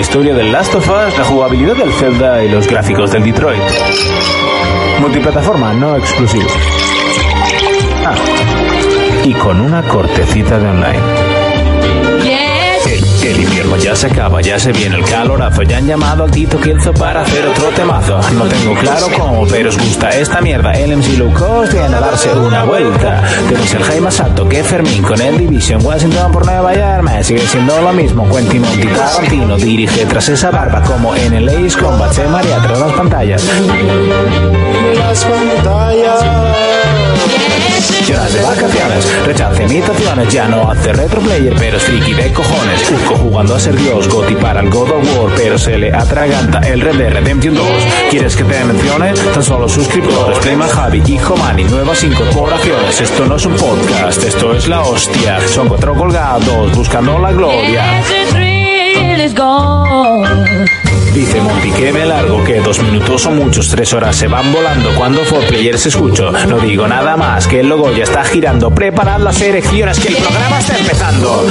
historia del Last of Us, la jugabilidad del Zelda y los gráficos del Detroit. Multiplataforma, no exclusivo. Ah, y con una cortecita de online. El invierno ya se acaba, ya se viene el calorazo. Ya han llamado al Tito Kelzo para hacer otro temazo. Ah, No tengo claro cómo, pero os gusta esta mierda. El MC Low Cost viene a darse una vuelta. Tenemos el Jaime más alto que Fermín con el Division. Washington por Nueva York, man, sigue siendo lo mismo. Quentin Monti Tarantino dirige tras esa barba. Como en el Ace Combat se marea tras las pantallas. Las pantallas. Lloras de vacaciones, rechaza imitaciones, ya no hace retroplayer, pero es friki de cojones. Urco jugando a ser Dios, Goti para el God of War, pero se le atraganta el Red Dead Redemption 2. ¿Quieres que te mencione? Tan solo suscriptores, Playman Javi, Hijo Mani, nuevas incorporaciones. Esto no es un podcast, esto es la hostia. Son cuatro colgados buscando la gloria. Yes, the thrill is gone. Dice Monty que me largo, que dos minutos son muchos, tres horas se van volando cuando for players escucho. No digo nada más, que el logo ya está girando. Preparad las erecciones, que el programa está empezando.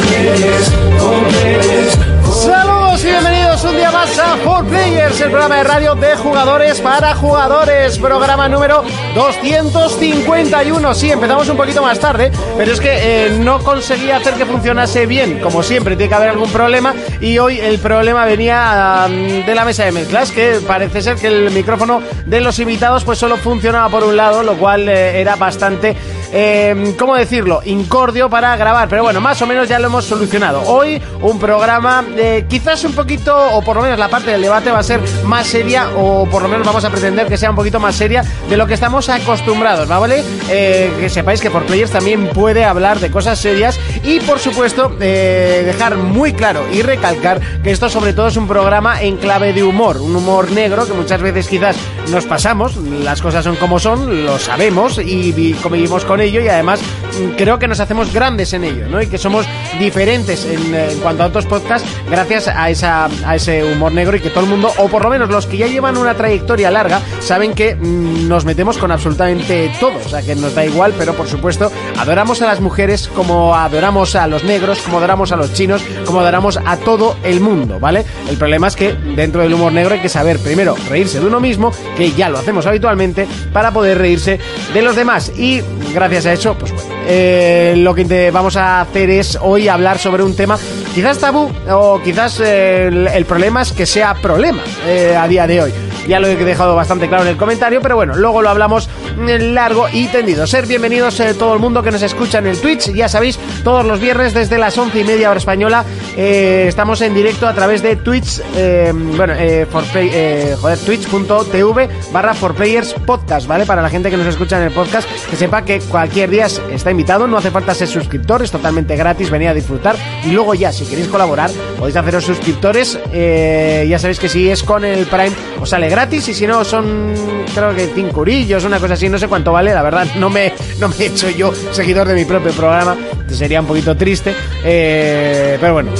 Saludos y bienvenidos un día más a 4 Players, el programa de radio de jugadores para jugadores, programa número 251. Sí, empezamos un poquito más tarde, pero es que eh, no conseguía hacer que funcionase bien, como siempre, tiene que haber algún problema y hoy el problema venía ah, de la mesa de mezclas, que parece ser que el micrófono de los invitados pues solo funcionaba por un lado, lo cual eh, era bastante, eh, ¿cómo decirlo?, incordio para grabar, pero bueno, más o menos ya lo hemos solucionado. Hoy un programa eh, quizás un poquito, o por lo menos la parte del debate va a ser más seria, o por lo menos vamos a pretender que sea un poquito más seria de lo que estamos acostumbrados, ¿vale? Eh, que sepáis que por players también puede hablar de cosas serias y por supuesto eh, dejar muy claro y recalcar que esto sobre todo es un programa en clave de humor, un humor negro que muchas veces quizás nos pasamos, las cosas son como son, lo sabemos y, vi- convivimos con ello y además mm, creo que nos hacemos grandes en ello, ¿no? Y que somos diferentes en, eh, en cuanto a otros podcasts gracias a, esa, a ese humor negro y que todo el mundo, o por lo menos los que ya llevan una trayectoria larga, saben que mm, nos metemos con absolutamente todo, o sea que nos da igual, pero por supuesto adoramos a las mujeres como adoramos a los negros, como adoramos a los chinos, como adoramos a todo el mundo, ¿vale? El problema es que dentro del humor negro hay que saber primero reírse de uno mismo, que ya lo hacemos habitualmente, para poder reírse de los demás. Y gracias a eso, pues bueno, eh, lo que te vamos a hacer es hoy hablar sobre un tema quizás tabú o quizás eh, el, el problema es que sea problema eh, a día de hoy. Ya lo he dejado bastante claro en el comentario, pero bueno, luego lo hablamos mm, largo y tendido. Ser bienvenidos eh, todo el mundo que nos escucha en el Twitch. Ya sabéis, todos los viernes desde las once y media hora española eh, estamos en directo a través de Twitch, eh, bueno, eh, for play- eh, joder, twitch.tv barra for players podcast, ¿vale? Para la gente que nos escucha en el podcast, que sepa que cualquier día es- está invitado, no hace falta ser suscriptor, es totalmente gratis, venid a disfrutar. Y luego ya, si queréis colaborar, podéis haceros suscriptores. eh, ya sabéis que si es con el Prime os sale gratis y si no son creo que 5 urillos, una cosa así, no sé cuánto vale, la verdad no me, no me he hecho yo seguidor de mi propio programa, sería un poquito triste, eh, pero bueno.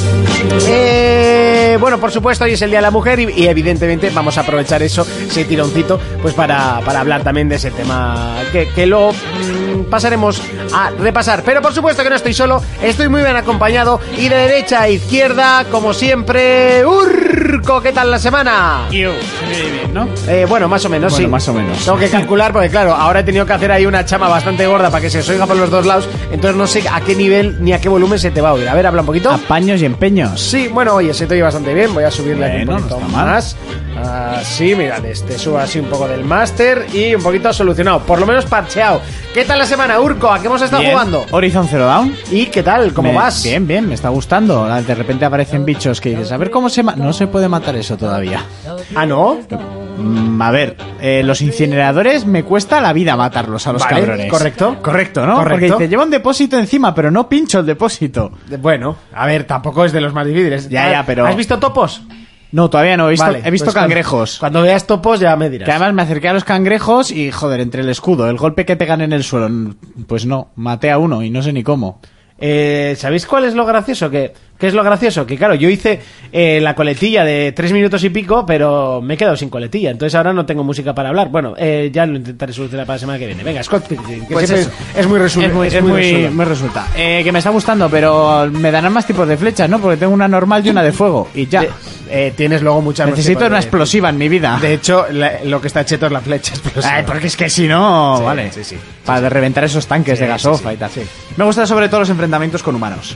Eh, bueno, por supuesto, hoy es el Día de la Mujer y, y evidentemente vamos a aprovechar eso, ese tironcito, pues para, para hablar también de ese tema que, que lo mm, pasaremos a repasar. Pero por supuesto que no estoy solo, estoy muy bien acompañado y de derecha a izquierda, como siempre, Urco, ¿qué tal la semana? Yo, se me oye bien, ¿no? Eh, bueno, más o menos, Bueno, sí. más o menos. Tengo que calcular porque, claro, ahora he tenido que hacer ahí una chama bastante gorda para que se os oiga por los dos lados. Entonces no sé a qué nivel ni a qué volumen se te va a oír. A ver, habla un poquito. Apaños y empeños. Sí, bueno, oye, se te oye bastante bien. Voy a subirle aquí un Bueno, no poquito está mal. más. Así, mirad, este subo así un poco del máster y un poquito solucionado. Por lo menos parcheado. ¿Qué tal la semana, Urco? ¿A qué hemos estado Bien. jugando? Horizon Zero Dawn. ¿Y qué tal? ¿Cómo Me- vas? Bien, bien, me está gustando. Ah, De repente aparecen bichos que dices, a ver cómo se ma- No se puede matar eso todavía. Ah, ¿no? Mm, a ver, eh, los incineradores me cuesta la vida matarlos a los Vale, cabrones. correcto. Correcto, ¿no? Correcto. Porque dice, lleva un depósito encima, pero no pincho el depósito. Bueno, a ver, tampoco es de los más difíciles. Ah, Ya, ya, pero- ¿Has visto topos? No, todavía no, he visto, Vale, he visto pues cuando- cangrejos. Cuando, veas topos ya me dirás. Que además me acerqué a los cangrejos y, joder, entre el escudo, el golpe que pegan en el suelo, n- pues no, maté a uno y no sé ni cómo. Eh, ¿Sabéis cuál es lo gracioso? Que, ¿Qué es lo gracioso? Que claro, yo hice eh, la coletilla de tres minutos y pico, pero me he quedado sin coletilla. Entonces ahora no tengo música para hablar. Bueno, eh, ya lo intentaré solucionar para la semana que viene. Venga, Scott, que, que Pues siempre eso. es muy resumen. Es muy, es muy- me resulta. Eh, que me está gustando, pero me darán más tipos de flechas, ¿no? Porque tengo una normal y una de fuego. Y ya. eh, tienes luego muchas más Necesito tipos una de- explosiva en mi vida. De hecho, la- lo que está cheto es la flecha explosiva. Ay, porque es que si no, Sí, vale. sí, sí. Para de reventar esos tanques Sí, de gasofa sí, sí. y tal. Sí. Me gustan sobre todo los enfrentamientos con humanos.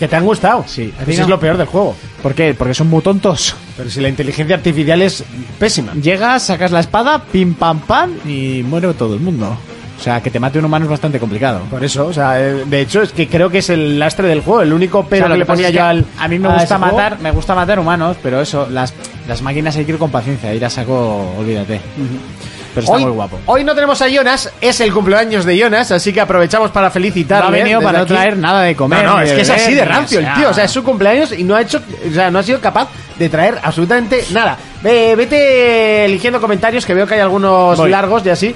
¿Que te han gustado? Sí. Eso es lo peor del juego. ¿Por qué? Porque son muy tontos. Pero si la inteligencia artificial es pésima. Llegas, sacas la espada, pim pam pam y muere todo el mundo. O sea, que te mate un humano es bastante complicado. Por eso, o sea, eh, de hecho es que creo que es el lastre del juego, el único pero O sea, lo que, le pasa ponía es yo que al... a mí me a gusta ese juego. matar, me gusta matar humanos, pero eso las las máquinas hay que ir con paciencia, ir a saco, olvídate. Pero está hoy, muy guapo. Hoy no tenemos a Jonas, es el cumpleaños de Jonas, así que aprovechamos para felicitarle. No ha venido desde para no aquí. traer nada de comer. No, no, ni es que es beber, así de ni- rancio o el sea, tío. O sea, es su cumpleaños y no ha hecho, o sea, no ha sido capaz de traer absolutamente nada. Ve- vete eligiendo comentarios que veo que hay algunos Voy. largos y así.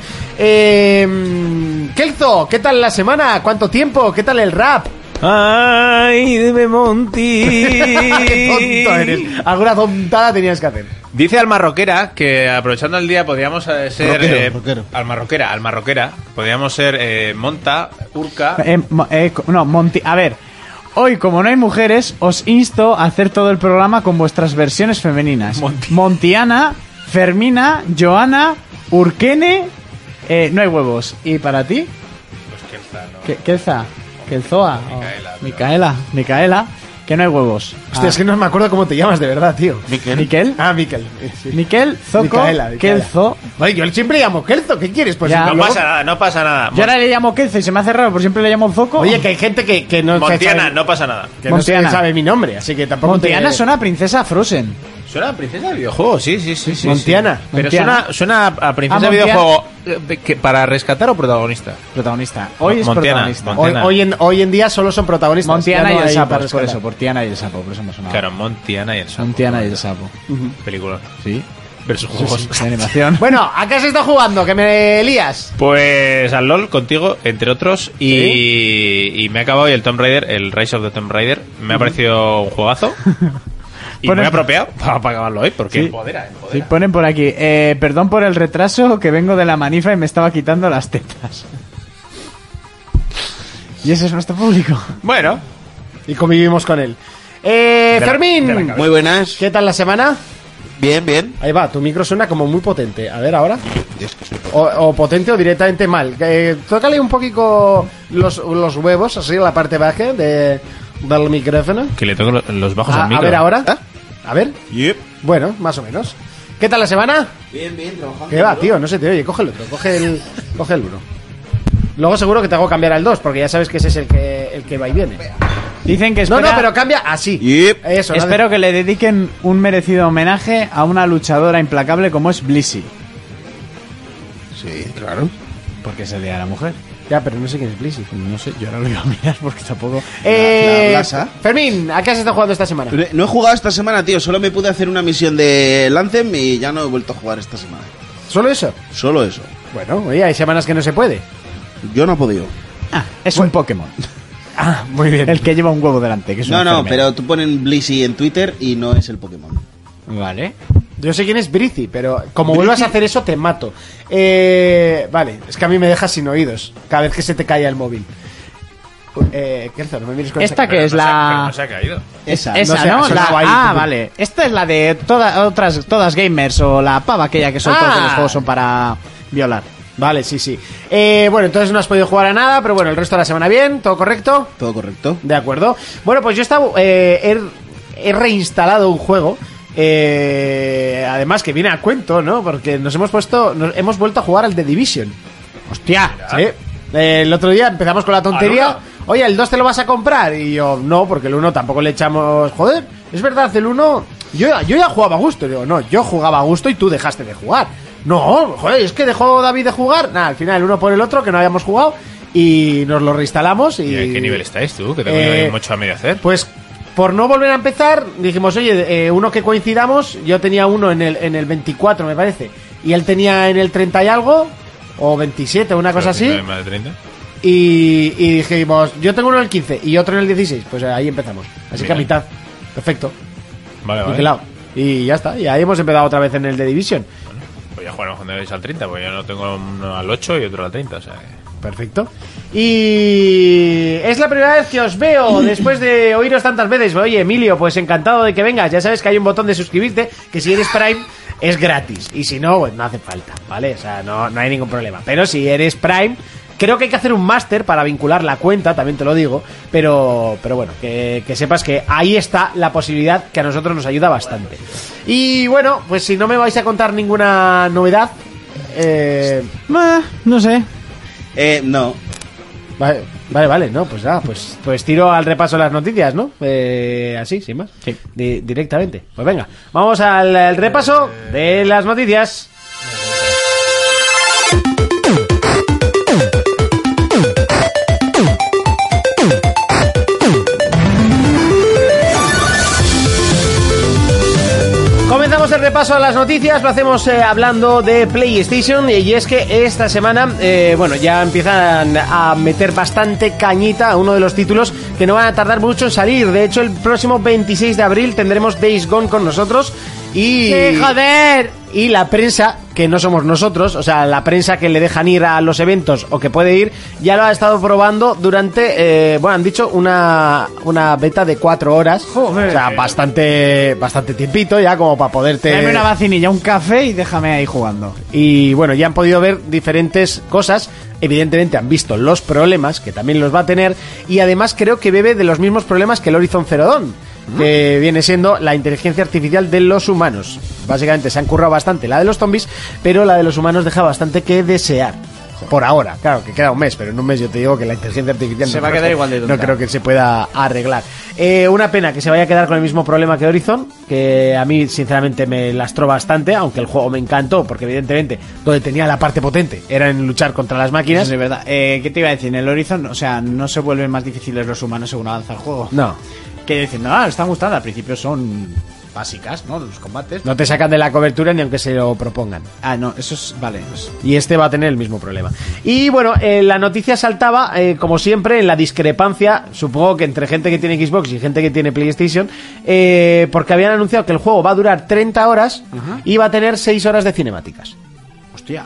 Eh, Kelzo, ¿qué tal la semana? ¿Cuánto tiempo? ¿Qué tal el rap? ¡Ay, dime Monty! Qué tonto eres. Alguna tontada tenías que hacer. Dice Alma Roquera que aprovechando el día podríamos eh, ser. Roquero, eh, roquero. Alma Roquera, Alma Roquera. Podríamos ser eh, Monta, Urca. Eh, mo- eh, co- no, Monti, a ver. Hoy, como no hay mujeres, os insto a hacer todo el programa con vuestras versiones femeninas. Monti. Montiana, Fermina, Joana, Urquene, eh, no hay huevos. ¿Y para ti? Pues Kelza, Kelzoa, o Micaela, Micaela, que no hay huevos. Hostia, es que no me acuerdo cómo te llamas de verdad, tío. Ah, Miquel, Ah, Miquel. Sí. Miquel, Zoco, Micaela, Micaela. Kelzo. Vale, yo siempre llamo Kelzo, ¿qué quieres? Pues Ya. si No luego- pasa nada, no pasa nada. Yo ahora le llamo Kelzo y se me hace raro, por siempre le llamo Zoco. Oye, que hay gente que, que no Montiana, sabe, no pasa nada. que no Montiana. sabe mi nombre, así que tampoco te- Montiana suena a princesa Frozen. Suena a princesa de videojuego, sí, sí, sí. sí Montiana. sí. Pero Montiana. Suena, suena a princesa Ah, de Montiana. videojuego eh, de- que- para rescatar o protagonista. Protagonista. Hoy es Montiana, protagonista. Montiana. Hoy, hoy en, hoy en día solo son protagonistas. ya Montiana no y el hay sapo, para es por rescatar. eso, por Tiana y el sapo, por eso me sonaba. Claro, Montiana y el sapo. Montiana y el sapo. Película. Sí. Versus juegos. De animación. Bueno, ¿a qué se está jugando? Que me lías. Pues al LOL contigo, entre otros, y, y me ha acabado hoy el Tomb Raider, el Rise of the Tomb Raider. Me ha parecido un juegazo. y Pones- me he apropiado para, para acabarlo hoy, porque Sí. empodera, Sí, empodera. ponen por aquí. eh, perdón por el retraso, que vengo de la manifa y me estaba quitando las tetas. Y ese es nuestro público. Bueno, Y convivimos con él. Eh, De la- de la Fermín, cabeza. Muy buenas. ¿qué tal la semana? Bien, bien. Ahí va, tu micro suena como muy potente. A ver, ahora. O, o potente o directamente mal. Eh, tócale un poquito los, los huevos, así, la parte baja de, del micrófono. que le toco lo- los bajos Ah, A, al a micro. ver ahora. A ver. Bueno, más o menos. ¿Qué tal la semana? Bien, bien, trabajando. ¿Qué va, tío? No se te oye. Coge el otro. Coge el, coge el uno. Luego seguro que te hago cambiar al 2, porque ya sabes que ese es el que, el que va y viene. Dicen que No, espera, no, pero cambia así. Yep. Eso, no espero que le dediquen un merecido homenaje a una luchadora implacable como es Blissy. Sí, claro. Porque es el día de la mujer. de- Ya, pero no sé quién es Blissy. No sé, yo ahora lo iba a mirar porque tampoco. Eh, la Blasa. Fermín, ¿a qué has estado jugando esta semana? No he jugado esta semana, tío. Solo me pude hacer una misión de Lancem y ya no he vuelto a jugar esta semana. ¿Solo eso? Solo eso. Bueno, oye, hay semanas que no se puede. Yo no he podido. Ah, es un Pokémon. Ah, muy bien. El que lleva un huevo delante, que es No, un no, enfermero. pero tú ponen Blissey en Twitter y no es el Pokémon. Vale. Yo sé quién es Brici, pero como vuelvas a hacer eso, te mato. Eh, vale, es que a mí me dejas sin oídos cada vez que se te cae el móvil. Eh, Kelzo, no me mires con esa Esta cara. que es No se ha- la. pero no se ha caído. Esa, no esa, sé, ¿no? ha La- sonado ahí. ah, vale. Esta es la de todas otras todas gamers o la pava aquella que soltó Ah. que los juegos son para violar. Vale, sí, sí. Eh, bueno, entonces no has podido jugar a nada, pero bueno, el resto de la semana bien, todo correcto. Todo correcto. De acuerdo. Bueno, pues yo estaba, eh, he, he reinstalado un juego. eh, además que viene a cuento, ¿no? Porque nos hemos puesto, nos, hemos vuelto a jugar al The Division. Hostia. Sí. Eh, el otro día empezamos con la tontería. Al uno. Oye, el 2 te lo vas a comprar. Y yo, no, porque el 1 tampoco le echamos. Joder, es verdad, el 1. Yo, yo ya jugaba a gusto. Digo, no, yo jugaba a gusto y tú dejaste de jugar. No, joder, es que dejó David de jugar. Nada, al final el uno por el otro que no habíamos jugado. Y nos lo reinstalamos. Y, ¿Y a qué nivel estáis tú? Que tengo Eh, yo mucho a medio hacer. Pues por no volver a empezar, dijimos, oye, eh, uno que coincidamos, yo tenía uno en el, en el 24, me parece, y él tenía en el 30 y algo, o 27, una cosa así, Más de 30. y, y dijimos, yo tengo uno en el 15 y otro en el 16, pues ahí empezamos. Así que a Bien. mitad, perfecto, Vale, vale. niquelado. Y ya está, y ahí hemos empezado otra vez en el de Division. Pues Voy a jugar a lo mejor cuando vais al 30, porque yo no tengo uno al 8 y otro al 30. O sea, que- Perfecto. Y es la primera vez que os veo después de oíros tantas veces. Oye, Emilio, pues encantado de que vengas. Ya sabes que hay un botón de suscribirte que si eres Prime es gratis. Y si no, pues no hace falta, ¿vale? O sea, no, no hay ningún problema. Pero si eres Prime, creo que hay que hacer un máster para vincular la cuenta, también te lo digo. Pero, pero bueno, que, que sepas que ahí está la posibilidad que a nosotros nos ayuda bastante. Y bueno, pues si no me vais a contar ninguna novedad... Eh, Bah, no sé. Eh, no. Vale, vale, vale, no, pues nada, pues, pues tiro al repaso las noticias, ¿no? Eh, así, sin más. Di- directamente. Pues venga, vamos al, al repaso de las noticias. Comenzamos el repaso a las noticias, lo hacemos eh, hablando de PlayStation y es que esta semana, eh, bueno, ya empiezan a meter bastante cañita a uno de los títulos que no van a tardar mucho en salir. De hecho, el próximo 26 de abril tendremos Days Gone con nosotros y... joder! Y la prensa, que no somos nosotros, o sea, la prensa que le dejan ir a los eventos o que puede ir, ya lo ha estado probando durante, eh, bueno, han dicho una, una beta de cuatro horas. O sea, bastante, bastante tiempito ya como para poderte... Dame una vacinilla, un café y déjame ahí jugando. Y bueno, ya han podido ver diferentes cosas. Evidentemente han visto los problemas, que también los va a tener. Y además creo que bebe de los mismos problemas que el Horizon Zero Dawn, que viene siendo la inteligencia artificial de los humanos. Básicamente se han currado bastante la de los zombies, pero la de los humanos deja bastante que desear. Por ahora, claro, que queda un mes, pero en un mes yo te digo que la inteligencia artificial Se no va a creo quedar que- igual de tonta. No creo que se pueda arreglar. Eh, una pena que se vaya a quedar con el mismo problema que Horizon, que a mí sinceramente me lastró bastante, aunque el juego me encantó, porque evidentemente donde tenía la parte potente era en luchar contra las Eso máquinas. sí es verdad. Eh, ¿Qué te iba a decir? En el Horizon, o sea, no se vuelven más difíciles los humanos según avanza el juego. No, Que diciendo, ah, están gustando. Al principio son básicas, ¿no? Los combates. no te sacan de la cobertura ni aunque se lo propongan. Ah, no, eso es. Vale. pues, es- Y este va a tener el mismo problema. Y bueno, eh, la noticia saltaba, eh, como siempre, en la discrepancia, supongo que entre gente que tiene Xbox y gente que tiene PlayStation, eh, porque habían anunciado que el juego va a durar 30 horas y va a tener 6 horas de cinemáticas. Hostia.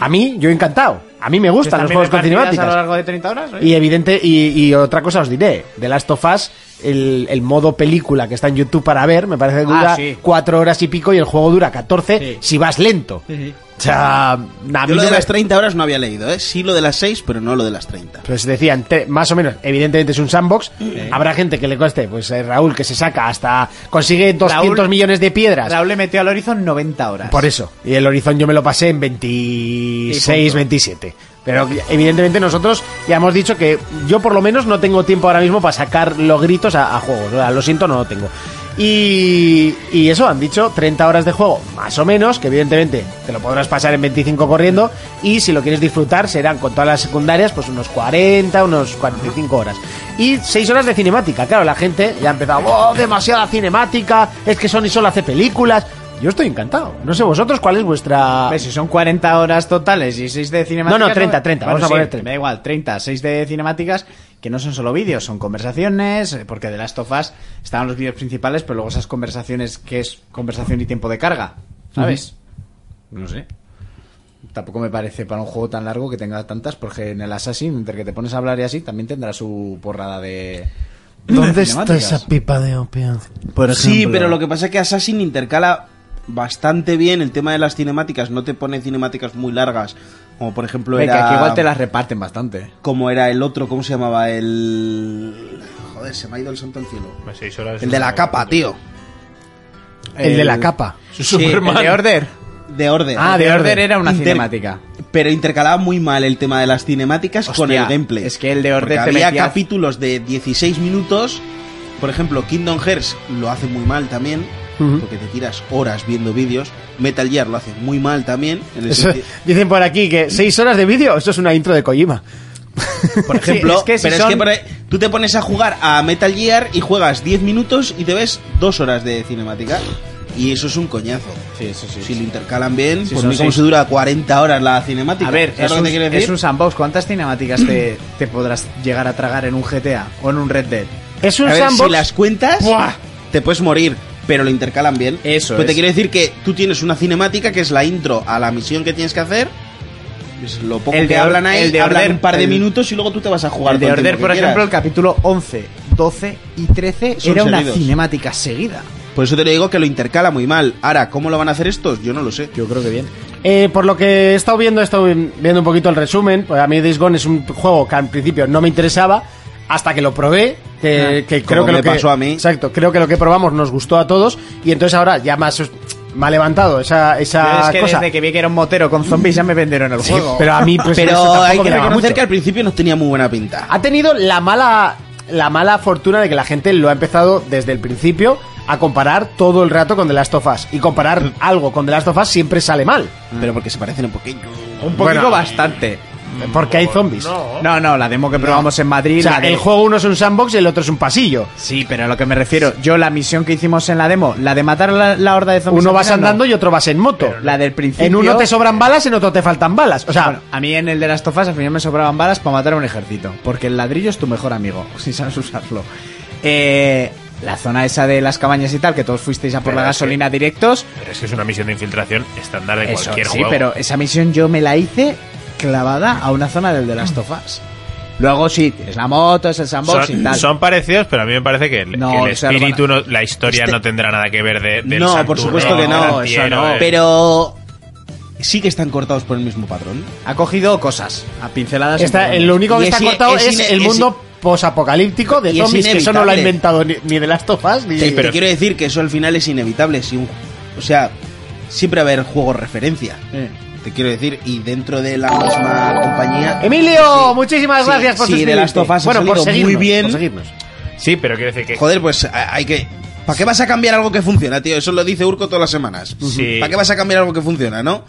A mí, yo encantado. A mí me ¿Están gustan los bien juegos con repartidas a lo cinemáticas. largo de 30 horas? ¿eh? oye? Y evidente, y, y otra cosa os diré, The Last of Us, el, el modo película que está en YouTube para ver, me parece que Ah, dura sí. 4 horas y pico y el juego dura 14 Sí. si vas lento. Sí, sí. O sea, a mí Yo no lo de me- las 30 horas no había leído, ¿eh? Sí lo de las 6, pero no lo de las 30. Pues decían, te- más o menos, evidentemente es un sandbox. Habrá gente que le coste, pues eh, Raúl que se saca hasta consigue 200 Raúl- millones de piedras. Raúl le metió al Horizon 90 horas. Por eso. Y el Horizon yo me lo pasé en Y 26, punto. 27. Pero evidentemente nosotros ya hemos dicho que yo por lo menos no tengo tiempo ahora mismo para sacar los gritos a, a juegos. O sea, Lo siento, no lo tengo. Y, y eso, han dicho 30 horas de juego, más o menos, que evidentemente te lo podrás pasar en 25 corriendo y si lo quieres disfrutar serán con todas las secundarias pues unos 40, unos 45 horas. Y 6 horas de cinemática, claro, la gente ya ha empezado, oh, demasiada cinemática, es que Sony solo hace películas. Yo estoy encantado. No sé vosotros cuál es vuestra... Pues si son 40 horas totales y 6 de cinemáticas. Ah. No, no, 30, 30, vamos a poner 30. Me da igual, 30, 6 de cinemáticas, que no son solo vídeos, son conversaciones, eh, porque de las tofas estaban los vídeos principales, pero luego esas conversaciones que es conversación y tiempo de carga, ¿sabes? No sé. Tampoco me parece para un juego tan largo que tenga tantas, porque en el Assassin, entre que te pones a hablar y así, también tendrá su porrada de. de cinemáticas. pipa de opio? Sí, pero lo que pasa es que Assassin intercala bastante bien el tema de las cinemáticas. No te pone cinemáticas muy largas, como por ejemplo Venga, era... que igual te las reparten bastante. Como era el otro, ¿cómo se llamaba? El... Joder, se me ha ido el santo al cielo. Pues Seis horas es El de la una- capa, tío. El de la capa. Sí, el El de Order. De orden. Ah, de El Order. era una Inter- cinemática. Pero intercalaba muy mal el tema de las cinemáticas con Hostia, el gameplay. es que el de Order Porque te había metías- capítulos de 16 minutos. Por ejemplo, Kingdom Hearts lo hace muy mal también, porque te tiras horas viendo vídeos. Metal Gear lo hace muy mal también. en el Eso- sentido- dicen por aquí que 6 horas de vídeo, esto es una intro de Kojima. por ejemplo, Sí, es que si pero es son- que por ahí- tú te pones a jugar a Metal Gear y juegas 10 minutos y te ves 2 horas de cinemática. Y eso es un coñazo. Sí, eso sí. Si lo intercalan bien, Sí, por son mí como seis. se dura 40 horas la cinemática. A ver, ¿Sabes es lo un, que te quiero es decir? un sandbox. ¿Cuántas cinemáticas te, te podrás llegar a tragar en un GTA o en un Red Dead? Es un A ver, sandbox. si las cuentas, ¡Buah! te puedes morir, pero lo intercalan bien. Eso Pero te es. quiero decir que tú tienes una cinemática que es la intro a la misión que tienes que hacer. es lo poco El que de Or- hablan ahí, el de hablan Order, un par de el- minutos y luego tú te vas a jugar El de todo el Order, tiempo por que quieras. ejemplo, el capítulo 11, 12 y 13 Son era una seguidos. cinemática seguida. Por eso te lo digo que lo intercala muy mal. Ahora, ¿cómo lo van a hacer estos? Yo no lo sé. Yo creo que bien. Eh, por lo que he estado viendo, he estado viendo un poquito el resumen. Pues a mí Days Gone es un juego que al principio no me interesaba hasta que lo probé. Que, que creo Ah, como que lo me que pasó a mí. Exacto, creo que lo que probamos nos gustó a todos. Y entonces ahora ya más me ha levantado esa, esa es que cosa. desde que vi que era un motero con zombies ya me vendieron el Sí, juego. pero a mí, pues, eso Pero tampoco hay me que llama reconocer mucho. Ah. que al principio no tenía muy buena pinta. Ha tenido la mala la mala fortuna de que la gente lo ha empezado desde el principio a comparar todo el rato con The Last of Us. Y comparar algo con The Last of Us siempre sale mal. Pero porque se parecen un poquillo. un poquito bastante. Porque hay zombies. No, no, la demo que probamos en Madrid. O sea, la de- el juego uno es un sandbox y el otro es un pasillo. Sí, pero a lo que me refiero, yo la misión que hicimos en la demo, la de matar a la, la horda de zombies. Uno al vas final, no. andando y otro vas en moto. La del principio. En uno te sobran balas, en otro te faltan balas. O sea, Bueno, a mí en el de las tofas al final me sobraban balas para matar a un ejército. Porque el ladrillo es tu mejor amigo, si sabes usarlo. Eh, la zona esa de las cabañas y tal, que todos fuisteis a por Pero la es que- gasolina directos. Pero es que es una misión de infiltración estándar de Eso, cualquier sí, juego. pero esa misión yo me la hice clavada a una zona del de las tofas. Luego sí, es la moto, es el sandbox y son, tal. son parecidos, pero a mí me parece que el, No, que el o sea, lo espíritu, van no- la historia Este- no tendrá nada que ver de, del no, por Santurrón, eh. supuesto que del no, eso Antiero, no. del- Pero sí que están cortados por el mismo patrón. Ha cogido cosas, a pinceladas. está- importantes. lo único que Y está es- cortado es es, ine- el es- mundo posapocalíptico de y es zombies, que eso no lo ha inevitable. inventado ni, ni de las tofas ni. Te, te quiero decir que eso al final es inevitable. Si un- o sea, siempre va a haber juegos referencia. Eh. Te quiero decir, y dentro de la misma compañía. Emilio, Sí. muchísimas Sí, gracias por sí, suscribirte. de Last of Us ha Bueno, por salido seguirnos, muy bien. por seguirnos. Sí, pero quiero decir que Joder, pues a- hay que. ¿Para qué vas a cambiar algo que funciona, tío? Eso lo dice Urco todas las semanas. Sí. ¿Para qué vas a cambiar algo que funciona, no?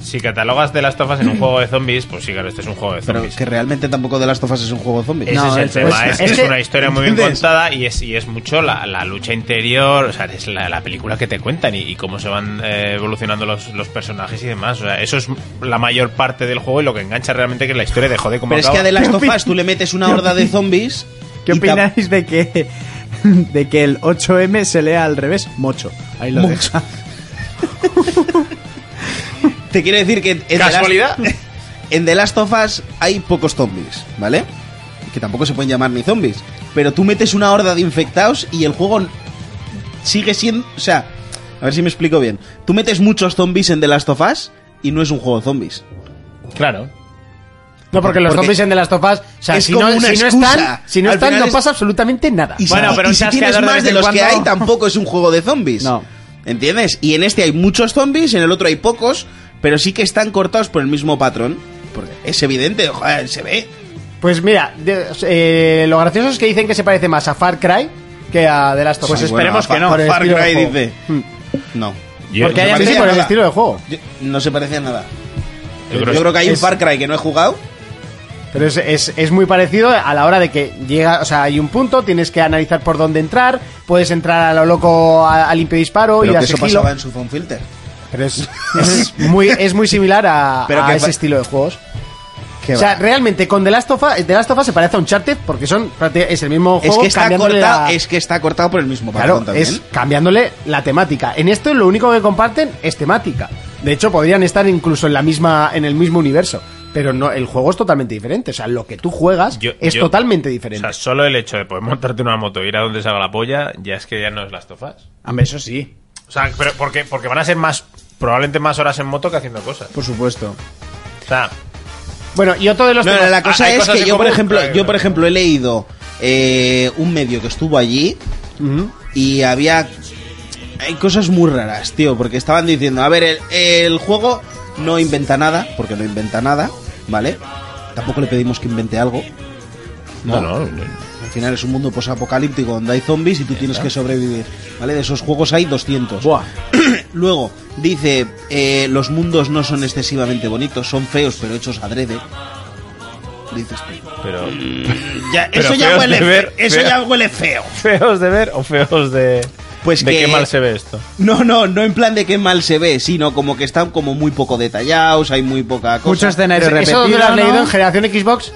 si catalogas de las tofas en un juego de zombies, pues sí, claro, este es un juego de Pero zombies. que realmente tampoco de Last of Us es un juego zombie. Ese No, es el es- tema, es- es, que es es que- una historia muy bien ¿entiendes? contada y es, y es mucho la, la lucha interior, o sea, es la, la película que te cuentan y, y cómo se van eh, evolucionando los, los personajes y demás. O sea, eso es la mayor parte del juego y lo que engancha realmente que es la historia de joder cómo Pero es que acaba. a The Last of Us tú le metes una horda de zombies. ¿Qué y ta- opináis de que, de que el 8M se lea al revés? Mocho. Ahí lo Mocho. dejo. Te quiero decir que en The Last- ¿Casualidad? en The Last of Us hay pocos zombies, ¿vale? Que tampoco se pueden llamar ni zombies. Pero tú metes una horda de infectados y el juego sigue siendo... O sea, a ver si me explico bien. Tú metes muchos zombies en The Last of Us y no es un juego de zombies. Claro. No, porque los Porque- zombies en de las tofas, o sea, Es si no, como una si no excusa. están, si no Al están, final no es- pasa absolutamente nada. Y si, Bueno, pero y un si tienes chasqueador de más vez de en los que cuando- hay, tampoco es un juego de zombies. No. ¿Entiendes? Y en este hay muchos zombies, en el otro hay pocos, pero sí que están cortados por el mismo patrón. Porque es evidente, joder, se ve. Pues mira, de- eh, lo gracioso es que dicen que se parece más a Far Cry que a The Last of Us. Sí, Pues bueno, a Fa- Por el Far estilo de Cry juego. Hmm. dice. Pues No. Yo, Porque yo hay parece gente a por el nada. estilo de juego. Yo- no se parece a nada. Yo, creo creo, que- que hay un es- Far Cry que no he jugado. Pero es, es- es muy parecido a la hora de que llega, o sea, hay un punto, tienes que analizar por dónde entrar, puedes entrar a lo loco a, a limpio disparo y Pero a que eso sigilo. pasaba en su phone filter. Pero es, es muy, es muy similar a, Pero a que ese fa- estilo de juegos. Qué o sea, va. realmente con The Last of Us, The Last of Us se parece a Uncharted porque son prácti- es el mismo Es juego que, está cambiándole cortado, la- es que está cortado por el mismo Claro, patrón también. es cambiándole la temática. En esto lo único que comparten es temática. De hecho, podrían estar incluso en la misma, en el mismo universo. Pero no, el juego es totalmente diferente. O sea, lo que tú juegas yo- es yo- totalmente O diferente. sea, solo el hecho de poder montarte en una moto e ir a donde salga la polla, ya es que ya no es las tofas. Hombre, eso sí. O sea, pero porque, porque van a ser más, probablemente más horas en moto que haciendo cosas. Por supuesto. O sea, bueno, y otro de los No, temas- Ah, no, la cosa Ah, hay es cosas que en yo por común, ejemplo, claro. yo por ejemplo he leído eh, un medio que estuvo allí y había hay cosas muy raras, tío, porque estaban diciendo, a ver, el, el juego no inventa nada, porque no inventa nada, ¿vale? Tampoco le pedimos que invente algo. no, no, Al final es un mundo posapocalíptico donde hay zombies y tú tienes que sobrevivir, ¿vale? De esos juegos hay 200. Buah. Luego, dice, eh, los mundos no son excesivamente bonitos, son feos pero hechos adrede. Dices tú. pero Ya, Pero eso ya feos huele de ver, fe- eso feo. ya huele feo. feos de ver o feos de Pues de que- qué mal se ve esto. No, no, no en plan de que mal se ve, sino como que están como muy poco detallados, hay muy poca cosa. Mucho escenario ¿Eso repetido. dónde lo has leído ¿no? en Generación Xbox?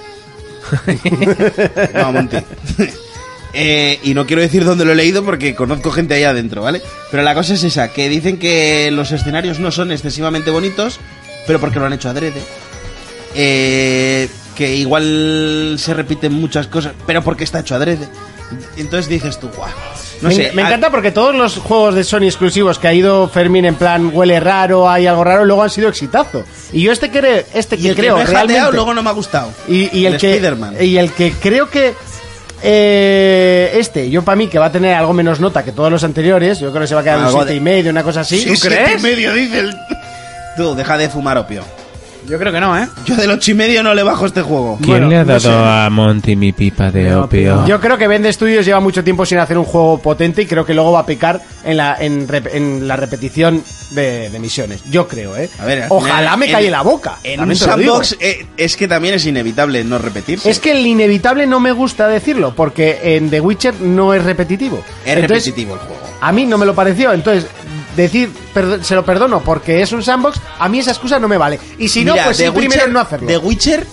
No, Monty. Eh, y no quiero decir dónde lo he leído porque conozco gente ahí adentro, ¿vale? Pero la cosa es esa, que dicen que los escenarios no son excesivamente bonitos, pero porque lo han hecho adrede. eh, que igual se repiten muchas cosas, pero porque está hecho adrede. Entonces dices tú, guau. No me, sé, me a- encanta porque todos los juegos de Sony exclusivos que ha ido Fermín en plan huele raro, hay algo raro, luego han sido exitazo. Y yo este que este Y que el creo que me he jateado, realmente luego no me ha gustado. y, y el, que Spider-Man. y el que creo que eh, este, yo para mí que va a tener algo menos nota que todos los anteriores, yo creo que se va a quedar un Algo de- siete y medio, una cosa así. Sí, ¿Tú siete crees? y medio, dice el- Tú, deja de fumar opio. Yo creo que no, ¿eh? Yo del ocho y medio no le bajo este juego. ¿Quién Bueno, le ha no dado sé. a Monty mi pipa de opio? Yo creo que Bend Studios lleva mucho tiempo sin hacer un juego potente y creo que luego va a picar en la, en rep- en la repetición de, de misiones. Yo creo, ¿eh? A ver, al Ojalá final, me en- calle la boca. En un también te lo digo. sandbox eh, es que también es inevitable no repetirse. Es que el inevitable no me gusta decirlo, porque en The Witcher no es repetitivo. es Entonces, repetitivo el juego. A mí no me lo pareció, entonces decir perdo- se lo perdono porque es un sandbox, a mí esa excusa no me vale. Y si no, Mira, pues The sí, primero Witcher- no hacerlo. The Witcher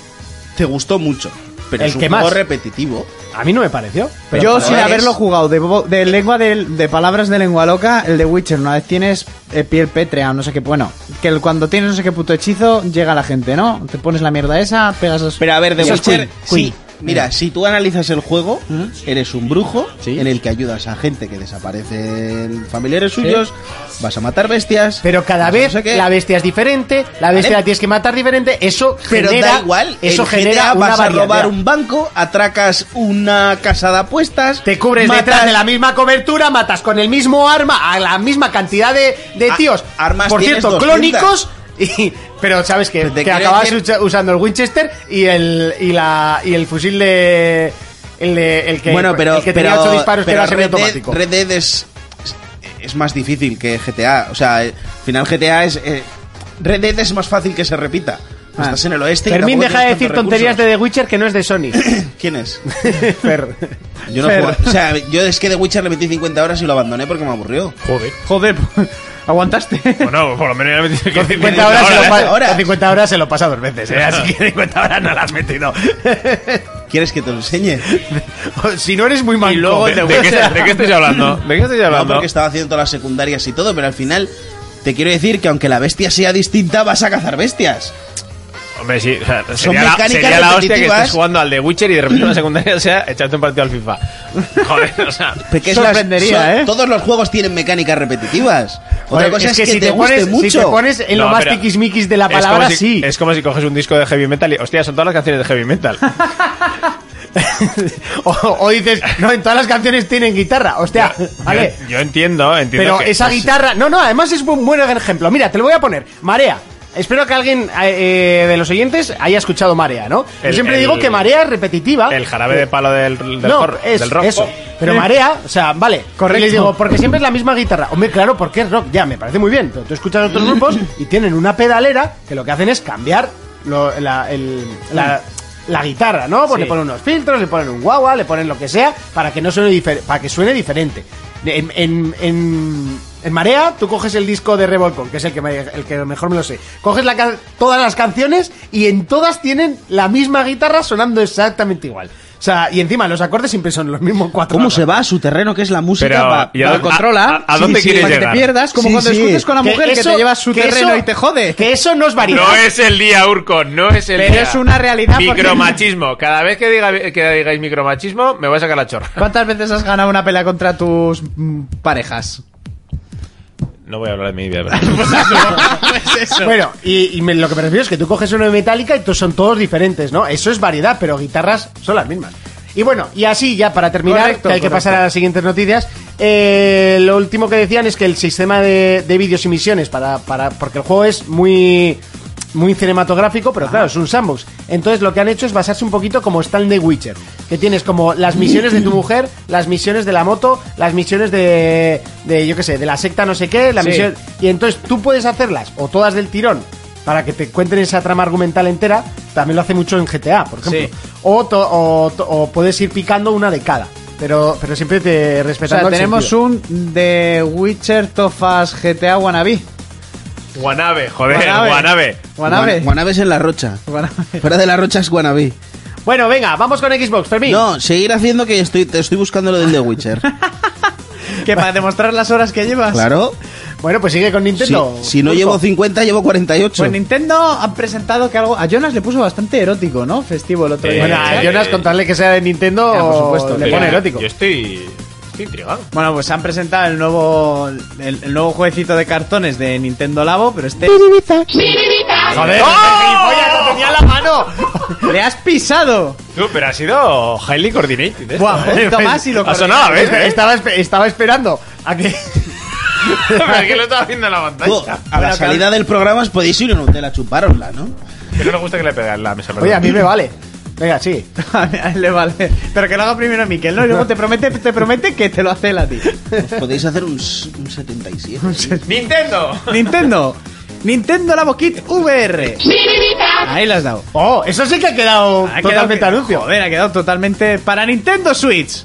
te gustó mucho, pero El es un que juego más. repetitivo. A mí no me pareció. pero Yo para sin ver haberlo es- jugado de, bo- de lengua de, de palabras de lengua loca, el de Witcher, una vez tienes eh, piel pétrea o no sé qué, bueno, que el- cuando tienes no sé qué puto hechizo, llega la gente, ¿no? Te pones la mierda esa, pegas los... Pero a ver, The Eso es Witcher, Queen, sí. Queen. Eh. Mira, si tú analizas el juego, ¿Mm? eres un brujo Sí. en el que ayudas a gente que desaparecen familiares suyos, vas a matar bestias. Pero cada vas a vez no sé qué. la bestia es diferente, la bestia Pues Vale. la tienes que matar diferente, eso Pero genera, da igual, eso en genera GTA una vas a variedad. robar un banco, atracas una casa de apuestas, Te cubres matas detrás de la misma cobertura, matas con el mismo arma a la misma cantidad de, de A- tíos. Ah, armas Por tienes cierto, 200. clónicos. y- pero sabes que, Pero te que quiero acabas decir- ucha- usando el Winchester y el, y la, y el fusil de. El, de- el que, bueno, pero, el que pero, tenía ocho disparos que pero era Red, Dead, semiautomático. Red Dead es, es más difícil que GTA. O sea, eh, al final GTA es. eh, Red Dead es más fácil que se repita. Ah. Estás en el oeste y Fermín tampoco deja de tienes decir tantos tonterías de recursos. The Witcher que no es de Sony. ¿Quién es? Fer. Yo no Fer. juego- O sea, yo es que The Witcher le metí 50 horas y lo abandoné porque me aburrió. Joder. Joder, aguantaste. Bueno, por lo menos ya me tienes que decir 50 media horas, se hora, lo ¿eh? pa- horas. con 50 horas se lo pasa dos veces, ¿eh? así que 50 horas no las has metido. ¿Quieres que te lo enseñe? si no eres muy Y mal luego, ¿de, de qué, de qué estáis hablando? ¿De qué estáis No, hablando? porque estaba haciendo todas las secundarias y todo, pero al final te quiero decir que aunque la bestia sea distinta, vas a cazar bestias. Hombre, sí, o sea, Son sería, la, mecánicas sería la hostia que repetitivas. estés jugando al de Witcher y de repente una secundaria o sea echarte un partido al FIFA. Joder, o sea. Porque es Sorprendería, las- ¿eh? Todos los juegos tienen mecánicas repetitivas. Otra Joder, cosa es, que, si te, guste pones, mucho. Si te pones en lo No, más pero tiquismiquis de la es como palabra, si- sí. Es como si coges un disco de heavy metal y. Hostia, son todas las canciones de heavy metal. O, o dices, no, en todas las canciones tienen guitarra. Hostia, vale. Yo, yo entiendo, entiendo. Pero que- esa guitarra. No, no, además es un buen ejemplo. Mira, te lo voy a poner. Marea. Espero que alguien eh, eh, de los oyentes haya escuchado Marea, ¿no? El- yo siempre el- digo que Marea es repetitiva. El jarabe de palo del, del, no, horror, es- del rock. eso. Pero Marea, o sea, vale. Correcto. Y les digo, porque siempre es la misma guitarra. Hombre, claro, porque es rock, ya, me parece muy bien. Pero tú escuchas otros grupos y tienen una pedalera que lo que hacen es cambiar lo- la, el- la- la guitarra, ¿no? Pues le ponen unos filtros, le ponen un guagua, le ponen lo que sea para que no suene difer- para que suene diferente. En, en- en- en Marea, tú coges el disco de Revolcon, que es el que, me- el que mejor me lo sé. Coges la ca- todas las canciones y en todas tienen la misma guitarra sonando exactamente igual. O sea, y encima los acordes siempre son los mismos cuatro. ¿Cómo se va a su terreno que es la música? Pero, pa- ¿y a pa- dónde- Controla. ¿A- a dónde quieres ¿ah? para llegar? que te pierdas, como Sí, cuando sí. discutes con la mujer que, eso- te lleva a su que terreno eso- y te jode. Que eso no es variedad. No es el día, Urco, no es el Pero día. es una realidad porque- Micromachismo. Cada vez que, diga, que digáis micromachismo, me voy a sacar la chorra. ¿Cuántas veces has ganado una pelea contra tus mm, parejas? No voy a hablar de mi vida, ¿verdad? Pues Bueno, y, y me- lo que me refiero es que tú coges uno de Metallica y to- son todos diferentes, ¿no? Eso es variedad, pero guitarras son las mismas. Y bueno, y así ya para terminar, Correcto, que hay que correcto. pasar a las siguientes noticias. eh, lo último que decían es que el sistema de, de vídeos y misiones para, para. Porque el juego es muy. Muy cinematográfico, pero claro, es un sandbox. Entonces lo que han hecho es basarse un poquito como está en The Witcher. Que tienes como las misiones de tu mujer, las misiones de la moto, las misiones de, de yo qué sé, de la secta no sé qué, la Sí. misión... Y entonces tú puedes hacerlas o todas del tirón para que te cuenten esa trama argumental entera. También lo hace mucho en GTA, por ejemplo. O, to- o to- o puedes ir picando una de cada. Pero, pero siempre te O respetando sea, el tenemos sentido. un The Witcher Tofas GTA Wannabe. Guanabe, joder, Guanabe. Guanabe. Wannabe. Guan- Guanabes en la rocha. Wannabe. Fuera de la rocha es Guanabí. Bueno, venga, vamos con Xbox, Fermín. No, seguir haciendo que estoy, te estoy buscando lo del The Witcher. Que para demostrar las horas que llevas. claro. Bueno, pues sigue con Si, Nintendo. si no Pulpo. llevo 50, llevo 48. Pues Nintendo han presentado que algo. A Jonas le puso bastante erótico, ¿no? Festivo el otro Eh, día. Bueno, a Jonas, contarle que sea de Nintendo, Ya, Ah, por supuesto. le Pero pone erótico. Yo estoy, estoy intrigado. Bueno, pues han presentado el nuevo el, el nuevo jueguecito de cartones de Nintendo Labo, pero este Ah, ¡Oh! ¡Joder! gilipollas, lo tenía en la mano! le has pisado. Tú, pero ha sido highly coordinated. esto, Buah, ¿eh? un poquito más y lo Ha sonado, a ver, Espe- ¿eh? Estaba, espe- estaba esperando a que... Pero es que lo estaba viendo en la pantalla. Tú, a la salida del programa os podéis ir a un hotel a chuparosla, ¿no? Que no le gusta que le pegue en la mesa. Oye, a mí me vale. Venga, sí. A mí- a él le vale. Pero que lo haga primero Miquel, ¿no? Y luego te promete, te promete que te lo hace él a ti. Os podéis hacer un, s- un 77. ¡Nintendo! Nintendo. Nintendo Labo Kit VR. Ahí lo has dado. ¡Oh! Eso sí que ha quedado Ha quedado totalmente que- anuncio. Joder, ha quedado totalmente para Nintendo Switch.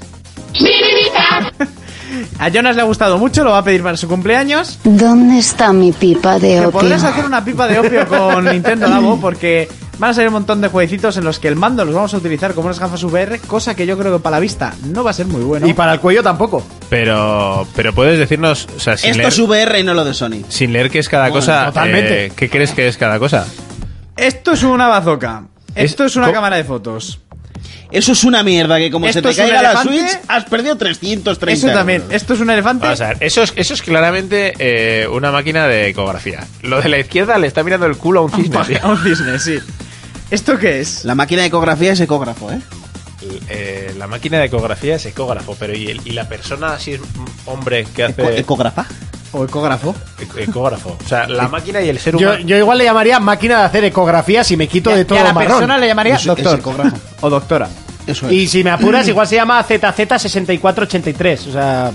A Jonas le ha gustado mucho, lo va a pedir para su cumpleaños. ¿Dónde está mi pipa de Que opio? podrás hacer una pipa de opio con Nintendo Labo porque van a salir un montón de jueguecitos en los que el mando los vamos a utilizar como unas gafas VR, cosa que yo creo que para la vista no va a ser muy bueno. Y para el cuello tampoco. Pero, pero puedes decirnos, o sea, sin, Esto leer, es VR y no lo de Sony. sin leer qué es cada Bueno, cosa. totalmente. eh, ¿Qué crees que es cada cosa? Esto es una bazoca. Es- Esto es una ¿Cómo? cámara de fotos. Eso es una mierda, que como Esto se te es un caiga la elefante. Switch, has perdido 330 Eso también. euros. Esto es un elefante. Vamos a ver, eso es, eso es claramente eh, una máquina de ecografía. Lo de la izquierda le está mirando el culo a un cisne. tío. Un cisne, sí. ¿Esto qué es? La máquina de ecografía es ecógrafo, ¿eh? Eh, la máquina de ecografía es ecógrafo, pero ¿y, el- y la persona si es un hombre que Eco- hace ¿Ecógrafa? ¿O ecógrafo? ec- ecógrafo? O sea, la máquina y el ser Yo, humano. yo igual le llamaría máquina de hacer ecografía si me quito Y a- de y todo a la marrón. persona le llamaría Es- es doctor. ecógrafo. o doctora. Eso es. Y si me apuras, igual se llama ZZ6483. O sea,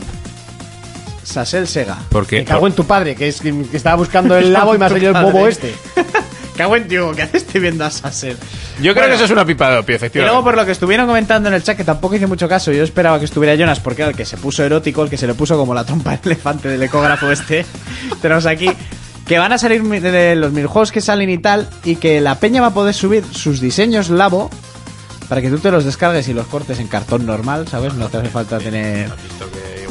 Sasel Sega. ¿Por qué? me cago en tu padre, que, es, que estaba buscando el labo y me ha salido el bobo Padre. este. Cago en tío, ¿qué haces viendo a Sasel? Yo creo Bueno. que eso es una pipa de opio, Y luego efectivamente. por lo que estuvieron comentando en el chat, que tampoco hice mucho caso, yo esperaba que estuviera Jonas, porque era el que se puso erótico, el que se le puso como la trompa al elefante del ecógrafo este, tenemos aquí, que van a salir mi- de- de los minijuegos que salen y tal, y que la peña va a poder subir sus diseños labo para que tú te los descargues y los cortes en cartón normal, ¿sabes? No te hace falta tener... Este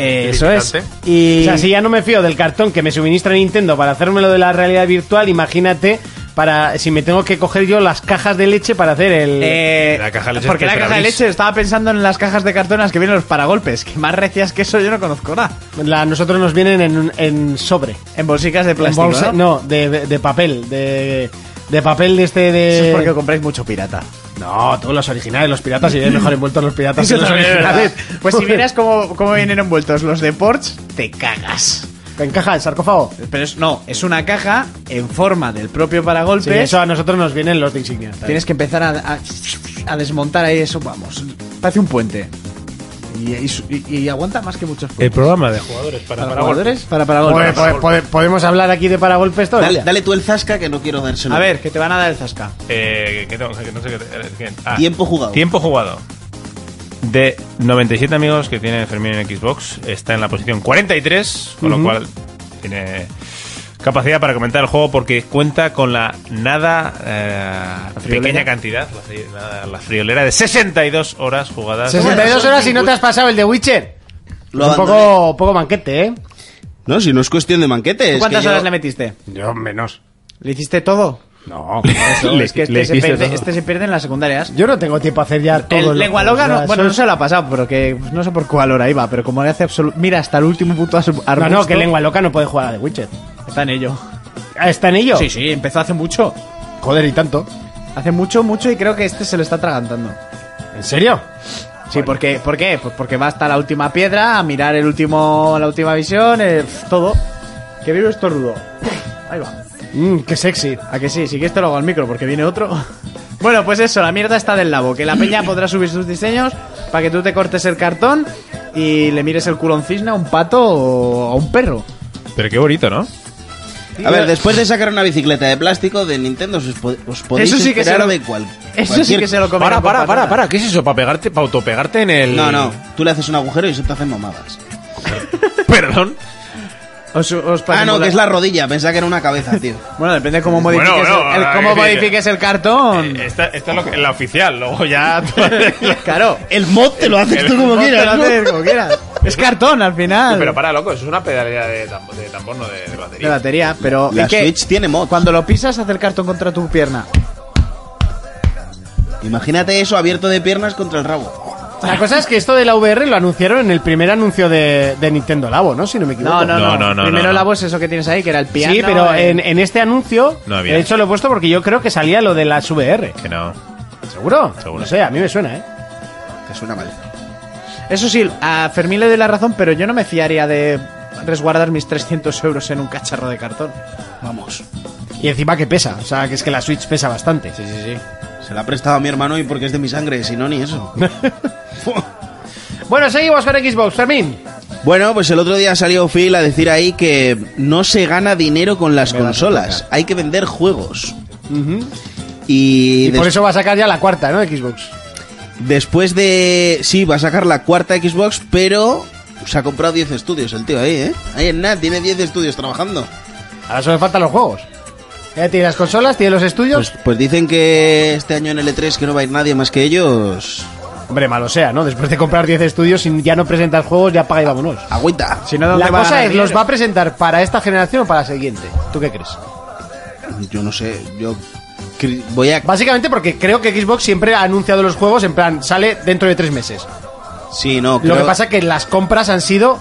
Eh, eso es. Y... O sea, si ya no me fío del cartón que me suministra Nintendo para hacérmelo de la realidad virtual, imagínate para si me tengo que coger yo las cajas de leche para hacer el... Eh, La caja de leche porque te la caja de abrís. leche estaba pensando en las cajas de cartón en las que vienen los paragolpes, que más recias que eso yo no conozco nada. La, a nosotros nos vienen en, un- en sobre. En bolsicas de En plástico. bolsa- no, ¿no? de, de- de papel, de, de papel de este de... Eso es porque compráis mucho pirata. No, todos los originales, los piratas, y mejor envueltos los piratas que los originales. Pues si miras cómo, cómo vienen envueltos los de Porsche, te cagas. ¿En caja, en sarcófago? Pero es, no, es una caja en forma del propio Sí, paragolpes. eso a nosotros nos vienen los de insignia. Tienes que empezar a, a- a desmontar ahí eso, vamos. Parece un puente. Y, y su- y- y aguanta más que muchos puentes. programa de jugadores Eh, para, para jugadores, para Pode- paragolpes. pode- pode- Pues, ¿Podemos hablar aquí de paragolpes todo? el Dale, día? dale tú el zasca que no quiero dárselo. A ver, que te van a dar el zasca. Eh, que tengo- que no sé qué- eh, que- ah, Tiempo jugado. Tiempo jugado. De 97 amigos que tiene Fermín en Xbox, está en la posición 43, con lo cual tiene capacidad para comentar el juego porque cuenta con la nada eh, pequeña cantidad, la, fri- la- la friolera de 62 horas jugadas. 62 horas y no te has pasado el de Witcher. Lo un abandoné. poco, poco banquete, ¿eh? No, si no es cuestión de manquete. es ¿Cuántas que yo- horas le metiste? Yo menos. ¿Le hiciste todo? No. Eso, es que le este se, hiciste pierde, todo. este se pierde en las secundarias. Yo no tengo tiempo a hacer ya todo. El lo- lengualoga, o sea, no, bueno, no eso se lo ha pasado, pero que pues, no sé por cuál hora iba, pero como le hace absoluto. Mira, hasta el último puto as- es- No, arbusto. no, que lengua loca no puede jugar a The Witcher. Está en ello. Ah, ¿Está en ello? Sí, sí, empezó hace mucho. Joder, y tanto. Hace mucho, mucho y creo que este se lo está tragantando. ¿En serio? Sí, porque, ¿por qué? Pues porque va hasta la última piedra a mirar el último, la última visión, eh, pf, todo. Que vive esto rudo. Ahí va. Mm, qué sexy. A que sí, si quieres te lo hago al micro porque viene otro. Bueno, pues eso, la mierda está del labo, que la peña podrá subir sus diseños para que tú te cortes el cartón y le mires el culo a un cisne, a un pato o a un perro. Pero qué bonito, ¿no? A ver, después de sacar una bicicleta de plástico de Nintendo, os, po- os podéis Eso sí que esperar se lo- de cual- Eso sí cualquier- que se lo comerá Para, con para, para, patata. para, ¿qué es eso? ¿Para pegarte, para autopegarte en el. No, no. Tú le haces un agujero y eso te hace mamadas. Perdón. Os, os Ah, pasemos no, la- que es la rodilla. Pensaba que era una cabeza, tío. Bueno, depende cómo modifiques, bueno, el, el- ahora cómo que sí. modifiques el cartón. Eh, Esta, esta es lo que- la oficial, luego ya. Claro. El mod te lo haces tú como Vos te quieras. lo haces como quieras. Es cartón al final. Pero para, loco, eso es una pedalera de tambor, de tambor no de, de batería. de batería, pero La ¿y qué? Switch tiene mod. Cuando lo pisas hace el cartón contra tu pierna. Imagínate eso abierto de piernas contra el rabo. Oh, La cosa es que esto de la VR lo anunciaron en el primer anuncio de, de Nintendo Labo, ¿no? Si no me equivoco. No, no, no. No, no, no, Primero no, no. la voz eso que tienes ahí que era el piano. Sí, pero eh, en, en este anuncio, No había. de hecho lo he puesto porque yo creo que salía lo de las VR. Que no. ¿Seguro? Seguro. No sé, a mí me suena, ¿eh? Te suena mal. Eso sí, a Fermín le doy la razón, pero yo no me fiaría de resguardar mis 300 euros en un cacharro de cartón. Vamos. Y encima que pesa, o sea, que es que la Switch pesa bastante. Sí, sí, sí. Se la ha prestado a mi hermano y porque es de mi sangre, si no, ni eso. Bueno, seguimos con Xbox, Fermín. bueno, pues el otro día salió Phil a decir ahí que no se gana dinero con las consolas. Hay que vender juegos. Y, Y por des- eso va a sacar ya la cuarta, ¿no? Xbox. después de... Sí, va a sacar la cuarta Xbox, pero... Se ha comprado 10 estudios el tío ahí, ¿eh? Ahí en nada, tiene 10 estudios trabajando. Ahora solo faltan los juegos. Ya tiene las consolas, tiene los estudios. Pues, pues dicen que este año en L3 que no va a ir nadie más que ellos. Hombre, malo sea, ¿no? Después de comprar 10 estudios y ya no presentas juegos, ya paga y vámonos. Agüita. Si no, ¿dónde La va a cosa ganar es, ¿los dinero? va a presentar para esta generación o para la siguiente? ¿Tú qué crees? Yo no sé, yo cri- voy a... Básicamente porque creo que Xbox siempre ha anunciado los juegos en plan, sale dentro de tres meses. Sí, no, Lo creo- que pasa que las compras han sido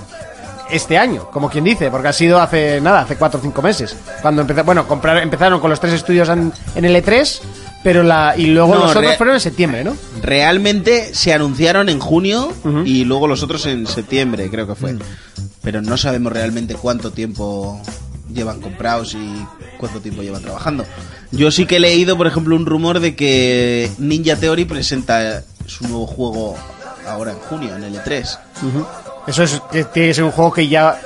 este año, como quien dice, porque ha sido hace nada, hace cuatro o cinco meses. Cuando empezaron, bueno, comprar, empezaron con los tres estudios en, en L3, pero la y luego No, los otros re- fueron en septiembre, ¿no? Realmente se anunciaron en junio y luego los otros en septiembre, creo que fue. Pero no sabemos realmente cuánto tiempo llevan comprados y cuánto tiempo llevan trabajando. Yo sí que he leído, por ejemplo, un rumor de que Ninja Theory presenta su nuevo juego ahora en junio, en L3. Eso es que tiene que ser un juego que ya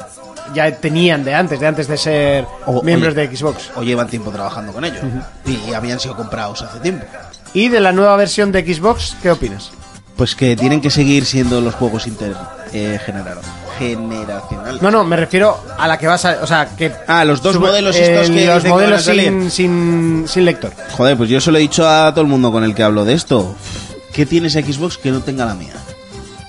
ya tenían de antes, de antes de ser O- miembros Oh, oye. de Xbox. O llevan tiempo trabajando con ello. Y habían sido comprados hace tiempo. Y de la nueva versión de Xbox, ¿qué opinas? Pues que tienen que seguir siendo los juegos inter eh, generar- generacionales. No, no, me refiero a la que vas a, o sea, que Ah, los dos modelos estos que los dicen que van a modelos salir. sin, sin sin lector. Joder, pues yo se lo he dicho a todo el mundo con el que hablo de esto. ¿Qué tienes Xbox que no tenga la mía?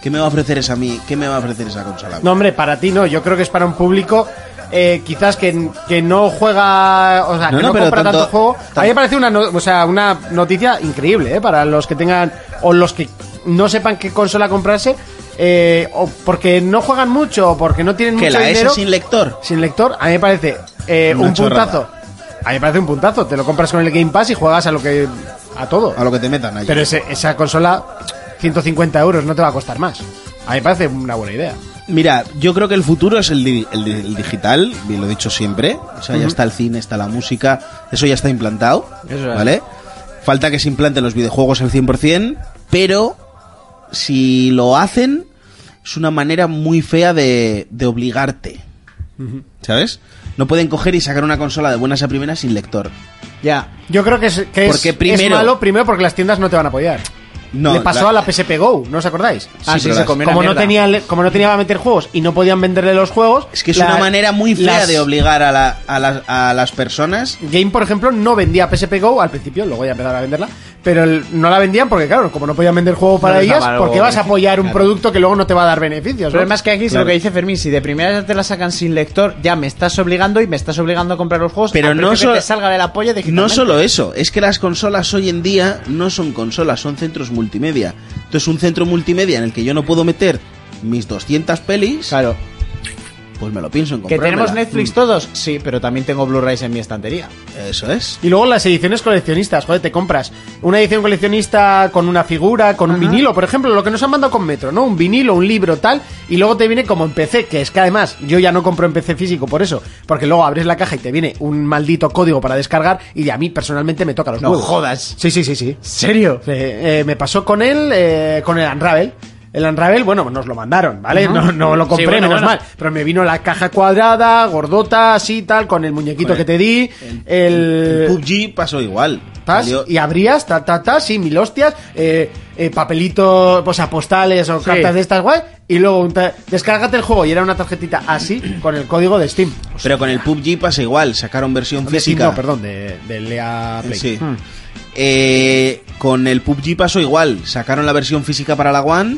¿Qué me va a ofrecer esa mí? ¿Qué me va a ofrecer esa consola? No, hombre, para ti no. Yo creo que es para un público eh, quizás que, que no juega, o sea, No, que no, no pero compra tanto, tanto- juego. tan- A mí me parece una, no- o sea, una noticia increíble, ¿eh? Para los que tengan, o los que no sepan qué consola comprarse, eh, o porque no juegan mucho, o porque no tienen que mucho la dinero. S sin lector. sin lector, a mí me parece eh, Una un chorrada. puntazo. A mí me parece un puntazo. Te lo compras con el Game Pass y juegas a lo que. a todo. A lo que te metan ahí. Pero ese- esa consola, 150 euros, no te va a costar más. A mí me parece una buena idea. Mira, yo creo que el futuro es el, di- el di- el digital, y lo he dicho siempre. O sea, ya está el cine, está la música, eso ya está implantado, Eso es. ¿vale? Falta que se implanten los videojuegos al 100%, pero si lo hacen, es una manera muy fea de, de obligarte, ¿sabes? No pueden coger y sacar una consola de buenas a primeras sin lector. Ya. Yo creo que es, que es- Porque es primero- malo primero porque las tiendas no te van a apoyar. No, Le pasó la- a la PSP Go, ¿no os acordáis? Ah, sí, pero se las- comió una como no mierda. tenían como no tenían para meter juegos y no podían venderle los juegos. Es que es la- una manera muy fea las- de obligar a, la- a las- a las personas Game, por ejemplo, no vendía PSP Go al principio, luego ya empezaron a venderla, pero el- no la vendían porque, claro, como no podían vender juego para les ellas, daba algo porque vas a beneficio, apoyar un claro. producto que luego no te va a dar beneficios. El problema es que aquí es Claro. lo que dice Fermín, si de primera ya te la sacan sin lector, ya me estás obligando y me estás obligando a comprar los juegos. Pero al no precio solo- que te salga de la polla No digitalmente. solo eso, es que las consolas hoy en día no son consolas, son centros multimedia. Entonces, un centro multimedia en el que yo no puedo meter mis 200 pelis, Claro. pues me lo pienso en Que comprármela. tenemos Netflix todos, sí, pero también tengo Blu-rays en mi estantería. Eso es. Y luego las ediciones coleccionistas, joder, te compras una edición coleccionista con una figura, con un vinilo, por ejemplo, lo que nos han mandado con Metro, ¿no? Un vinilo, un libro, tal, y luego te viene como en PC, que es que además yo ya no compro en PC físico por eso, porque luego abres la caja y te viene un maldito código para descargar y a mí personalmente me toca los No huevos. jodas. Sí, sí, sí, sí. ¿Serio? Eh, eh, me pasó con él, eh, con el Unravel. El Unravel, bueno, nos lo mandaron, ¿vale? No, no lo compré, Sí, bueno, menos no, no. mal. Pero me vino la caja cuadrada, gordota, así, tal, con el muñequito que te di. El, El PUBG pasó igual. tas, Salió- Eh, y abrías, ta, ta, ta, sí, mil hostias, eh, eh, papelito, pues a postales o cartas de estas, guay. Y luego un ta- descárgate el juego y era una tarjetita así con el código de Steam. Pero con el PUBG pasa igual, sacaron versión De Steam, física. no, perdón, de, de Lea Play. Hmm. Mm. Sí. Eh, con el PUBG pasó igual, sacaron la versión física para la One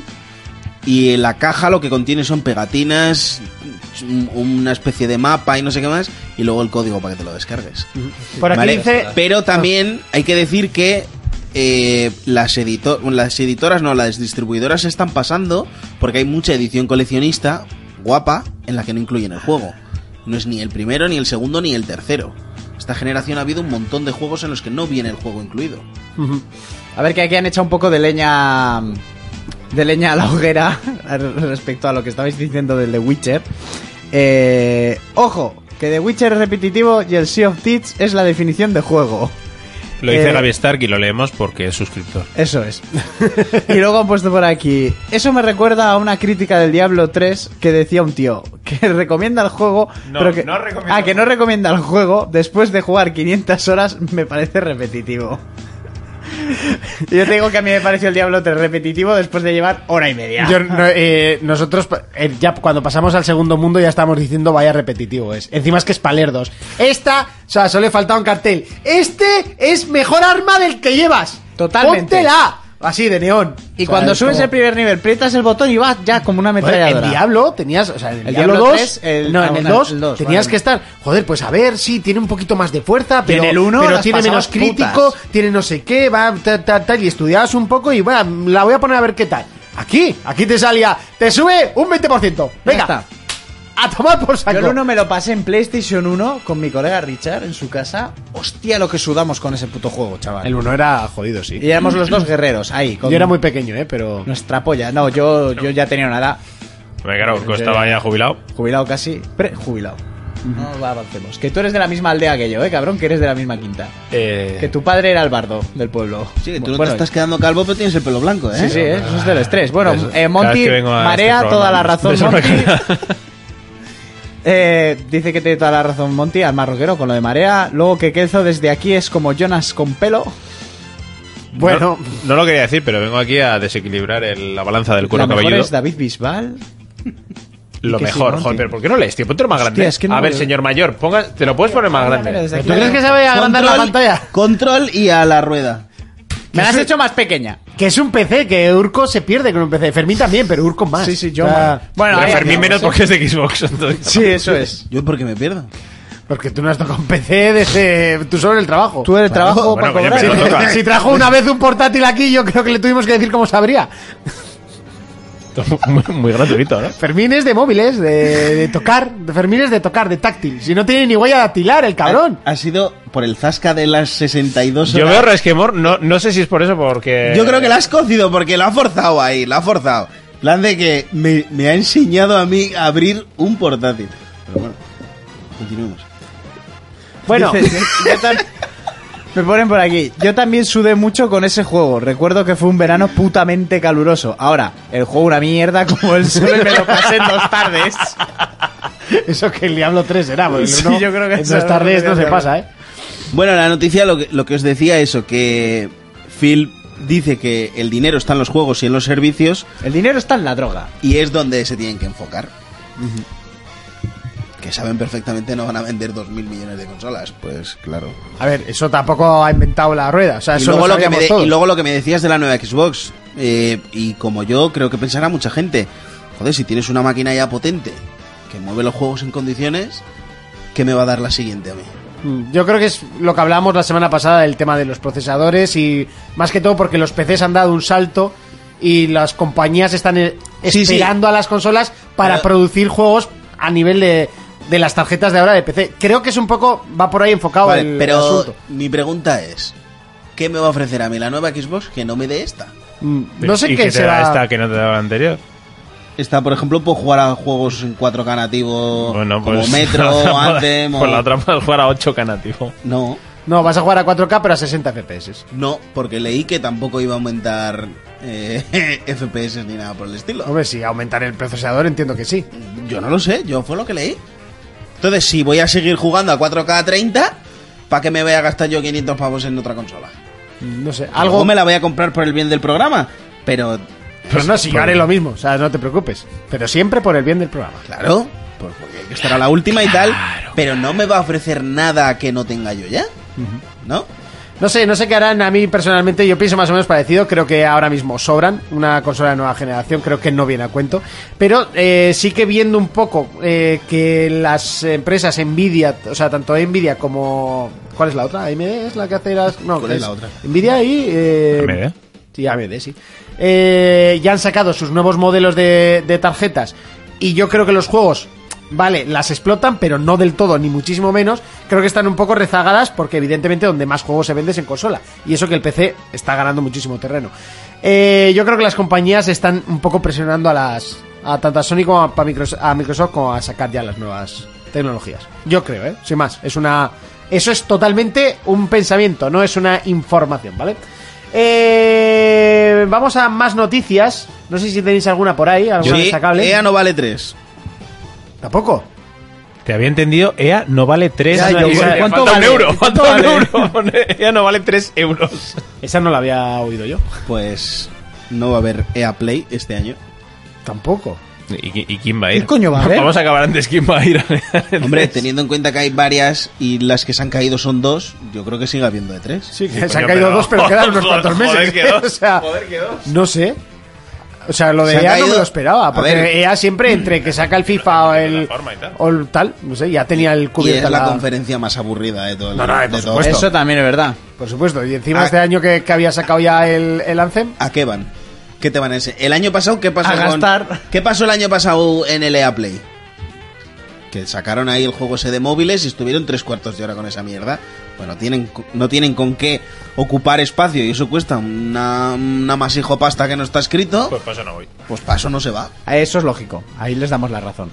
Y la caja lo que contiene son pegatinas, un- una especie de mapa y no sé qué más, y luego el código para que te lo descargues. Por aquí ¿Vale? dice. ah. Pero también hay que decir que eh, las, edito- las editoras, no, las distribuidoras se están pasando porque hay mucha edición coleccionista guapa en la que no incluyen el juego. No es ni el primero, ni el segundo, ni el tercero. Esta generación ha habido un montón de juegos en los que no viene el juego incluido. A ver, que aquí han echado un poco de leña. De leña a la hoguera respecto a lo que estabais diciendo del The Witcher. Eh, ojo, que The Witcher es repetitivo y el Sea of Thieves es la definición de juego. Lo dice Eh, Gaby Stark y lo leemos porque es suscriptor. Eso es. y luego han puesto por aquí. Eso me recuerda a una crítica del Diablo 3 que decía un tío que recomienda el juego. No, pero que, no recomienda ah, el que no recomienda el juego después de jugar 500 horas me parece repetitivo. Y Yo te digo que a mí me pareció el Diablo 3 repetitivo después de llevar hora y media. Yo no- eh, nosotros pa- eh, ya cuando pasamos al segundo mundo ya estamos diciendo vaya repetitivo es. Encima es que es palerdos. Esta, o sea, solo le faltaba un cartel. Este es mejor arma del que llevas. Totalmente. Póntela. Así de neón. y O sea, cuando es subes como- el primer nivel, prietas el botón y vas ya como una Joder, ametralladora. en Diablo tenías, o sea, en el, El Diablo, Diablo 2, tres, el- no, ah, en el bueno, 2, el dos, tenías vale. que estar, joder, pues a ver, sí, tiene un poquito más de fuerza, pero, en el uno pero las tiene menos pasabas crítico, putas. tiene no sé qué, va, tal, tal, tal, y estudiabas un poco y va, la voy a poner a ver qué tal. Aquí, aquí te salía, te sube un 20%, Ya venga, está. a tomar por Yo saco. el 1 me lo pasé en PlayStation 1 con mi colega Richard en su casa. Hostia, lo que sudamos con ese puto juego, chaval. El uno era jodido, sí. Y éramos los dos guerreros ahí. Con Yo era muy pequeño, eh, pero... Nuestra polla. No, yo, yo ya tenía una edad. Porque claro, Urco estaba eh, ya jubilado. Jubilado casi. Pre-jubilado. No avancemos. Que tú eres de la misma aldea que yo, eh, cabrón, que eres de la misma quinta. Eh, Que tu padre era el bardo del pueblo. Sí, que tú no Bueno, te estás quedando calvo, pero tienes el pelo blanco, ¿eh? Sí, sí, eh, eso es del estrés. Bueno, eh, Eso- cada vez Monty, que vengo a marea, este toda la programa, razón, eso me Monty. queda. Eh, dice que tiene toda la razón Monty, al marroquero con lo de marea. Luego que Kelzo desde aquí es como Jonas con pelo. Bueno, No, no lo quería decir, pero vengo aquí a desequilibrar el- la balanza del cuero la mejor cabelludo. es David Bisbal. Lo que sí, mejor, Monty. joder, pero ¿por qué no lees, tío? Ponte más grande. es que no a ver, veo. señor mayor, ponga, te lo puedes poner más Mira, mira, desde grande. ¿tú aquí la crees veo. que se va a agrandar la Control- pantalla? Control y a la rueda. Me la has hecho más pequeña. Que es un PC, que Urco se pierde con un PC. Fermín también, pero Urco más. Sí, sí, yo O sea, más. Bueno, Pero ahí Fermín andamos, menos ¿eh? porque es de Xbox. entonces- Sí, eso es. Yo porque me pierdo. Porque tú no has tocado un PC desde tú solo en el trabajo. Tú eres trabajo para Bueno, coño, cobrar. pero no toca. Si trajo una vez un portátil aquí, yo creo que le tuvimos que decir cómo sabría. muy, muy gratuito, ¿no? Fermín es de móviles, de, de tocar. Fermín es de tocar, de táctil. Si no tiene ni huella dactilar, el cabrón. Ha, ha sido por el zasca de las 62 Yo horas. veo resquemor, no, no sé si es por eso, porque. Yo creo que la has cocido porque la ha forzado ahí, la ha forzado. Plan de que me, me ha enseñado a mí a abrir un portátil. Pero bueno, continuemos. Bueno, yo tam- me ponen por aquí. Yo también sudé mucho con ese juego. Recuerdo que fue un verano putamente caluroso. Ahora, el juego una mierda como el sol y me lo pasé en dos tardes. Eso que el Diablo 3 era. porque Sí, uno yo creo que en eso dos es tardes lo no que se yo pasa, ¿eh? Bueno, la noticia lo que, lo que os decía eso, que Phil dice que el dinero está en los juegos y en los servicios El dinero está en la droga. y es donde se tienen que enfocar. Que saben perfectamente no van a vender 2.000 millones de consolas, pues claro. A ver, eso tampoco ha inventado la rueda. O sea, Y eso luego, lo lo que me sabíamos de- todos. y luego lo que me decías de la nueva Xbox, eh, y como yo creo que pensará mucha gente, joder, si tienes una máquina ya potente que mueve los juegos en condiciones, ¿qué me va a dar la siguiente a mí? Mm, Yo creo que es lo que hablábamos la semana pasada del tema de los procesadores y más que todo porque los PCs han dado un salto y las compañías están eh, Sí, Eh. sí. esperando a las consolas para Pero- producir juegos a nivel de, de las tarjetas de ahora de PC. Creo que es un poco, va por ahí enfocado Vale, Ah, el pero asunto. mi pregunta es, ¿qué me va a ofrecer a mí la nueva Xbox que no me dé esta? Mm, Pero, No sé ¿y qué te da será. esta que no te daba la anterior? Esta, por ejemplo, puedo jugar a juegos en 4K nativo, Bueno, pues. como Metro, la otra Anthem, moda- o- Pues la otra puedes jugar a 8K nativo. No, No, vas a jugar a 4K pero a 60 FPS. no, porque leí que tampoco iba a aumentar eh, FPS ni nada por el estilo. Hombre, si aumentar el procesador entiendo que sí. Yo no lo sé, yo fue lo que leí. Entonces, si voy a seguir jugando a 4K a 30, ¿para qué me voy a gastar yo 500 pavos en otra consola? Mm, No sé, Algo algo... Pues me la voy a comprar por el bien del programa, pero Pero no, Pues si yo haré lo mismo, o sea, no te preocupes. Pero siempre por el bien del programa. claro, por- porque hay que estar a la última y tal, pero no me va a ofrecer nada que no tenga yo ya, ¿no? No sé, no sé qué harán. A mí personalmente yo pienso más o menos parecido. Creo que ahora mismo sobran una consola de nueva generación. Creo que no viene a cuento. Pero eh, sí que viendo un poco eh, que las empresas Nvidia, o sea, tanto Nvidia como... ¿Cuál es la otra? AMD es la que hace las... No, ¿Cuál es la otra? Nvidia y... eh, AMD. Sí, AMD, sí. Eh, ya han sacado sus nuevos modelos de, de tarjetas. Y yo creo que los juegos, vale, las explotan, pero no del todo, ni muchísimo menos. Creo que están un poco rezagadas porque, evidentemente, donde más juegos se vende es en consola. Y eso que el PC está ganando muchísimo terreno. Eh, yo creo que las compañías están un poco presionando a las. A tanto a Sony como a, pa Micros- a Microsoft como a sacar ya las nuevas tecnologías. Yo creo, ¿eh? Sin más. Es una. Eso es totalmente un pensamiento, no es una información, ¿vale? Eh, vamos a más noticias. No sé si tenéis alguna por ahí, alguna Sí, destacable. EA no vale 3. Tampoco. Te había entendido, EA no vale 3 Ya, yo, euros. ¿cuánto Falta vale? un euro, ¿Cuánto falta un euro. EA no vale 3 euros. Esa no la había oído yo. Pues no va a haber EA Play este año. Tampoco. ¿Y, y quién va a ir? ¿Qué coño va a haber? Vamos a acabar antes quién va a ir. a- Hombre, este- teniendo en cuenta que hay varias y las que se han caído son dos, yo creo que sigue habiendo de tres. Sí, que se han coño, caído pero- dos, pero quedan unos Joder, cuantos meses. joder, que dos. o sea, No sé. O sea, lo Se de han EA no caído- me lo esperaba. A Porque ver. EA siempre, entre que saca el FIFA o el, plataforma y tal. o el tal, no sé, ya tenía el Y cubierto. es la la- conferencia más aburrida de todo el No, no, de por todo supuesto. esto. Eso también es verdad. Por supuesto. Y encima Ah. este año que, que había sacado ya el, el Anthem. ¿A qué van? ¿Qué te van a enseñar? El año pasado, ¿qué pasó A con- gastar. ¿Qué pasó el año pasado en el EA Play? Que sacaron ahí el juego ese de móviles y estuvieron tres cuartos de hora con esa mierda. Bueno, tienen, co- no tienen con qué ocupar espacio y eso cuesta una, una masijo pasta que no está escrito. Pues paso no voy. Pues paso no se va. Eso es lógico. Ahí les damos la razón.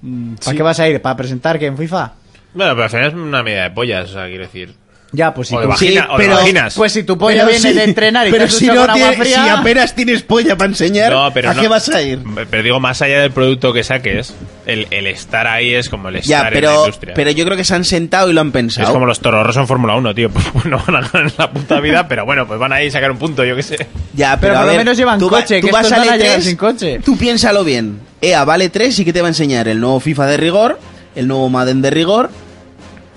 Mm, ¿Para qué vas a ir? ¿Para presentar que en FIFA? Bueno, pero al final es una medida de pollas, o sea, quiero decir. Ya, pues si O de tú- vagina, sí, o de pero- vaginas. Pues si tu polla viene de entrenar y te has duchado con agua fría... si apenas tienes polla para enseñar, No, pero ¿a no- qué vas a ir? Pero digo, más allá del producto que saques, el, el estar ahí es como el estar Ya, en la pero, industria. pero yo creo que se han sentado y lo han es pensado. como los toros en Fórmula 1, tío. Pues no van a ganar en la puta vida, pero bueno, pues van ahí a sacar un punto, yo qué sé. Ya, Pero pero, a por lo ver, menos llevan tú va- coche, tú que vas estos al van a llegar E3, sin coche. Tú piénsalo bien. EA vale 3 y ¿qué te va a enseñar? El nuevo FIFA de rigor, el nuevo Madden de rigor,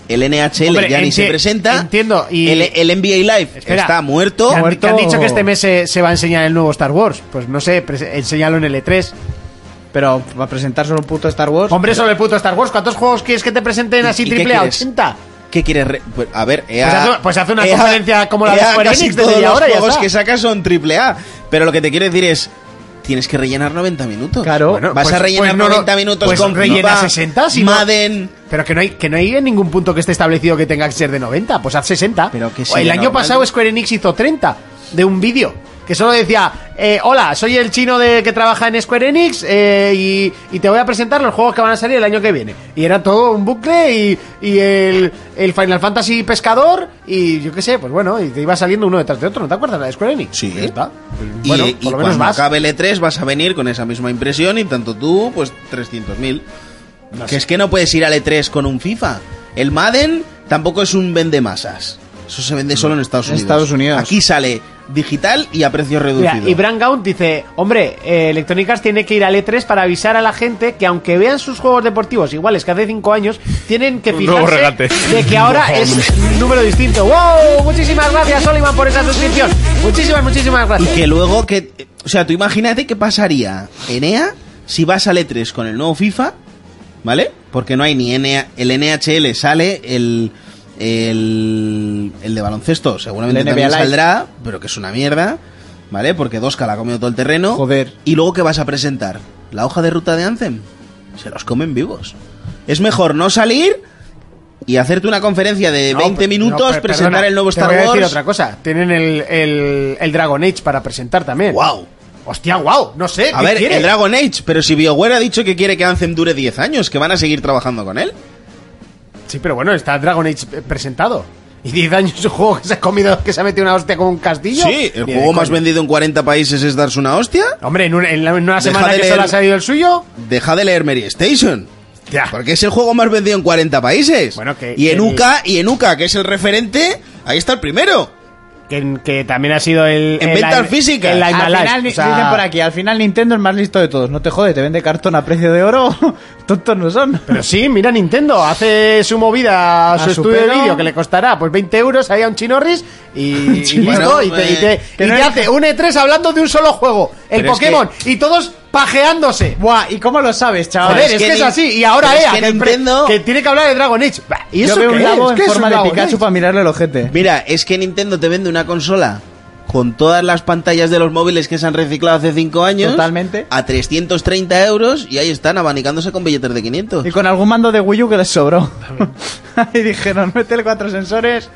el NHL Hombre, ya ni enti- se presenta. entiendo, y- el, el NBA Live Espera. está muerto. Que han, Muerto. que han dicho que este mes se, se va a enseñar el nuevo Star Wars. Pues no sé, pre- enséñalo en el E E3. Pero para presentar solo un puto Star Wars... Hombre, sobre el puto Star Wars, ¿cuántos juegos quieres que te presenten así ¿Y qué triple A? quieres? ¿80? ¿Qué quieres? re- pues, a E ver, EA, Pues hace- pues hace una conferencia como la de Square casi Enix de todos media los hora y ya juegos está. que saca son triple A. Pero lo que te quiero decir es, tienes que rellenar 90 minutos. Claro. Bueno, Vas pues- a rellenar pues no, no, 90 minutos pues con rellena FIFA, 60, si no- Madden... Pero que no hay que no hay en ningún punto que esté establecido que tenga que ser de 90, pues haz 60. Pero que O sea el año normal. pasado Square Enix hizo 30 de un vídeo que solo decía, eh, hola, soy el chino de que trabaja en Square Enix eh, y, y te voy a presentar los juegos que van a salir el año que viene. Y era todo un bucle y, y el, el Final Fantasy Pescador y yo qué sé, pues bueno, y te iba saliendo uno detrás de otro, ¿no te acuerdas? La de Square Enix. Sí. Ya está. Pues, Y, bueno, y por lo menos cuando más. acabe el E3 vas a venir con esa misma impresión y tanto tú, pues 300.000. que es que no puedes ir al E3 con un FIFA. El Madden tampoco es un vende masas. Eso se vende solo en Estados En Unidos. Estados Unidos. Aquí sale digital y a precio reducido. Mira, y Bran Gaunt dice, hombre, eh, Electronic Arts tiene que ir al E3 para avisar a la gente que aunque vean sus juegos deportivos iguales que hace 5 años, tienen que Un nuevo fijarse regate. de que ahora es un número distinto. ¡Wow! Muchísimas gracias, Olivan, por esa suscripción. Muchísimas, muchísimas Y gracias. que luego que... O sea, tú imagínate qué pasaría en EA si vas al E3 con el nuevo FIFA, ¿vale? Porque no hay ni NA... El NHL sale, el... El, el de baloncesto seguramente El NBA también Live. saldrá, pero que es una mierda, ¿vale? Porque Doska la ha comido todo el terreno. Joder. Y luego, ¿qué vas a presentar? ¿La hoja de ruta de Anthem? Se los comen vivos. Es mejor no salir y hacerte una conferencia de 20 minutos, presentar el nuevo Star Te voy a Wars. decir otra cosa. Tienen el, el, el Dragon Age para presentar también. ¡Guau! Hostia, wow. No sé. A ¿qué ver, quiere? el Dragon Age, pero si BioWare ha dicho que quiere que Anthem dure 10 años, que van a seguir trabajando con él. Sí, pero bueno, está Dragon Age eh, presentado. Y 10 años un juego que se ha comido, que se ha metido una hostia con un castillo. Sí, el Ni de juego más coña. vendido en 40 países es darse una hostia. Hombre, en una, en la- en una Deja semana de que leer- solo ha salido el suyo. Deja de leer Mary Station. Ya. Porque es el juego más vendido en 40 países. Bueno, que- y en que- UCA, y en UCA, que es el referente, ahí está el primero. que, que también ha sido el. En el ventas Im- físicas. El Al Al Imalife, final, o sea, dicen por aquí, al final Nintendo es más listo de todos. No te jode, te vende cartón a precio de oro. Tontos no son. Pero sí, mira Nintendo, hace su movida, su A su estudio de pelo. vídeo que le costará pues 20 euros ahí a un chinorris y, y Chino- listo, Bueno, y te, y te- eh, y que no te es- hace un E3 hablando de un solo juego, el Pero es Pokémon, y todos pajeándose. Buah, ¿y cómo lo sabes, chaval? Joder, es, es que, que es Nin- así, y ahora pero es EA, que que, pre- Nintendo- que tiene que hablar de Dragon Age. Bah, ¿Y Yo eso veo qué un es? lago ¿Qué en es un forma de Dragon Pikachu Age? para mirarle el ojete. Mira, es que Nintendo te vende una consola con todas las pantallas de los móviles que se han reciclado hace 5 años. Totalmente. A 330 euros y ahí están abanicándose con billetes de 500. Y con algún mando de Wii U que les sobró. y dijeron, métele cuatro sensores.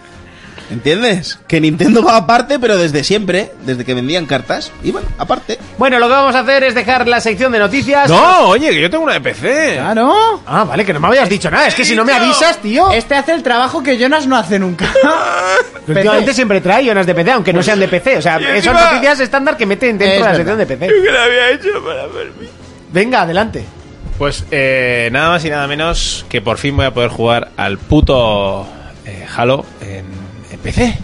¿Entiendes? Que Nintendo va aparte, pero desde siempre, desde que vendían cartas, iban aparte. Bueno, lo que vamos a hacer es dejar la sección de noticias. No, oye, que yo tengo una de PC. Ah, ¿no? Ah, vale, que no me habías dicho nada, es que si no me avisas, tío. Este hace el trabajo que Jonas no hace nunca. Pero- Últimamente siempre trae unas de PC, aunque no sean de PC. O sea, encima- esas noticias estándar que meten dentro Pues Es de la sección verdad. de PC. que la había hecho para verme. Venga, adelante. Pues eh, nada más y nada menos que por fin voy a poder jugar al puto eh, Halo en, en PC.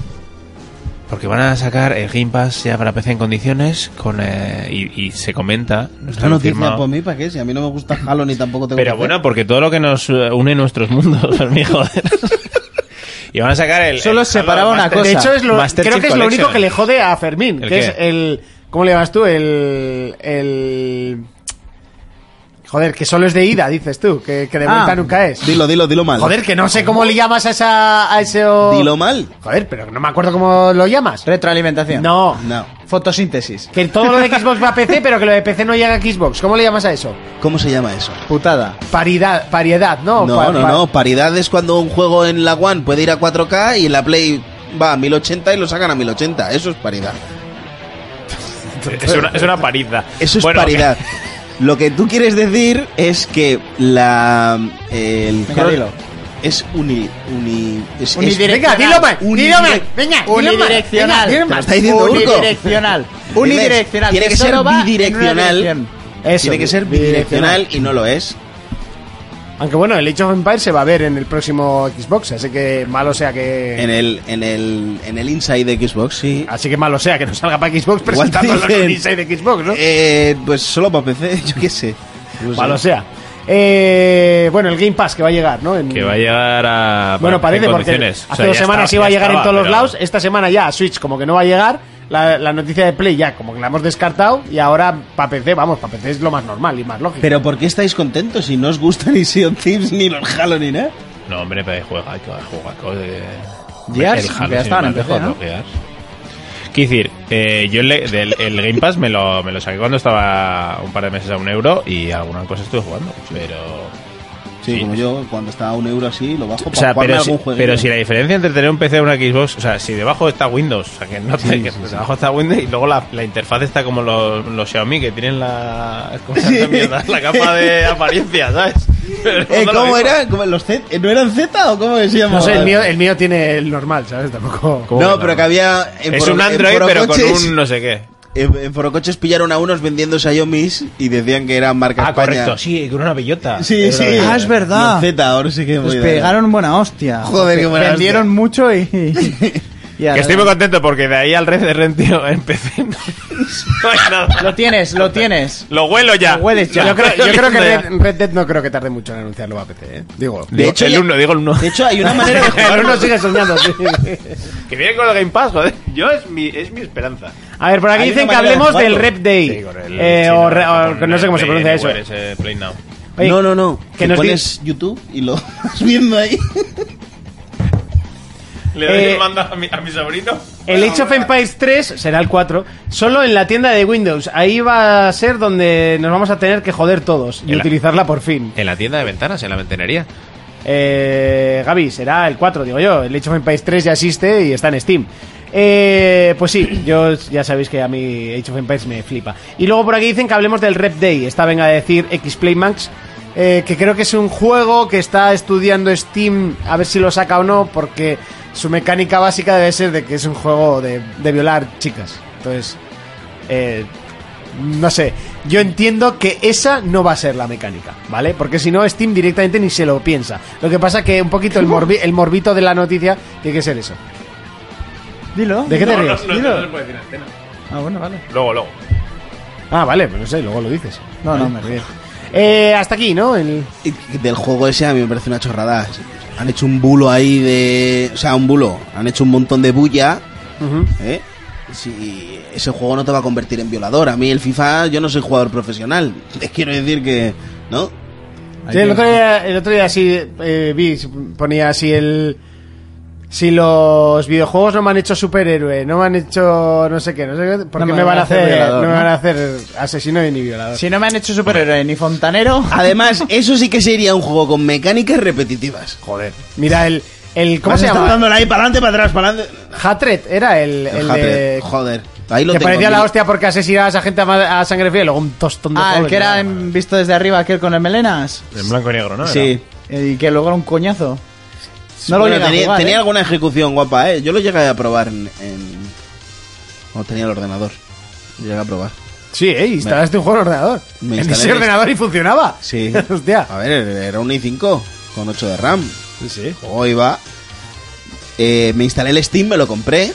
Porque van a sacar el Game Pass ya para PC en condiciones con eh, y, y se comenta. no está Esta noticia confirmado. por mí, ¿para qué? Si a mí no me gusta Halo ni tampoco tengo Pero PC. bueno, porque todo lo que nos eh, une nuestros mundos, mi joder. y van a sacar el. Solo el separaba Halo una Master- cosa. De hecho, es lo, Master creo Chief que es lo único Collection. que le jode a Fermín, que ¿El qué? es el... ¿Cómo le llamas tú? El... el... Joder, que solo es de ida, dices tú, que, que de vuelta Ah, nunca es. Dilo, dilo, dilo mal. Joder, que no sé cómo le llamas a, esa, a ese... o- Dilo mal. Joder, pero no me acuerdo cómo lo llamas. Retroalimentación. No, No. Fotosíntesis. que todo lo de Xbox va a PC, pero que lo de PC no llega a Xbox. ¿Cómo le llamas a eso? ¿Cómo se llama eso? Putada. Paridad, pariedad, ¿no? No, Pa- no, pa- no. Paridad es cuando un juego en la One puede ir a 4K y en la Play va a 1080 y lo sacan a 1080. Eso es paridad. Es una, es una pariza. Eso es Bueno, paridad. Lo que tú quieres decir es que la. El Venga, dilo. Es uni. uni es, es- Venga, dilo más, Uni- dilo más, venga, dilo más, venga, Unidireccional. dilo Te lo más. está diciendo Urco. Unidireccional. Unidireccional. Tiene que ser solo va en una bidireccional. dirección. Eso, Tiene que ser bidireccional y no lo es. Aunque bueno, el Age of Empires se va a ver en el próximo Xbox, así que malo sea que. En el, en el, en el inside de Xbox, sí. Así que malo sea que no salga para Xbox Igual te presentándolo en dicen, un Inside de Xbox, ¿no? Eh, pues solo para PC, yo qué sé. Pues No sé. malo sea. Eh, bueno, el Game Pass que va a llegar, ¿no? En- Que va a llegar a. Bueno, parece en porque condiciones. hace O sea, dos ya semanas estaba- iba a ya llegar en estaba, todos los pero- lados, esta semana ya a Switch como que no va a llegar, la, la noticia de Play ya como que la hemos descartado y ahora para PC, vamos, para PC es lo más normal y más lógico. Pero ¿por qué estáis contentos si no os gusta ni Sea of Thieves ni los Halo ni nada? No, hombre, pero juega, juega, juega. de- Gears, que ya sin estaban en embargo, PC, ¿no? los Gears. Quiero decir, eh, yo le- del- el Game Pass me lo, me lo saqué cuando estaba un par de meses a un euro y alguna cosa estuve jugando, pero... Sí, Sí. como yo, cuando está a un euro así, lo bajo para O sea, jugarme pero si, algún juego. pero si la diferencia entre tener un PC y una Xbox, o sea, si debajo está Windows, o sea, que no te- que debajo está Windows y luego la, la interfaz está como los, los Xiaomi que tienen la ¿cómo se llama esta mierda? la capa de apariencia, ¿sabes? Pero Eh, no lo ¿Cómo mismo. era? ¿Cómo, los Z? eh, ¿No eran Z o cómo no decíamos? sé, el mío, el mío tiene el normal, ¿sabes? Tampoco. No, pero que había... en Es foro- un en Android pero con forocoches- un no sé qué. En, en Forocoches pillaron a unos vendiendo Xiaomi's y decían que eran marca Ah, España. correcto, sí, con una bellota. Sí, sí. Ah, es verdad. Los Z, ahora sí que... Pues voy a- pegaron buena hostia. Joder, qué buena Vendieron hostia. mucho y... y- y Que ahora- estoy muy contento porque de ahí al Red Dead Redemption en PC no, no hay nada. Lo tienes, lo tienes. Lo huelo ya. Lo hueles ya. Yo creo, yo Lo creo que huelo ya. Red, Red Dead no creo que tarde mucho en anunciarlo para PC, ¿eh? Digo. Digo, hecho, el ya- 1, digo el 1. De hecho, hay una manera de jugar... Pero uno sigue soñando. sí. Que viene con el Game Pass, joder. Yo es mi, es mi esperanza. A ver, por aquí Hay dicen una que manera de hablemos del jugarlo. Rep Day. Sí, con el- eh, Eh, sí, o no, re- o- con no sé cómo se el pronuncia eso. Anywhere, ese Play Now. Oye, no, no, no. que Que nos di- pones YouTube y lo vas viendo ahí. Le doy Eh, el mando a mi, a mi sobrino. El Age of Empires 3 será el 4, solo en la tienda de Windows. Ahí va a ser donde nos vamos a tener que joder todos y El- utilizarla por fin. En la tienda de ventanas, en la ventanería. Eh, Gaby, será el 4, digo yo. El Age of Empires 3 ya existe y está en Steam. Eh, pues sí, yo ya sabéis que a mí Age of Empires me flipa. Y luego por aquí dicen que hablemos del Rep Day. Esta venga a decir X-Play Max. eh, que creo que es un juego que está estudiando Steam a ver si lo saca o no, porque su mecánica básica debe ser de que es un juego de, de violar chicas. Entonces, eh, no sé, yo entiendo que esa no va a ser la mecánica, ¿vale? Porque si no, Steam directamente ni se lo piensa. Lo que pasa que un poquito el, morbi- el morbito de la noticia tiene que ser eso. Dilo. ¿De qué te No, no, ríes? no, Dilo. no se puede decir en antena. Ah, bueno, vale. Luego, luego. Ah, vale, pues no sé, luego lo dices. No, no, me río. Eh, hasta aquí, ¿no? El- Y Del juego ese a mí me parece una chorrada. Han hecho un bulo ahí de. O sea, un bulo. Han hecho un montón de bulla. ¿eh? Si ese juego no te va a convertir en violador. A mí el FIFA, yo no soy jugador profesional. Te quiero decir que. ¿No? Sí, el, otro día, el otro día sí eh, vi, ponía si el. Si los videojuegos no me han hecho superhéroe, no me han hecho no sé qué, no sé qué, ¿por No qué me me van van a a hacer hacer, no violador, me ¿no? van a hacer asesino ni violador? Si no me han hecho superhéroe ni fontanero. Además, eso sí que sería un juego con mecánicas repetitivas. Joder. Mira, el. el ¿Cómo se Están llama? dándole ahí para adelante, para atrás, para adelante. Hatred era el, el, El de- Hatred, Joder. Ahí lo que tengo parecía en la mi- hostia porque asesinabas a gente a, ma- a sangre fría y luego un tostón de Ah, el joven, que ¿no? era en- visto desde arriba, aquel con el melenas. En blanco y negro, ¿no? Sí. Y que luego era un coñazo. No lo Bueno, llegué a tenía, jugar, tenía ¿eh? alguna ejecución guapa, ¿eh? Yo lo llegué a probar en... en- Cuando tenía el ordenador. Llegué a probar. Sí, ¿eh? instalaste un juego en ordenador. Me en instalé ese el- ordenador y funcionaba. Sí. Hostia. A ver, era un i5 con 8 de RAM. Sí, sí. Luego iba... eh, me instalé el Steam, me lo compré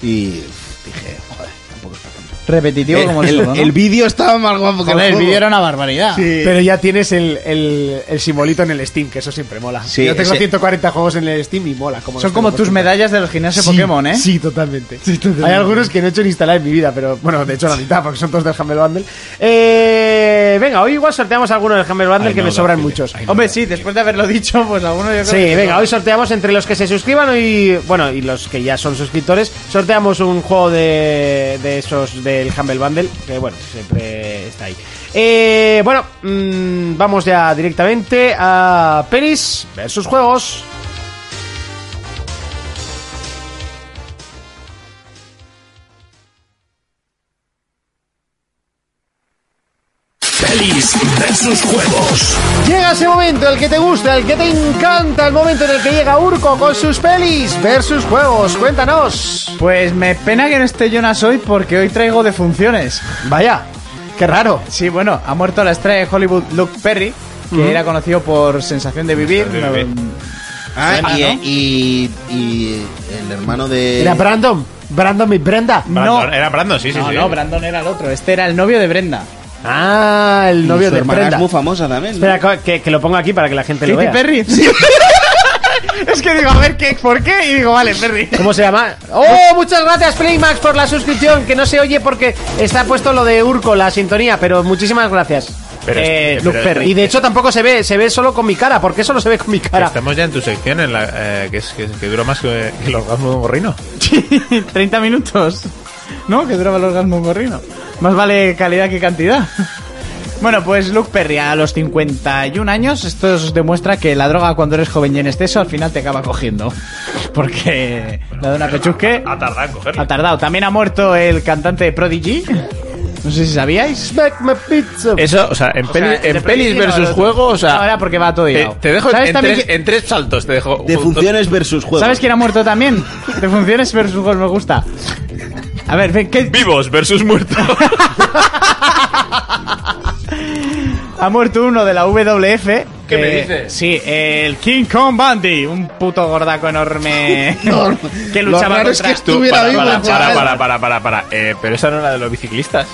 y dije, joder, tampoco es para tanto. Repetitivo como el, el, solo, ¿no? el vídeo estaba más guapo que Joder, el juego. vídeo era una barbaridad. Pero ya tienes el, el- el simbolito en el Steam, que eso siempre mola. Sí, Yo tengo ese- 140 juegos en el Steam y mola. Como Son los como tengo tus puestos. medallas de los gimnasios Pokémon, ¿eh? pues, Sí, totalmente. Hay algunos que no he hecho ni instalar en mi vida, pero bueno, de hecho la mitad, porque son todos del Humble Bundle. Eh, venga, hoy igual sorteamos alguno del Humble Bundle Ay, que no, me Darth sobran Vader. muchos. Ay, no. Hombre, sí, después de haberlo dicho, pues alguno yo creo Sí, que- venga, hoy sorteamos entre los que se suscriban y bueno, y los que ya son suscriptores, sorteamos un juego de, de esos del Humble Bundle, que bueno, siempre está ahí. Eh, bueno, mm, vamos ya directamente a Peris versus juegos. Pelis versus juegos. Llega ese momento, el que te gusta, el que te encanta, el momento en el que llega Urco con sus pelis versus juegos. Cuéntanos. Pues me pena que no esté Jonas hoy porque hoy traigo defunciones. Vaya, qué raro. Sí, bueno, ha muerto la estrella de Hollywood Luke Perry, que era conocido por Sensación de Vivir. Sensación de Vivir. Ah, Ah, y, ¿no? eh, y, y el hermano de... Era Brandon, Brandon y Brenda. Brandon, No. Era Brandon, sí, sí. No, sí. no, Brandon era el otro. Este era el novio de Brenda. Ah, el y novio su de hermana Brenda. Es muy famosa también. ¿no? Espera, que, que lo pongo aquí para que la gente lo Katy vea. Perry. es que digo, a ver, ¿qué, ¿por qué? Y digo, vale, Perry. ¿Cómo se llama? ¡Oh! Muchas gracias, Playmax, por la suscripción, que no se oye porque está puesto lo de Urco, la sintonía, pero muchísimas gracias. Pero Eh, este- Luke pero- Perry. Y de hecho tampoco se ve, se ve solo con mi cara. ¿Por qué solo se ve con mi cara? Estamos ya en tu sección, en la, eh, que, es, que, que dura más que, que el orgasmo de un gorrino. 30 minutos. ¿No? Que duraba el orgasmo gorrino. Más vale calidad que cantidad. Bueno, pues Luke Perry a los 51 años, esto os demuestra que la droga cuando eres joven y en exceso al final te acaba cogiendo. Porque la de una pechusque Ha tardado en cogerlo. ha tardado. También ha muerto el cantante de Prodigy. No sé si sabíais. Smack my pizza. Eso, o sea, en, O sea, peli- de en pelis Prodigy no, versus lo- juegos, o sea. Ahora porque va todo te, hilado. te dejo ¿Sabes en también tres, que- en tres saltos, te dejo. De funciones versus juegos. ¿Sabes quién ha muerto también? De funciones versus juegos me gusta. A ver, ven, ¿qué, Vivos versus muertos. Ha muerto uno de la WF. ¿Qué me Eh, dices? Sí, el King Kong Bundy, un puto gordaco enorme que luchaba raro es contra... que estuviera para, vivo para, el para, chaval. para, para, para, para. Eh, pero esa no era de los biciclistas.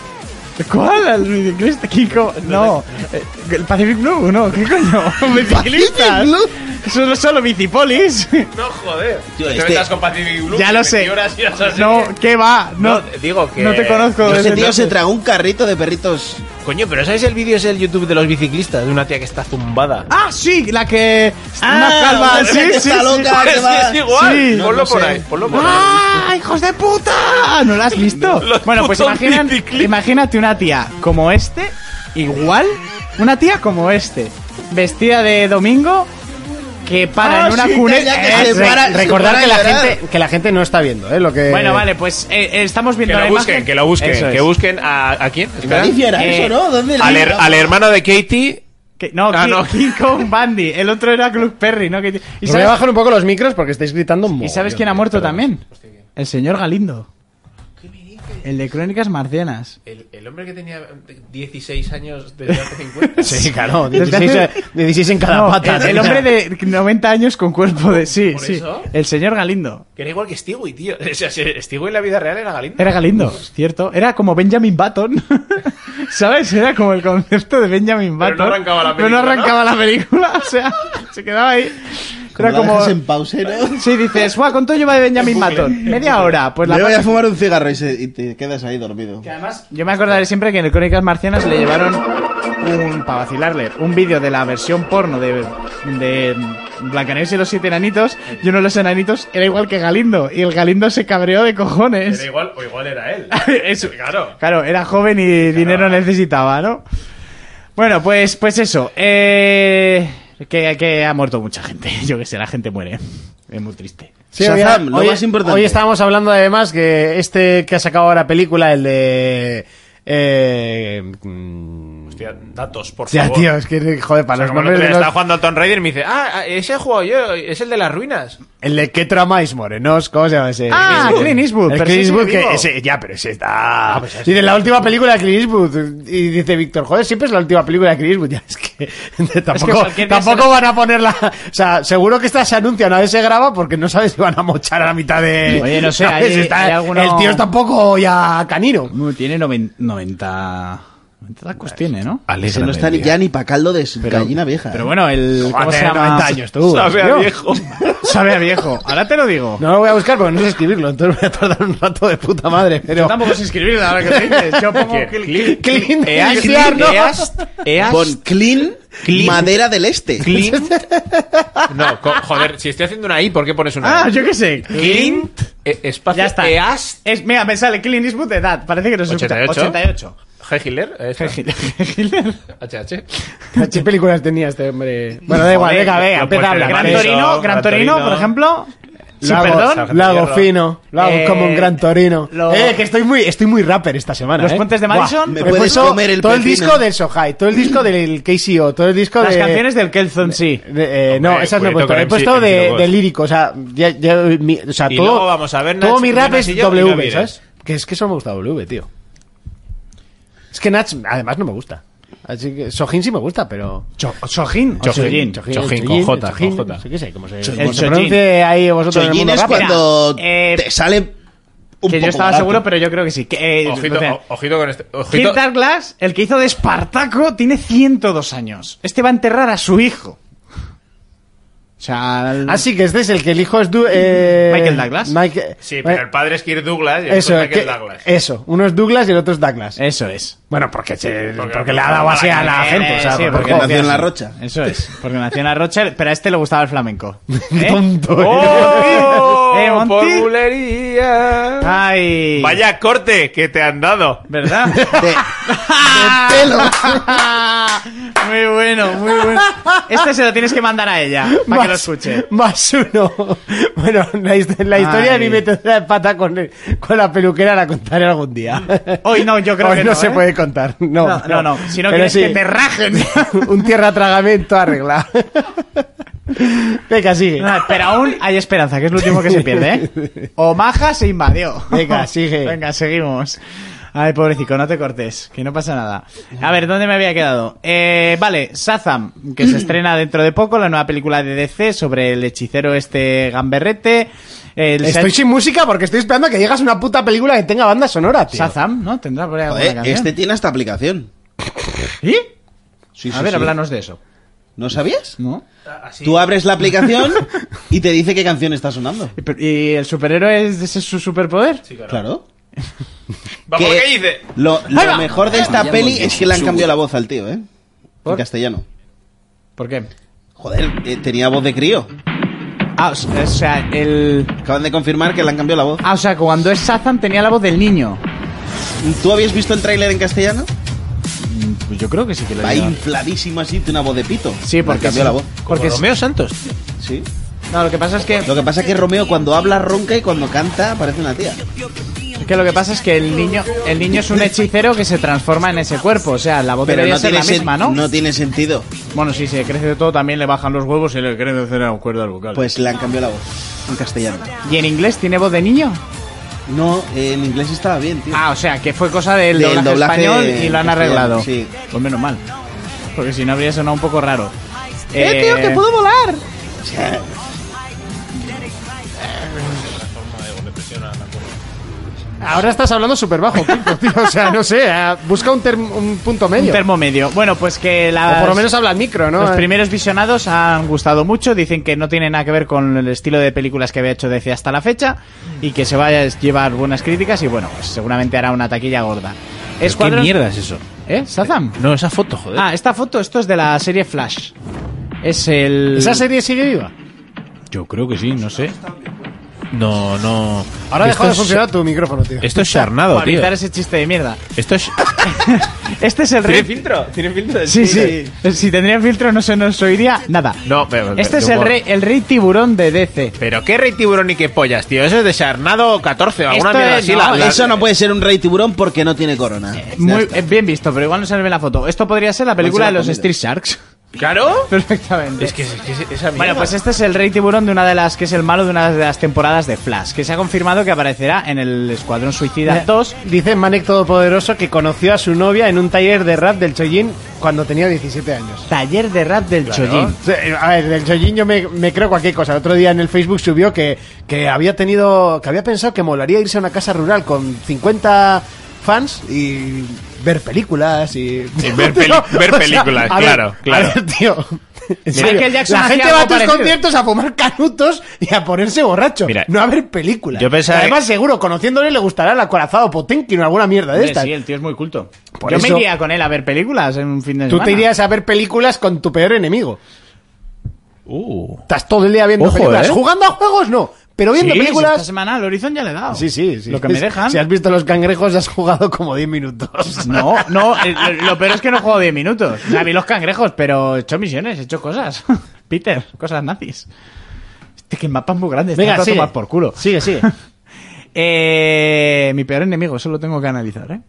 ¿Cuál? ¿El biciclista? King Kong... No, eh, el Pacific Blue, no, ¿qué coño? ¿Biciclistas? Blue? Solo, solo bicipolis. No, joder. Tío, Te este- metas con Pacific Blue, ya lo sé. 20 horas y las has- No, ¿qué va? No, No, digo que- No te conozco. Ese desde tío se entonces. tragó un carrito de perritos. Coño, pero ¿sabes el vídeo ese del YouTube de los biciclistas? De una tía que está zumbada. Ah, sí, la que... una calva, una sí, que sí, está sí. loca. Ah, es, que es igual. Sí. ponlo No, no por sé. ahí, ponlo por ahí. ¡Ah, hijos de puta! ¿No lo has visto? Los bueno, pues putos imagina- biciclistas. imagínate una tía como este, igual, una tía como este, vestida de domingo, que para Ah, en una sí, cuneta. Eh, ya que se Eso. para- Recordar se que la, para llorar. gente, que la gente no está viendo, ¿eh? Lo que... Bueno, vale, pues eh, eh, estamos Que viendo lo la busquen, imagen. que lo busquen. Eso es. que busquen a, ¿a quién. Espera. Galicia era Eh, eso, ¿no? ¿Dónde Al, her- era? al hermano de Katie. Que- no, Ah, King, no. King Kong Bundy. El otro era Club Perry, ¿no? Que- ¿Y Os Voy a sabes, bajar un poco los micros porque estáis gritando un ¿y sabes quién ha muerto también? El señor Galindo. El de Crónicas Marcianas. El, el hombre que tenía 16 años desde hace 50. Sí, claro, Desde 16, hace- eh, 16 en cada No, pata. el, el hombre de 90 años con cuerpo de... Sí, ¿Por sí. eso? El señor Galindo. Que era igual que Stewie, tío. O sea, si Stewie en la vida real era Galindo. Era Galindo, cierto. Era como Benjamin Button. ¿Sabes? Era como el concepto de Benjamin Pero Button. no arrancaba la Pero no película, ¿no? arrancaba la película. O sea, se quedaba ahí. Como Era la como... dejas en pausa, ¿no? Sí, dices, guau, ¿cuánto lleva de Benjamin Button? Media hora. Pues la Le voy a pasas- fumar un cigarro y, se- y te quedas ahí dormido. Yo me acordaré siempre que en el Crónicas Marcianas le llevaron un, para vacilarle, un vídeo de la versión porno de, de Blancanieves y los siete enanitos. Y uno de los enanitos era igual que Galindo. Y el Galindo se cabreó de Era cojones. igual, o igual era él. Eso. Claro. Claro, era joven y dinero necesitaba, ¿no? Bueno, pues, pues eso. Eh, que, que ha muerto mucha gente. Yo que sé, la gente muere. Es muy triste. Shazam, lo más importante. Hoy estábamos hablando además que este que ha sacado ahora película, el de... Eh, mm, Hostia, datos, por ya, favor. tío, es que, joder, O sea, para los como el otro nombres día de estaba los- jugando a Tomb Raider y me dice, ah, ese he jugado yo, es el de las ruinas. El de ¿Qué tramáis, morenos? ¿Cómo se llama ese? Ah, Clint Eastwood, El pero Clint sí Eastwood, sigue que vivo. Ah, pues ese, ya, pero ese está... y de la última película de Clint Eastwood. Y dice Víctor, joder, siempre es la última película de Clint Eastwood. Ya, es que tampoco, cualquier día tampoco van a ponerla... O sea, seguro que esta se anuncia una vez se graba porque no sabes si van a mochar a la mitad de... Oye, no sé, ¿sabes? hay- Está- hay alguno- El tío está un poco ya canino. Tiene 90... 90 tacos tiene, ¿no? Se no está ni, ya ni para caldo de su gallina vieja. Pero ¿eh? bueno, el... ¿Cómo se Joder, llama? 90 años, tú. Sabe a tío. viejo. Sabe a viejo. Ahora te lo digo. No lo voy a buscar porque no sé escribirlo, entonces voy a tardar un rato de puta madre. Pero... tampoco sé escribirlo ahora que lo dices. Yo pongo... ¿Qué? clic, clic, Clint clic, east, Eastwood, ¿no? east, east. Con clean, Clean. madera del este. Clint. No, co- joder, si estoy haciendo una I, ¿por qué pones una Ah, I? yo qué sé. Clint, eh, espacio, Ya está. EAS, Es, mira, me sale Clint Eastwood de edad. Parece que no se escucha. 88. G. Hiller, eh, esta. HH. ¿Qué películas tenía este hombre? Bueno, da igual, Joder, venga, venga, empieza lo a puedes hablar. Gran Gran Torino, Torino, Gran Torino, por ejemplo. Sí, Lo hago- perdón. Lo hago fino, lo hago Eh, como un gran torino. lo- Eh, que estoy muy, estoy muy rapper esta semana. Los eh. puentes de Madison, me me he puedes puesto comer el todo el pepino. disco del Sohai, todo el disco del KCO, todo el disco Las de. canciones del Kelson, sí. de- eh, no, Hombre, esas no he cuidado puesto. con He MC, puesto de, MC2. de lírico, o sea, ya, ya, mi- o sea Y todo. luego vamos a ver todo Nach- mi rap Jonas es y yo y no W, mires. ¿sabes? Que es que solo me gusta W, tío. Es que Nach, además, no me gusta. Así que Sojin sí me gusta, pero. Chojin. Chojin, Chojin, con J, con J. no sé qué sé, cómo se, Chojin. cómo se pronuncie ahí vosotros en el Chollín mundo es rápido. cuando Mira, eh, te sale un Que yo poco estaba barato. seguro, pero yo creo que sí. Que, eh, Ojito, o sea, o- ojito con este. Ojito. Kirk Douglas, el que hizo de Espartaco, tiene 102 años. Este va a enterrar a su hijo. O sea, el- Así que este es el que el hijo es du- eh, Mm. Michael Douglas. Mike- Sí, pero el padre es Kirk Douglas y el eso, otro es Michael que- Douglas. eso, uno es Douglas y el otro es Douglas. eso es. Bueno, porque, se- Porque- porque le ha dado así a la Eh, gente. o sea, sí, porque- Porque nació en La Rocha. Eso es. Porque nació en la Rocha, pero a este le gustaba el flamenco. ¿Eh? tonto. ¡Oh! Eh, Monty. por bulería. ¡Ay! Vaya corte que te han dado. ¿Verdad? De- muy bueno, muy bueno. Este se lo tienes que mandar a ella, para que lo escuche. Más uno. Bueno, la, hist- la historia de Ay. mi metedura de pata con, el- con la peluquera la contaré algún día. Hoy no, yo creo Hoy que no, no, se ¿eh? puede contar. No, No, no, no. Si no Pero quieres sí. que te rajen. Un tierra tragamiento arreglado. Venga, sigue. No, pero aún hay esperanza, que es lo último que se pierde, ¿eh? Omaha se invadió. Venga, sigue. Venga, seguimos. Ay, pobrecito, no te cortes, que no pasa nada. A ver, ¿dónde me había quedado? Eh, vale, Shazam, que se estrena dentro de poco, la nueva película de DC sobre el hechicero este gamberrete. El Estoy sin música porque estoy esperando a que llegas a una puta película que tenga banda sonora, tío. Shazam, ¿no? Tendrá por ahí alguna Joder, canción. este tiene esta aplicación. ¿Y? Sí, A sí, ver, sí. háblanos de eso. ¿No sabías? ¿No? Tú abres la aplicación y te dice qué canción está sonando. ¿Y, pero- y el superhéroe es, ese es su superpoder? Claro. Vamos, Que ¿qué dice? Lo, lo Ahí va. mejor de esta peli es que le han cambiado la voz al tío, ¿eh? En castellano. ¿Por qué? Joder, eh, tenía voz de crío. Ah, o sea, o sea, el... Acaban de confirmar que le han cambiado la voz. Ah, o sea, cuando es Shazam tenía la voz del niño. ¿Tú habías visto el tráiler en castellano? Pues yo creo que sí que lo Va lleva. infladísimo así, tiene una voz de pito. Sí, Le porque han cambiado sí. la voz. Porque es- Santos. Sí. no, lo que pasa es que, Lo que pasa es que Romeo cuando habla ronca y cuando canta parece una tía. que lo que pasa es que el niño, el niño es un hechicero que se transforma en ese cuerpo, o sea, la voz Pero debería no ser tiene, la sen- misma, ¿no? no tiene sentido. Bueno, sí, se crece de todo, también le bajan los huevos y le crecen de cera o cuerdas vocales. Pues le han cambiado la voz en castellano. ¿Y en inglés tiene voz de niño? No, en inglés estaba bien, tío. Ah, o sea, que fue cosa del Del doblaje, doblaje español y lo han castellano, arreglado. sí. Pues menos mal. Porque si no habría sonado un poco raro. ¡Eh, tío, que puedo volar! Ahora estás hablando súper bajo, Kiko, tío. O sea, no sé, ah, busca un, term- un punto Un medio. termo medio. Bueno, pues que las- Ah, o por lo menos habla al micro, ¿no? eh. los primeros visionados han gustado mucho. Dicen que no tiene nada que ver con el estilo de películas que había hecho DC hasta la fecha. Y que se va a llevar buenas críticas. Y bueno, pues seguramente hará una taquilla gorda. ¿Qué Escuadrón- mierda es eso? ¿Eh? ¿Shazam? No, esa foto, joder. Ah, esta foto, esto es de la serie Flash. Es el. ¿Esa serie sigue viva? Yo creo que sí, no sé. No, no. Ahora ha Esto dejado de es- funcionar tu micrófono, tío. Esto es charnado, Para tío. evitar Ah, ese chiste de mierda. Esto es. Este es el rey. filtro? ¿Tiene filtro? Sí, sí. Si tendría filtro no se nos oiría nada. No, pero. Este es el rey, el rey tiburón de DC. Pero qué rey tiburón y qué pollas, tío. Eso es de Charnado 14 o alguna Esto mierda es- así. no, la- la- Eso no puede ser un rey tiburón porque no tiene corona. Muy eh, bien visto, pero igual no sale bien la foto. Esto podría ser la película de los Igual se la ha comido. Street Sharks. ¿Claro? Perfectamente. Es que, es que esa mierda. Bueno, pues este es el rey tiburón de una de las que es el malo de una de las temporadas de Flash, que se ha confirmado que aparecerá en el Escuadrón Suicida 2. Dice Manek Todopoderoso que conoció a su novia en un taller de rap del Chollín cuando tenía 17 años. Taller de rap del Chollín. O sea, eh, A ver, del Chollín yo me, me creo cualquier cosa. El otro día en el Facebook subió que, que había tenido, que había pensado que molaría irse a una casa rural con 50 fans y ver películas y... Y ver peli- Tío, ver o sea, películas, a ver, claro, claro. a ver, tío. en serio, Michael Jackson la hacía gente va a algo tus parecido. conciertos a fumar canutos y a ponerse borracho, Mira, no a ver películas. yo pensaba- Además, seguro, conociéndole le gustará el acorazado Potenkin o alguna mierda de Hombre, estas. Sí, el tío es muy culto. Por Yo me eso- iría con él a ver películas en un fin de Tú semana. te irías a ver películas con tu peor enemigo. Uh. Estás todo el día viendo Ojo, películas. ¿eh? Jugando a juegos, no. Pero Sí, viendo si Esta películas. semana al Horizon ya le he dado. Sí, sí, sí. Lo que me dejan. Si has visto los cangrejos, has jugado como 10 minutos. No, no, eh, lo- lo peor es que no juego 10 minutos. O sea, vi los cangrejos, pero he hecho misiones, he hecho cosas. Peter, cosas nazis. Este que el mapa es muy grande, está Venga, todo a sigue. tomar por culo. Sigue, sigue. Eh, mi peor enemigo, eso lo tengo que analizar, ¿eh?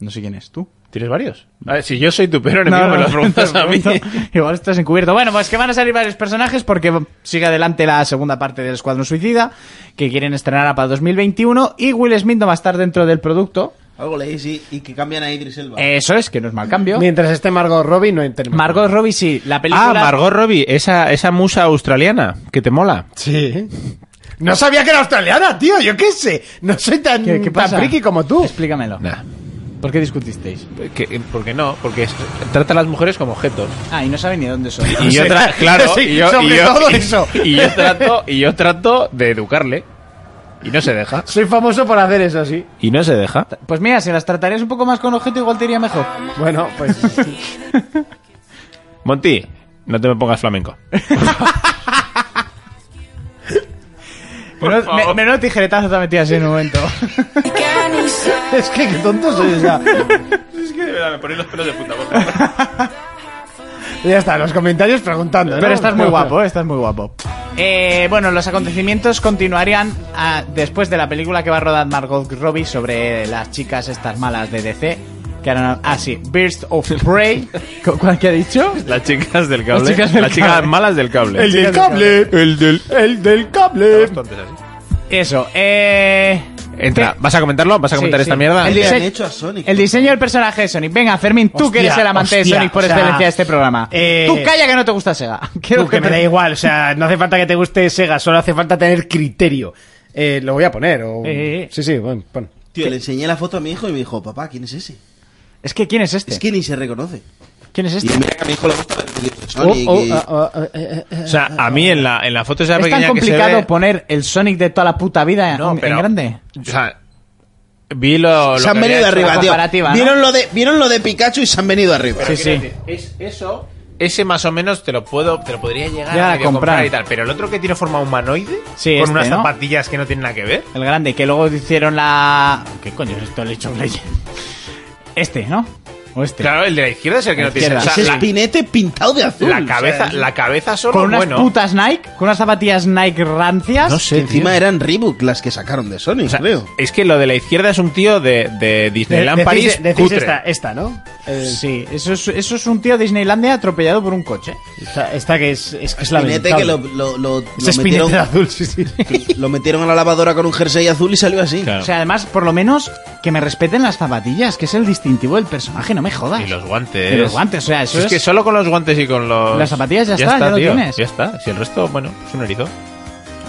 No sé quién es, tú. ¿Tienes varios? A ver, si yo soy tu peor enemigo, No, me no, lo preguntas te a mí. pregunto. Igual estás encubierto. Bueno, pues que van a salir varios personajes porque sigue adelante la segunda parte del Escuadrón Suicida, que quieren estrenar para 2021 y Will Smith no va a estar dentro del producto. Algo leí, sí, y que cambian a Idris Elba. Eso es, que no es mal cambio. Mientras esté Margot Robbie, no entremos. Margot Robbie, sí, la película... Ah, Margot Robbie, esa, esa musa australiana que te mola. Sí. No sabía que era australiana, tío. Yo qué sé. No soy tan, ¿Qué, qué tan pasa? friki como tú. Uh, Explícamelo. Nah. ¿Por qué discutisteis? Porque, porque no, porque es- trata a las mujeres como objetos. Ah, y no sabe ni dónde son. Y yo tra- claro, Sí, y yo, sobre y yo- todo eso. y yo trato, y yo trato de educarle. Y no se deja. Soy famoso por hacer eso, sí. Y no se deja. Pues mira, si las tratarías un poco más con objeto, igual te iría mejor. Bueno, pues. Monty, no te me pongas flamenco. Menos- me- Menudo tijeretazo te metías en un momento. es que qué tonto soy. O sea, Es que de verdad me ponéis los pelos de punta. ya está, los comentarios preguntando. ¿no? Pero estás muy guapo, eh, estás muy guapo. Eh, bueno, los acontecimientos continuarían ah, después de la película que va a rodar Margot Robbie sobre las chicas estas malas de DC. Que eran así, Birds of Prey. ¿Cu- ¿Cuál que ha dicho? Las chicas del cable. Las Las chicas chicas, del cable. malas del cable. El del cable. El del, el del cable. Eso, eh... Entra, ¿qué? ¿vas a comentarlo? ¿vas a comentar Sí, esta sí. mierda? El Le han dise- hecho a Sonic. El diseño del personaje de Sonic. Venga, Fermín, tú que eres Hostia, el amante hostia, de Sonic por o sea, excelencia de este programa. eh, tú calla que no te gusta Sega. Quiero Tú, que me te- da igual, o sea, no hace falta que te guste Sega, solo hace falta tener criterio. Eh, lo voy a poner, o... Eh, eh. Sí, sí, bueno, pon. Tío, le enseñé la foto a mi hijo y me dijo, papá, ¿quién es ese? Es que, ¿quién es este? Es que ni se reconoce. ¿Quién es Y este? mira que a mi hijo le gusta ver películas de Oh, Sonic. oh, y- ah, ah, ah, eh, eh, O sea, a mí en la, en la foto esa Es tan pequeña que se complicado ve- poner el Sonic de toda la puta vida No, en, en pero- grande. O sea, vi lo. lo se han que venido había hecho. arriba, la tío. comparativa, ¿no? Vieron, lo de, vieron lo de Pikachu y se han venido arriba. Sí, sí. Es eso. Ese más o menos te lo puedo, te lo podría llegar Ya, a medio comprar. comprar. y tal. Pero el otro que tiene forma humanoide, Sí, con este, unas ¿no? zapatillas que no tienen nada que ver. El grande, que luego hicieron la. ¿Qué coño es esto? Le he hecho play. Este, ¿no? O este. Claro, el de la izquierda es el que La no tiene. izquierda. o sea, Ese la- espinete pintado de azul. la, cabeza, la cabeza solo. Con unas bueno, putas Nike, con unas zapatillas Nike rancias. no Que sé. encima tío. eran Reebok las que sacaron de Sonic, O sea, creo. es que lo de la izquierda es un tío de, de Disneyland decís- París. decís cutre. esta, esta, ¿no? Eh, sí, eso es, eso es un tío de Disneylandia atropellado por un coche. Esta, esta que es, es que es Espinete lamentable. que lo, lo, lo, Ese lo espinete metieron, azul, sí, sí. lo metieron a la lavadora con un jersey azul y salió así. Claro. O sea, además, por lo menos que me respeten las zapatillas, que es el distintivo del personaje, no me jodas. Y los guantes. Y los guantes, o sea, eso es, es- que solo con los guantes y con los. Las zapatillas ya está, ya lo tío, tienes. Ya está. Si el resto, bueno, es un erizo.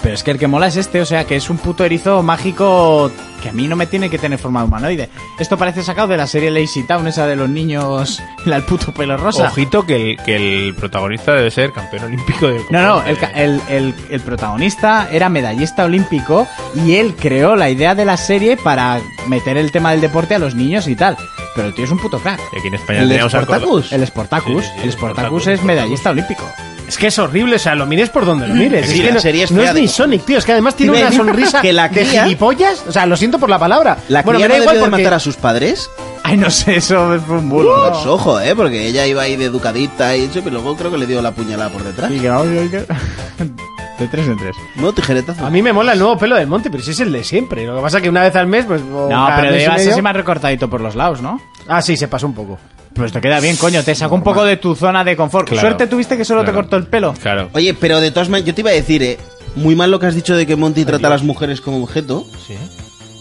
Pero es que el que mola es este, o sea, que es un puto erizo mágico que a mí no me tiene que tener forma de humanoide. Esto parece sacado de la serie Lazy Town, esa de los niños, la el puto pelo rosa. Ojito que el, que el protagonista debe ser campeón olímpico del No, no, de- el, ca- el- el- el protagonista era medallista olímpico y él creó la idea de la serie para meter el tema del deporte a los niños y tal. Pero el tío es un puto crack. Aquí en España ¿El teníamos al Sportacus? Cordón. El Sportacus, Sí, sí, sí, el Sportacus el Sportacus, es Sportacus. medallista olímpico. Mm. Es que es horrible, o sea, lo mires por donde lo mires. Sí, es que la no, serie es no fea es de ni cojones. Sonic, tío. Es que además tiene Sí, una ve. sonrisa Que la de cría- gilipollas. O sea, lo siento por la palabra. La bueno, cría me da no igual debió de porque... matar a sus padres. Ay, no sé, Uh, eso fue un bulo. Pues ojo, ¿eh? Porque ella iba ahí de educadita y eso, pero luego creo que le dio la puñalada por detrás. Y que vamos, y que- De tres en tres. No, tijeretazo. A mí me mola el nuevo pelo del monte, pero si es el de siempre. Lo que pasa es que una vez al mes, pues. o No, cada pero mes y debas medio- así más recortadito por los lados, ¿no? Ah, sí, se pasó un poco. Pues te queda bien, coño, te sacó un poco de tu zona de confort. Claro. Suerte tuviste que solo te Claro. cortó el pelo. Claro. Oye, pero de todas maneras, yo te iba a decir, ¿eh? Muy mal lo que has dicho de que Monty trata a las mujeres como objeto, Sí. ¿eh?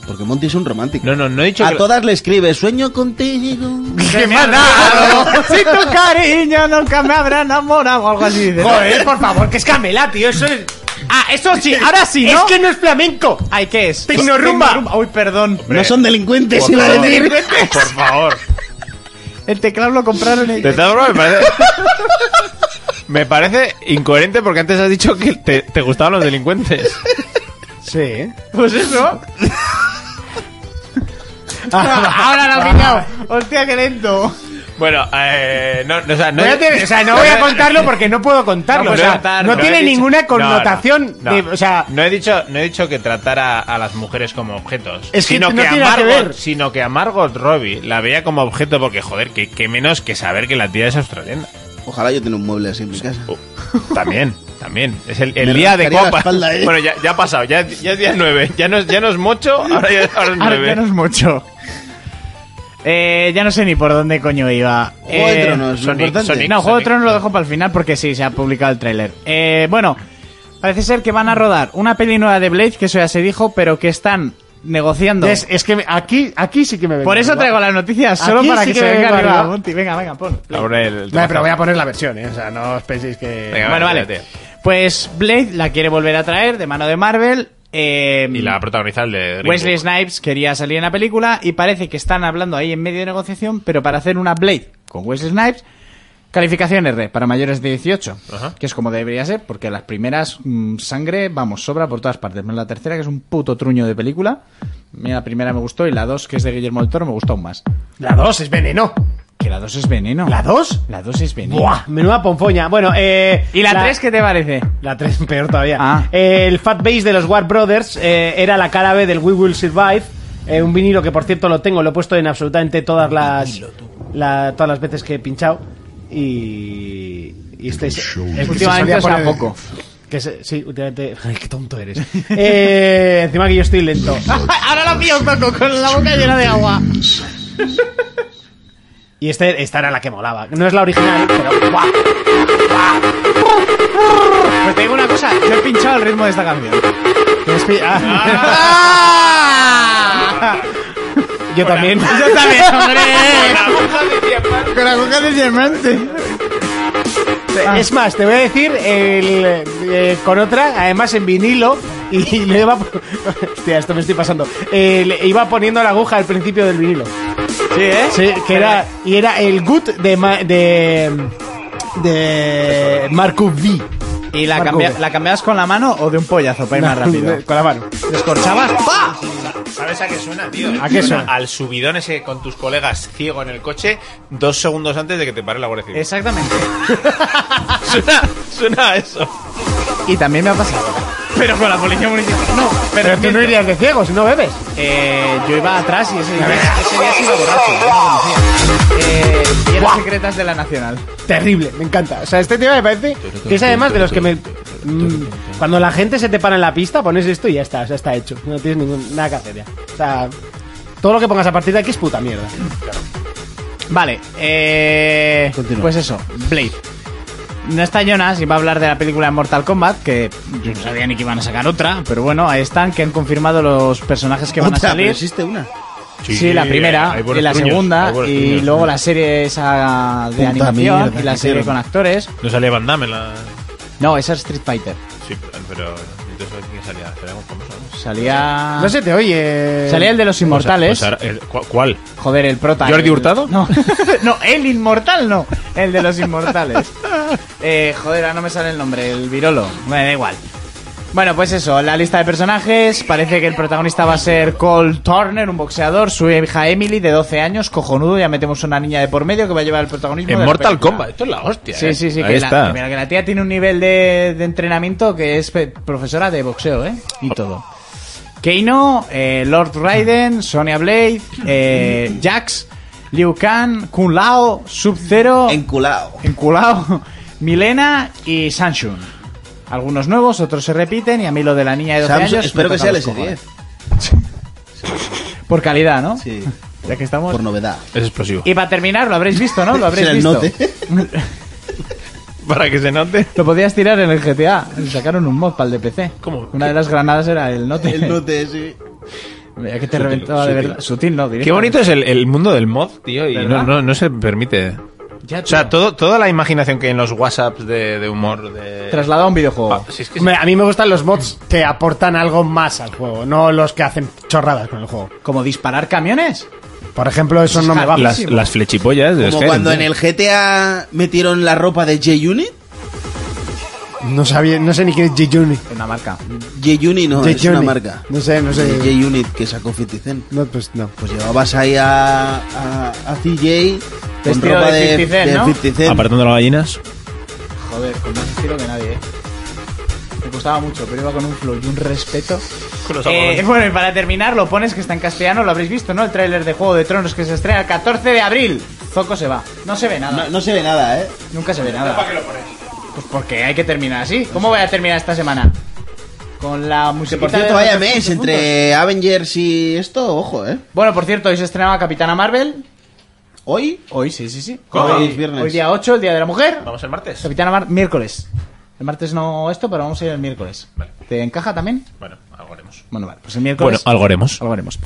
porque Monty es un romántico. No, no, no he dicho a que- todas le escribe, sueño contigo. ¡Qué me ha dado! Si tu cariño nunca me habrá enamorado o algo así. dice. Joder, por favor, que es Camela, tío. Eso es. Ah, eso sí, ahora sí, Es ¿no? que no es flamenco. Ay, ¿qué es? Tecnorumba. Tecnorumba. Uy, perdón. No son delincuentes, Por iba a favor. decir. Por favor. El teclado lo compraron Te ellos. estás broma, me parece. Me parece incoherente porque antes has dicho que te, te gustaban los delincuentes. Sí, ¿eh? Pues eso. Ah, Ahora lo he pillado. Hostia, qué lento. Bueno, eh, no, no, o sea, no, Voy a tener- o sea, no voy a contarlo porque no puedo contarlo. No, pues o sea, no, no, no no tiene he dicho- ninguna no, connotación. no, no. de- o sea, No he dicho, no he dicho que tratara a las mujeres como objetos. Es que sino no que tiene a nada que Margot- ver. Sino que a Margot Robbie la veía como objeto porque, joder, que, que menos que saber que la tía es australiana. Ojalá yo tenga un mueble así en mi casa. Oh, también, también. Es el, el Me día de rascaría la copa. espalda, ¿eh? Bueno, ya, ya ha pasado, ya, ya es día 9. Ya no, es- ya no es mocho, ahora ya, ahora es Ahora nueve. ya no es mucho. Eh, ya no sé ni por dónde coño iba. Juego de Eh, Tronos, lo Sonic, importante. Sonic. No, Juego de Tronos lo dejo para el final porque sí, se ha publicado el tráiler. Eh, bueno, parece ser que van a rodar una peli nueva de Blade, que eso ya se dijo, pero que están negociando. es, es que me- aquí, aquí sí que me vengo. Por eso arriba. traigo las noticias, solo Aquí para sí que, que se me venga vengo arriba. arriba. Monty. Venga, venga, pon. Ahora el- el Vale, pero tema voy a está- poner la versión, ¿eh? O sea, no os penséis que. Venga, bueno, vale, vale. tírate. Pues Blade la quiere volver a traer de mano de Marvel. eh, Y la protagoniza el de Green Wesley Book. Snipes quería salir en la película y parece que están hablando ahí en medio de negociación, pero para hacer una Blade con Wesley Snipes, calificación R para mayores de 18, Ajá. que es como debería ser, porque las primeras mm, sangre, vamos, sobra por todas partes, menos la tercera que es un puto truño de película. Mira, la primera me gustó y la dos, que es de Guillermo del Toro, me gustó aún más. La 2 es veneno. Que la dos es veneno. ¿La 2? La dos es veneno. Buah, menuda ponzoña. Bueno, eh. ¿Y la tres qué te parece? La 3, peor todavía. Ah. Eh, el Fat Base de los War Brothers eh, era la cara B del We Will Survive. eh, un vinilo que, por cierto, lo tengo, lo he puesto en absolutamente todas las la- todas las veces que he pinchado. Y. y este es. el que Últimamente se solía o sea, poner- poco. que se- sí, últimamente. Ay, qué tonto eres. Eh, encima que yo estoy lento. Ahora la pillo un poco con la boca llena de agua. Y este, esta era la que molaba. No es la original, pero. ¡buah! Pues te digo una cosa, yo he pinchado el ritmo de esta canción. Es que- ah. Yo también. Yo también, hombre. Con la boca de diamante. Es más, te voy a decir el, eh, con otra, además en vinilo, y le iba. Hostia, esto me estoy pasando. Eh, le iba poniendo la aguja al principio del vinilo. Sí, ¿eh? Sí, que era. Y era el good de. Ma- de. de. Marco V. ¿Y la, Marco cambia- V. la cambiabas con la mano o de un pollazo para ir más rápido? Con la mano. ¿Descorchabas? ¡Pa! ¿Sabes a qué suena, tío? ¿A qué suena? Al subidón ese con tus colegas ciego en el coche dos segundos antes de que te pare la Guardia Civil. Exactamente. Suena, suena a eso. Y también me ha pasado. Pero con la policía municipal. No, Pero tú no irías de ciego si no bebes. Eh, yo iba atrás y ese día, ese día sí iba borracho. yo no conocía. Eh, y eran secretas de la nacional. Terrible, me encanta. O sea, este tema me parece que es además de los que me. Mm, Cuando la gente se te para en la pista, pones esto y ya está, o sea, está hecho. No tienes ningún, nada que hacer ya. O sea, todo lo que pongas a partir de aquí es puta mierda. Vale, eh, Continúa. pues eso, Blade. No está Jonas y va a hablar de la película de Mortal Kombat, que yo no sabía ni que iban a sacar otra, pero bueno, ahí están, que han confirmado los personajes que van a Otra, pero salir. existe una. Sí, la primera hay buenos y la truños, hay segunda buenos y truños. luego la serie esa de Puta animación mierda, y la que serie hicieron. con actores. No salía Van Damme en la. No, esa es Street Fighter. Sí, pero. Entonces, ¿quién salía? Esperamos, ¿cómo sabemos? Salía No se te oye. salía el de los inmortales. Pues ahora, el- ¿cu- ¿Cuál? Joder, el prota. ¿Jordi el- Hurtado? No, no, el inmortal no. El de los inmortales. Eh, joder, ahora no me sale el nombre, el virolo. Me da igual. Bueno, pues eso, la lista de personajes. Parece que el protagonista va a ser Cole Turner, un boxeador, su hija Emily, de 12 años, cojonudo. Ya metemos una niña de por medio que va a llevar el protagonismo. de En la Mortal película. Kombat. Esto es la hostia. Sí, eh. sí, sí. Ahí Que la, está. que mira, que la tía tiene un nivel de, de entrenamiento que es pe- profesora de boxeo, ¿eh? Y todo. Keino, eh, Lord Raiden, Sonia Blade, eh, Jax, Liu Kang, Kun Lao, Sub-Zero, Enculado. Enculao, Milena y Sanshun. Algunos nuevos, otros se repiten y a mí lo de la niña de 12 Samsung- Eh, años... me espero que toca sea el los S10. cojones. Por calidad, ¿no? Sí. Ya que estamos... Por novedad. Es explosivo. Y para terminar, lo habréis visto, ¿no? Lo habréis Será el visto. note. Para que se note. Lo podías tirar en el GTA. Sacaron un mod para el de PC. ¿Cómo? Una de las granadas era el note. El note, sí. Mira que te reventaba de sutil. verdad. Sutil, no, Qué bonito es el, el mundo del mod, tío, y no, ¿Verdad? no, no se permite. Ya, O sea, tío. todo, toda la imaginación que hay en los WhatsApps de, de humor de... Trasladado a un videojuego. Ah, sí, es que sí. Hombre, A mí me gustan los mods que aportan algo más al juego, no los que hacen chorradas con el juego. Como disparar camiones. Por ejemplo, eso no me va. Las, las flechipollas de Como Skyrim, cuando tío. en el GTA metieron la ropa de J-Unit. No sabía, no sé ni quién es G-Unit. Una marca. J-Unit no, es una J-Unit. marca. No sé, no sé. J-Unit que sacó 50 Cent. No, pues no. Pues llevabas ahí a, a, a CJ con Vestido ropa de de 50 Cent, de ¿no? 50 Cent. Apartando las gallinas. Joder, con más estilo que nadie, eh. Me gustaba mucho, pero iba con un flow y un respeto. Eh, bueno, y para terminar, lo pones que está en castellano, lo habréis visto, ¿no? El tráiler de Juego de Tronos que se estrena el 14 de abril. Zoco se va. No se ve nada. No, no se ve nada, ¿eh? Nunca se ve nada. Pues porque hay que terminar así. ¿Cómo voy a terminar esta semana? Con la música. Que por cierto, vaya mes entre Avengers y esto, ojo, ¿eh? Bueno, por cierto, hoy se estrenaba Capitana Marvel. Hoy, Hoy, sí, sí, sí. ¿Cómo? Hoy, Hoy es viernes. hoy día 8, el día de la mujer. Vamos el martes. Capitana Marvel, miércoles. El martes no esto, pero vamos a ir el miércoles. Vale. ¿Te encaja también? Bueno, algo haremos. Bueno, vale, pues el miércoles. Bueno, algo haremos. Algo haremos.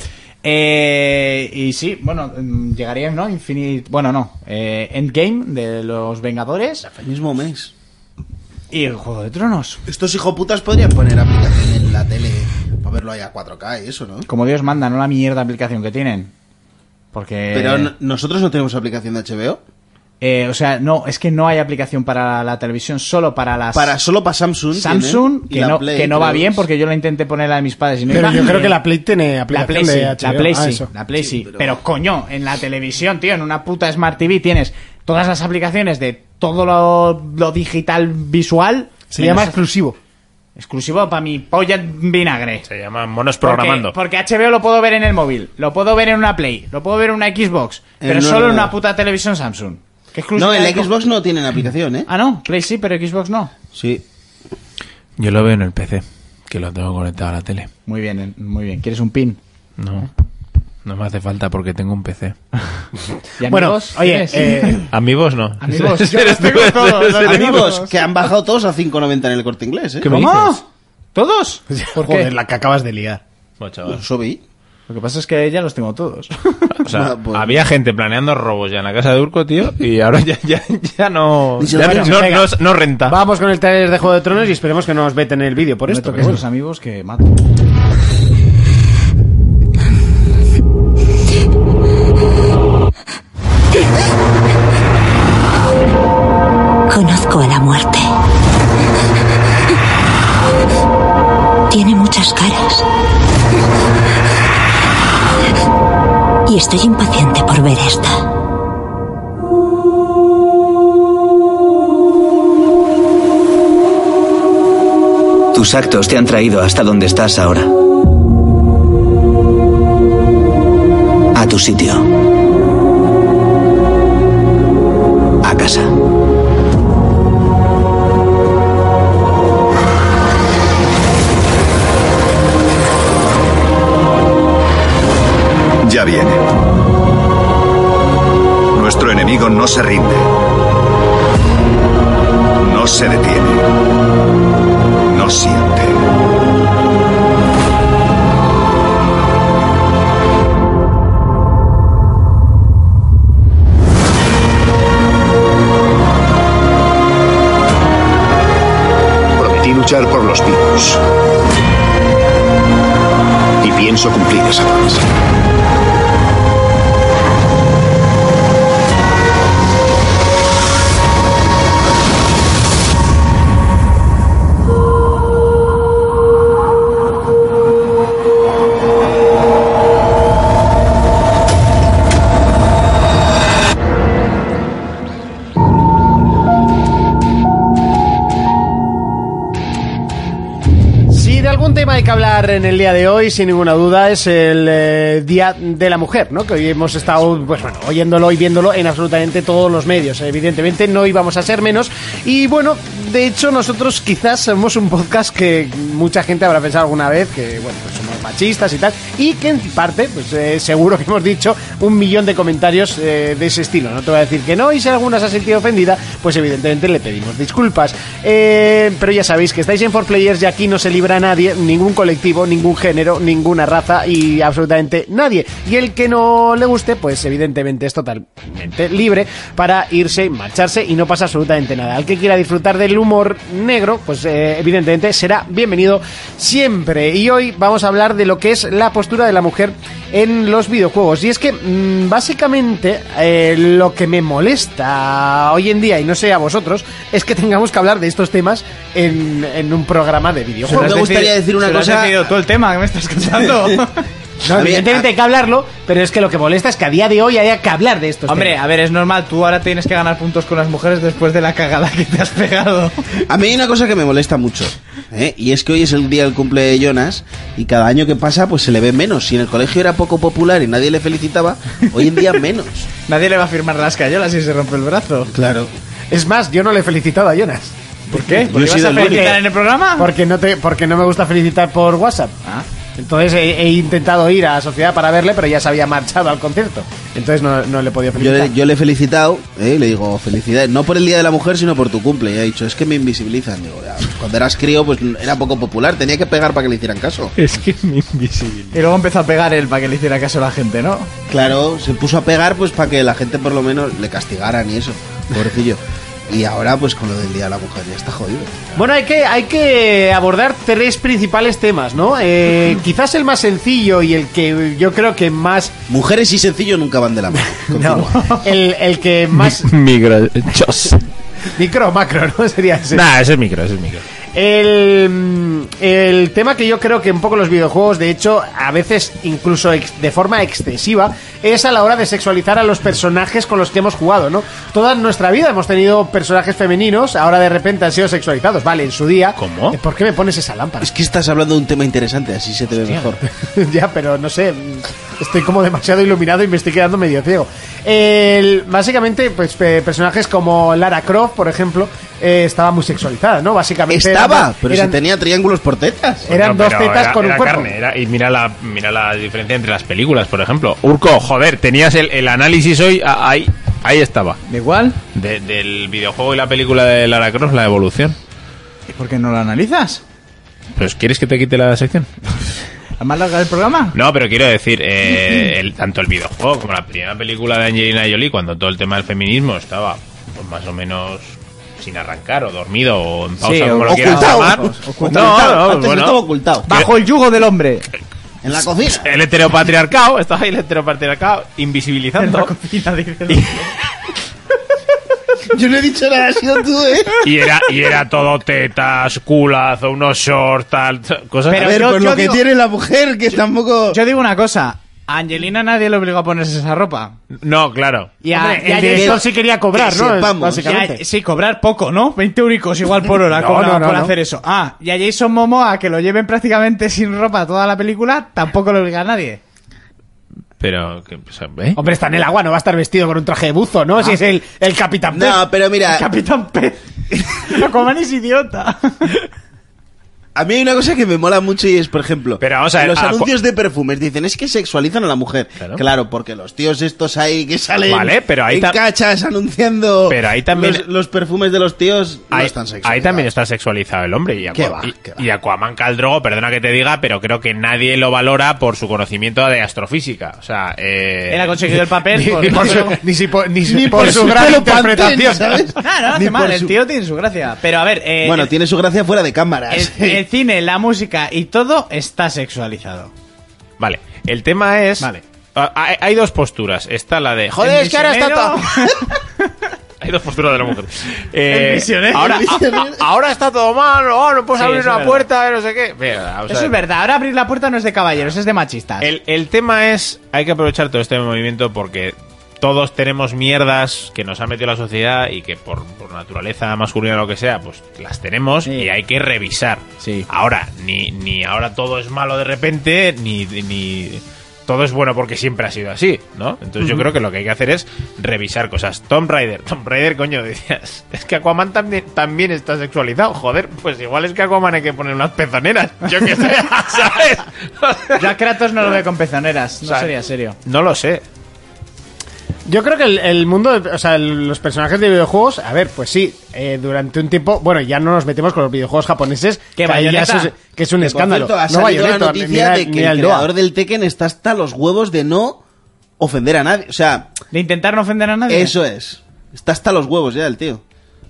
Eh, y sí, bueno, mm, llegaría, ¿no? Infinite. Bueno, no. eh, Endgame de los Vengadores el mismo mes. y el Juego de Tronos. Estos hijoputas podrían poner aplicación en la tele para verlo ahí a 4K y eso, ¿no? Como Dios manda, no la mierda de aplicación que tienen. Porque. Pero n- nosotros no tenemos aplicación de HBO. eh, o sea, no, es que no hay aplicación para la televisión, solo para las. Para solo para Samsung. Samsung, tienen, y que la no, Play, que no va creo. bien porque yo la intenté poner la de mis padres y no Pero iba yo creo bien. que la Play tiene La Play aplicación sí, de la HBO. Play Ah, sí, eso. la Play sí. pero- pero... coño, en la televisión, tío, en una puta Smart TV tienes todas las aplicaciones de todo lo, lo digital visual. Se llama menos- exclusivo. exclusivo para mi polla en vinagre. Se llama Monos Porque- Programando. Porque, HBO lo puedo ver en el móvil, lo puedo ver en una Play, lo puedo ver en una Xbox, pero Eh, no, solo no, en no. una puta televisión Samsung. ¿Qué No, exclusiva en la hay con- Xbox no tienen aplicación, ¿eh? Ah, no, Play sí, pero Xbox no. Sí. Yo lo veo en el PC, que lo tengo conectado a la tele. Muy bien, eh, muy bien. ¿Quieres un pin? No, no me hace falta porque tengo un PC. ¿Y Bueno, amigos? oye, ¿Tienes? eh, Amigos no. Amigos, yo Eres los tengo tú, todos, eres los tú. amigos. Amigos, que han bajado todos a 5.90 en el corte inglés, ¿eh? ¿Qué me dices? ¿Cómo? ¿Todos? ¿Por qué? joder, la que acabas de liar. Bueno, chaval. Los vi. Lo que pasa es que ya los tengo todos. O sea, Bueno, pues- había gente planeando robos ya en la casa de Urco, tío, y ahora ya, ya, ya no, Y se ya lo no, digo, no- no renta. Vamos con el trailer de Juego de Tronos y esperemos que no nos veten el vídeo por Me esto. toqué estos amigos que mato. Conozco a la muerte. Tiene muchas caras. Y estoy impaciente por ver esta. Tus actos te han traído hasta donde estás ahora. A tu sitio. A casa. Ya viene. Nuestro enemigo no se rinde. No se detiene. No siente. Prometí luchar por los vivos. Y pienso cumplir esa promesa. Si de algún tema hay que hablar en el día de hoy, sin ninguna duda, es el eh, Día de la Mujer, ¿no? Que hoy hemos estado, pues bueno, oyéndolo y viéndolo en absolutamente todos los medios. Evidentemente no íbamos a ser menos. Y bueno, de hecho nosotros quizás somos un podcast que mucha gente habrá pensado alguna vez que, bueno, pues somos machistas y tal. Y que en parte, pues eh, seguro que hemos dicho un millón de comentarios eh, de ese estilo. No te voy a decir que no y si alguna se ha sentido ofendida, pues evidentemente le pedimos disculpas. Eh, pero ya sabéis que estáis en 4Players y aquí no se libra nadie, ningún colectivo, ningún género, ninguna raza y absolutamente nadie. Y el que no le guste, pues evidentemente es totalmente libre para irse, marcharse y no pasa absolutamente nada. Al que quiera disfrutar del humor negro, pues eh, evidentemente será bienvenido siempre. Y hoy vamos a hablar de lo que es la postura de la mujer en los videojuegos. Y es que mm, básicamente eh, lo que me molesta hoy en día, y no sé a vosotros, es que tengamos que hablar de estos temas en, en un programa de videojuegos. Me gustaría decir una se lo has cosa- decidido tú el tema que me estás contando. No, A mí- evidentemente hay que hablarlo, pero es que lo que molesta es que a día de hoy haya que hablar de estos Hombre, temas. a ver, es normal, tú ahora tienes que ganar puntos con las mujeres después de la cagada que te has pegado. A mí hay una cosa que me molesta mucho, ¿eh? y es que hoy es el día del cumple de Jonas, y cada año que pasa, pues se le ve menos. Si en el colegio era poco popular y nadie le felicitaba, hoy en día menos. Nadie le va a firmar las cayolas si se rompe el brazo. Claro. Es más, yo no le he felicitado a Jonas. ¿Por qué? Yo he ¿Porque vas sido a el único. felicitar en el programa? Porque no, te, porque no me gusta felicitar por WhatsApp. Ah. Entonces he, he intentado ir a la sociedad para verle, pero ya se había marchado al concierto. Entonces no, no le podía Yo felicitar. le, yo le he felicitado, ¿eh? y le digo, felicidades, no por el Día de la Mujer, sino por tu cumple. Y ha dicho, es que me invisibilizan. Digo, "Ya, cuando eras crío, pues era poco popular, tenía que pegar para que le hicieran caso. Y luego empezó a pegar él para que le hiciera caso a la gente, ¿no? Claro, se puso a pegar pues para que la gente por lo menos le castigaran y eso, pobrecillo. Y ahora pues con lo del Día de la Mujer ya está jodido. Bueno, hay que, hay que abordar tres principales temas, ¿no? Eh, quizás el más sencillo y el que yo creo que más... Mujeres y sencillo nunca van de la mano. No, Continúa. el, el que más... Microchos. Micro o macro, ¿no? Sería ese. Nah, Ah, ese es micro, ese es micro. El, mm, el tema que yo creo que un poco los videojuegos, de hecho, a veces incluso ex- de forma excesiva, es a la hora de sexualizar a los personajes con los que hemos jugado, ¿no? Toda nuestra vida hemos tenido personajes femeninos, ahora de repente han sido sexualizados, vale, en su día. eh, ¿Cómo? ¿Por qué me pones esa lámpara? Es que estás hablando de un tema interesante, así se te ve mejor. ya, pero no sé, mm, estoy como demasiado iluminado y me estoy quedando medio ciego. El- básicamente, pues pe- personajes como Lara Croft, por ejemplo, eh, estaba muy sexualizada, ¿no? Básicamente Estaba, eran- pero eran- se tenía triángulos por tetas. Eran Bueno, dos Pues pero tetas era- con un era cuerpo. carne, era- y mira la, mira la diferencia entre las películas, por ejemplo. Urco, joder, tenías el, el análisis hoy, a- ahí, ahí estaba. ¿De igual? De- del videojuego y la película de Lara Croft, la evolución. ¿Y por qué no lo analizas? Pues, ¿quieres que te quite la sección? ¿La más larga del programa? No, pero quiero decir, eh, el- tanto el videojuego como la primera película de Angelina Jolie, cuando todo el tema del feminismo estaba pues, más o menos sin arrancar o dormido o en pausa, Sí, como lo quieras ocultado. llamar. Ocultado. No, no, Antes bueno, estaba ocultado. Bajo el yugo del hombre. En la cocina. El heteropatriarcado, estaba ahí el heteropatriarcado invisibilizando. Yo no he dicho nada, ha sido tú, ¿eh? Y era, y era todo tetas, culazo, unos shorts, tal, t- cosas A Pero ver, yo- pues yo lo que digo- tiene la mujer, que tampoco... Yo digo una cosa. A Angelina nadie le obligó a ponerse esa ropa. No, claro. Y a- Hombre, y a el Jess- director sí quería cobrar, que ¿no? sepamos. Básicamente. Ya, sí, cobrar poco, ¿no? 20 euricos igual por hora No, cobraba no, no, por no. hacer eso. Ah, y a Jason Momoa, que lo lleven prácticamente sin ropa toda la película, tampoco lo obliga a nadie. Pero, que, o sea, ¿eh? Hombre, está en el agua, no va a estar vestido con un traje de buzo, ¿no? Si es el, el Capitán Pez. No, pero mira, Capitán Pez. Aquaman es idiota. A mí hay una cosa que me mola mucho y es, por ejemplo, Pero vamos a ver, los ¿a cu- anuncios de perfumes dicen es que sexualizan a la mujer. Claro. Claro, porque los tíos estos ahí que salen Vale, pero ahí en tam- cachas anunciando Pero ahí también- los, los perfumes de los tíos no Ahí, están sexualizados. ahí también está sexualizado el hombre. Y, Aqua- ¿Qué va? y- ¿Qué va? y Aquaman Caldrogo, perdona que te diga, pero creo que nadie lo valora por su conocimiento de astrofísica. O sea, eh, Él ha conseguido el papel. Ni, ni por su, ni si por, ni si por por su su gran pelo interpretación. pantene, ¿sabes? Claro, no Ni hace por mal. El su- tío tiene su gracia. Pero a ver. eh, Bueno, el- tiene su gracia fuera de cámaras. el, el cine, la música y todo está sexualizado. Vale, el tema es... Vale. Ah, Hay, hay dos posturas. Está la de... Joder, El es que ahora está misionero- todo... Hay dos posturas de la mujer. Eh, El misionero. ahora, El misionero. a- a- ahora está todo mal, oh, no puedes Sí, abrir eso es una verdad. puerta, eh, no sé qué. Mira, vamos Eso a ver. es verdad. Ahora abrir la puerta no es de caballeros, es de machistas. El, el tema es, hay que aprovechar todo este movimiento porque todos tenemos mierdas que nos ha metido la sociedad y que por, por naturaleza masculina o lo que sea, pues las tenemos Sí. y hay que revisar. Sí. Ahora, ni, ni ahora todo es malo de repente, ni, ni todo es bueno porque siempre ha sido así, ¿no? Entonces yo creo que lo que hay que hacer es revisar cosas. Tomb Raider, Tomb Raider, coño, decías, es que Aquaman también, también está sexualizado, joder, pues igual es que Aquaman hay que poner unas pezoneras, yo qué sé, ¿sabes? Yo a Kratos no lo veo con pezoneras. No O sea, sería serio. No lo sé. Yo creo que el, el mundo, de- o sea, el- los personajes de videojuegos, a ver, pues sí, eh, durante un tiempo, bueno, ya no nos metemos con los videojuegos japoneses, ¿Qué, ahí ya Bayonetta? eso es, que es un Que, por escándalo. cierto, ha no salido la Bayonetta, noticia mira- de que mira el Doa. creador del Tekken está hasta los huevos de no ofender a nadie. O sea, De intentar no ofender a nadie. Eso es. Está hasta los huevos ya el tío.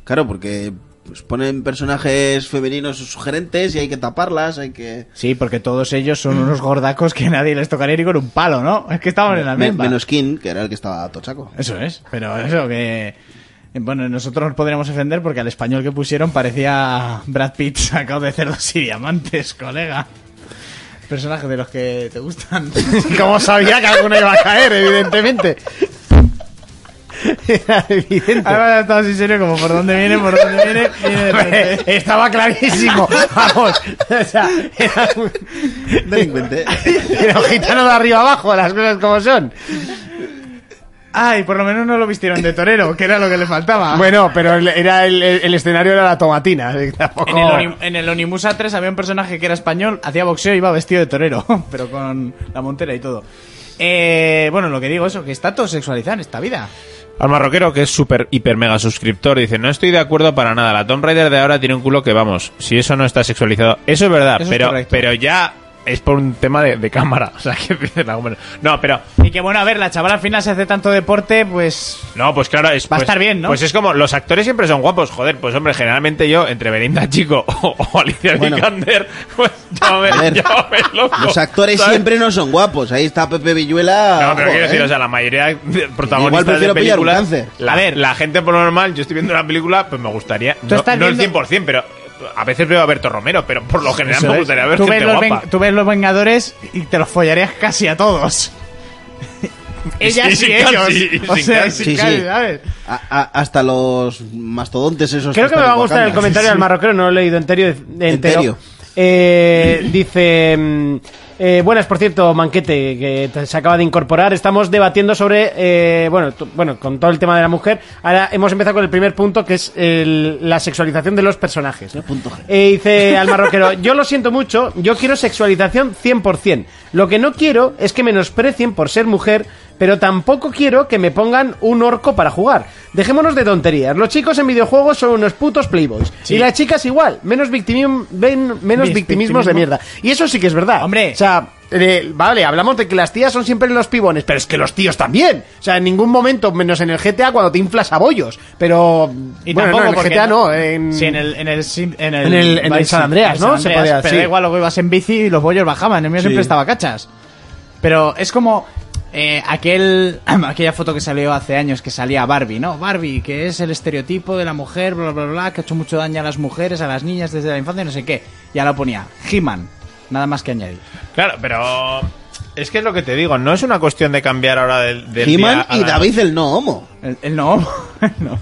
Claro, porque pues, ponen personajes femeninos sugerentes y hay que taparlas, hay que... Sí, porque todos ellos son unos gordacos que nadie les tocaría ni con un palo, ¿no? Es que estaban en la Me- misma. menos King, que era el que estaba tochaco. Eso es. Pero eso que. Bueno, nosotros nos podríamos ofender porque al español que pusieron parecía Brad Pitt sacado de cerdos y diamantes, colega. Personajes de los que te gustan. Como sabía que alguna iba a caer, evidentemente. Era evidente. Además, estaba así serio, como por dónde viene, por dónde viene. viene de repente. Estaba clarísimo. Vamos. O sea, era un- Delincuente. era un gitano de arriba abajo, las cosas como son. Ay, por lo menos no lo vistieron de torero, que era lo que le faltaba. Bueno, pero el, era el, el- el escenario era la tomatina. así que tampoco- En el, Oni- en el Onimusa 3 había un personaje que era español, hacía boxeo y iba vestido de torero, pero con la montera y todo. Eh, bueno, lo que digo eso, que está todo sexualizado en esta vida. Al marroquero, que es super hiper mega suscriptor, dice: No estoy de acuerdo para nada. La Tomb Raider de ahora tiene un culo que vamos. Si eso no está sexualizado. Eso es verdad, Eso es pero, correcto. pero ya es por un tema de, de cámara. O sea, que dice la cámara. No, pero. Y que bueno, a ver, la chavala al final se hace tanto deporte, pues... No, pues claro, es, Va a pues- estar bien, ¿no? Pues es como, los actores siempre son guapos, joder, pues hombre, generalmente yo, entre Belinda Chico o, o Alicia Bueno. Vikander, pues yo me, A ver, yo me loco, Los actores ¿sabes? siempre no son guapos. Ahí está Pepe Villuela. No, pero ojo, quiero decir, ¿eh? o sea, la mayoría de Igual protagonistas de prefiero pillar un películas... cáncer. La, A ver. la gente por lo normal, yo estoy viendo una película, pues me gustaría... No, estás no el viendo- 100%, pero a veces veo a Berto Romero, pero por lo general me gustaría ver tú, gente ves los guapa. ven- tú ves los Vengadores y te los follarías casi a todos. Ellas sí, y, sin ellos. casi, y o sin sea, casi. sin Sí, casi, sí. ¿sabes? A- a- hasta los mastodontes esos. Creo que me están va a en gustar el Wakanda. comentario del marroquero, no lo he leído entero. entero. Entero. Eh, dice... mm, eh, buenas, por cierto, Manquete, que te- se acaba de incorporar. Estamos debatiendo sobre, eh, bueno, tú- bueno, con todo el tema de la mujer. Ahora hemos empezado con el primer punto, que es el- la sexualización de los personajes. ¿no? punto G. Eh, dice al marroquero, yo lo siento mucho, yo quiero sexualización 100%. Lo que no quiero es que menosprecien por ser mujer, pero tampoco quiero que me pongan un orco para jugar. Dejémonos de tonterías. Los chicos en videojuegos son unos putos playboys. Y las chicas igual, menos, victimi- ven- menos Vis- victimismos de mierda. victimismo. Y eso sí que es verdad. Hombre. O sea, eh, vale, hablamos de que las tías son siempre los pibones, pero es que los tíos también. O sea, en ningún momento, menos en el GTA cuando te inflas a bollos. Pero. Y bueno, tampoco no, en el porque GTA no. en- Sí, en el, en el, sim- en el, En el- en el Vice San Andreas, City, en ¿no? San Se Andreas, podía, pero sí. da igual, luego ibas en bici y los bollos bajaban. El mío siempre Sí. estaba cachas. Pero es como eh, aquel aquella foto que salió hace años que salía Barbie, ¿no? Barbie, que es el estereotipo de la mujer, bla, bla, bla, que ha hecho mucho daño a las mujeres, a las niñas desde la infancia, no sé qué. Ya lo ponía. He-Man. Nada más que añadir. Claro, pero... Es que es lo que te digo, no es una cuestión de cambiar ahora del, del He-Man día a y la- David el no homo. El, el no. no.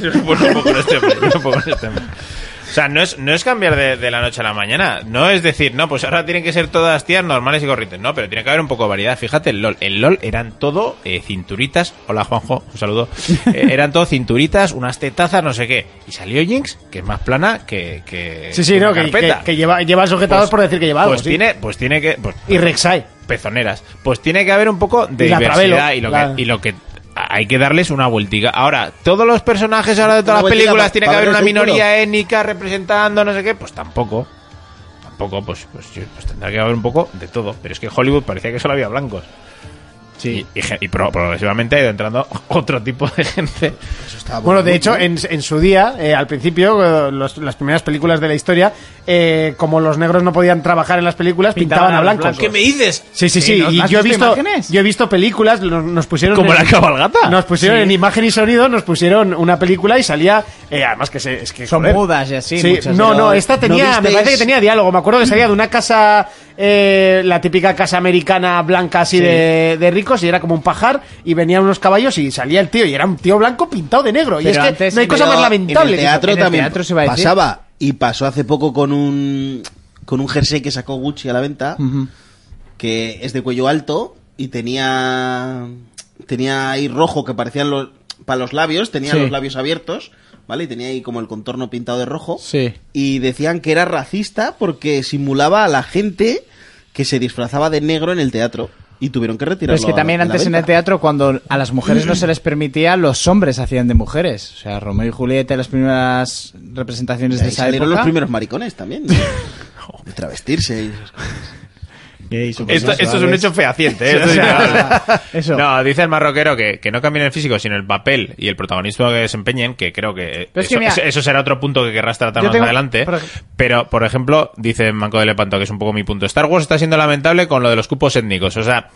Bueno, un poco en este hombre, un poco en este hombre. O sea, no es, no es cambiar de, de la noche a la mañana. No es decir, no, pues ahora tienen que ser todas tías normales y corrientes. No, pero tiene que haber un poco de variedad. Fíjate, el LOL. El LOL eran todo eh, cinturitas. Hola, Juanjo, un saludo. Eh, eran todo cinturitas, unas tetazas, no sé qué. Y salió Jinx, que es más plana que. que Sí, sí, una no, que, carpeta. que- que lleva, lleva sujetados Pues- por decir que lleva algo. Pues sí. tiene, pues tiene que. pues- Y Rek'Sai. pezoneras. Pues tiene que haber un poco de Y la diversidad Travelo, y lo, la- que, y lo que hay que darles una vueltica. Ahora, todos los personajes ahora de todas Una las vueltica películas pa- tiene pa que haber verles una un culo. minoría étnica representando no sé qué, pues tampoco. Tampoco, pues, pues, yo- pues tendrá que haber un poco de todo. Pero es que Hollywood parecía que solo había blancos. Sí. Y, y gen- y pro- progresivamente ha ido entrando otro tipo de gente. Bueno, de hecho, en, en su día, eh, al principio, eh, los- las primeras películas de la historia, eh, como los negros no podían trabajar en las películas, pintaban, Pintaban a a los blancos. blancos. ¿Qué me dices? Sí, sí, sí. Sí, ¿no? Y ¿Has yo he visto visto, imágenes? yo he visto películas, nos, nos pusieron. Como en- la cabalgata. Nos pusieron Sí. en imagen y sonido, nos pusieron una película y salía. eh, además que se- es que. Son joder. mudas y así. Sí, muchas, no, pero- no, esta tenía, me visteis? parece que tenía diálogo. Me acuerdo que salía de una casa, eh, la típica casa americana blanca así de, de ricos, y era como un pajar, y venían unos caballos y salía el tío, y era un tío blanco pintado de negro. y Pero es que antes- no hay cosa pero más lamentable. En que el eso. teatro En el también teatro se iba a decir. pasaba. Y pasó hace poco con un, con un jersey que sacó Gucci a la venta, que es de cuello alto y tenía, tenía ahí rojo que parecían los, para los labios, tenía Sí. los labios abiertos, ¿vale? Y tenía ahí como el contorno pintado de rojo. Sí. Y decían que era racista porque simulaba a la gente que se disfrazaba de negro en el teatro. Y tuvieron que Pero retirarlo. es que a- también de la antes en el venta. teatro, cuando a las mujeres no se les permitía, los hombres hacían de mujeres. O sea, Romeo y Julieta, las primeras representaciones Y de ahí esa salieron época. los primeros maricones también. ¿no? De travestirse y esas cosas. Esto, esto es un hecho fehaciente. ¿eh? Esto es innegable. eso. No, dice el marroquero que, que no cambien el físico, sino el papel y el protagonismo que desempeñen, que creo que, Pero es eso, que mira- eso- eso será otro punto que querrás tratar Yo más tengo- adelante. por ej- pero, por ejemplo, dice Manco de Lepanto, que es un poco mi punto. Star Wars está siendo lamentable con lo de los cupos étnicos. O sea,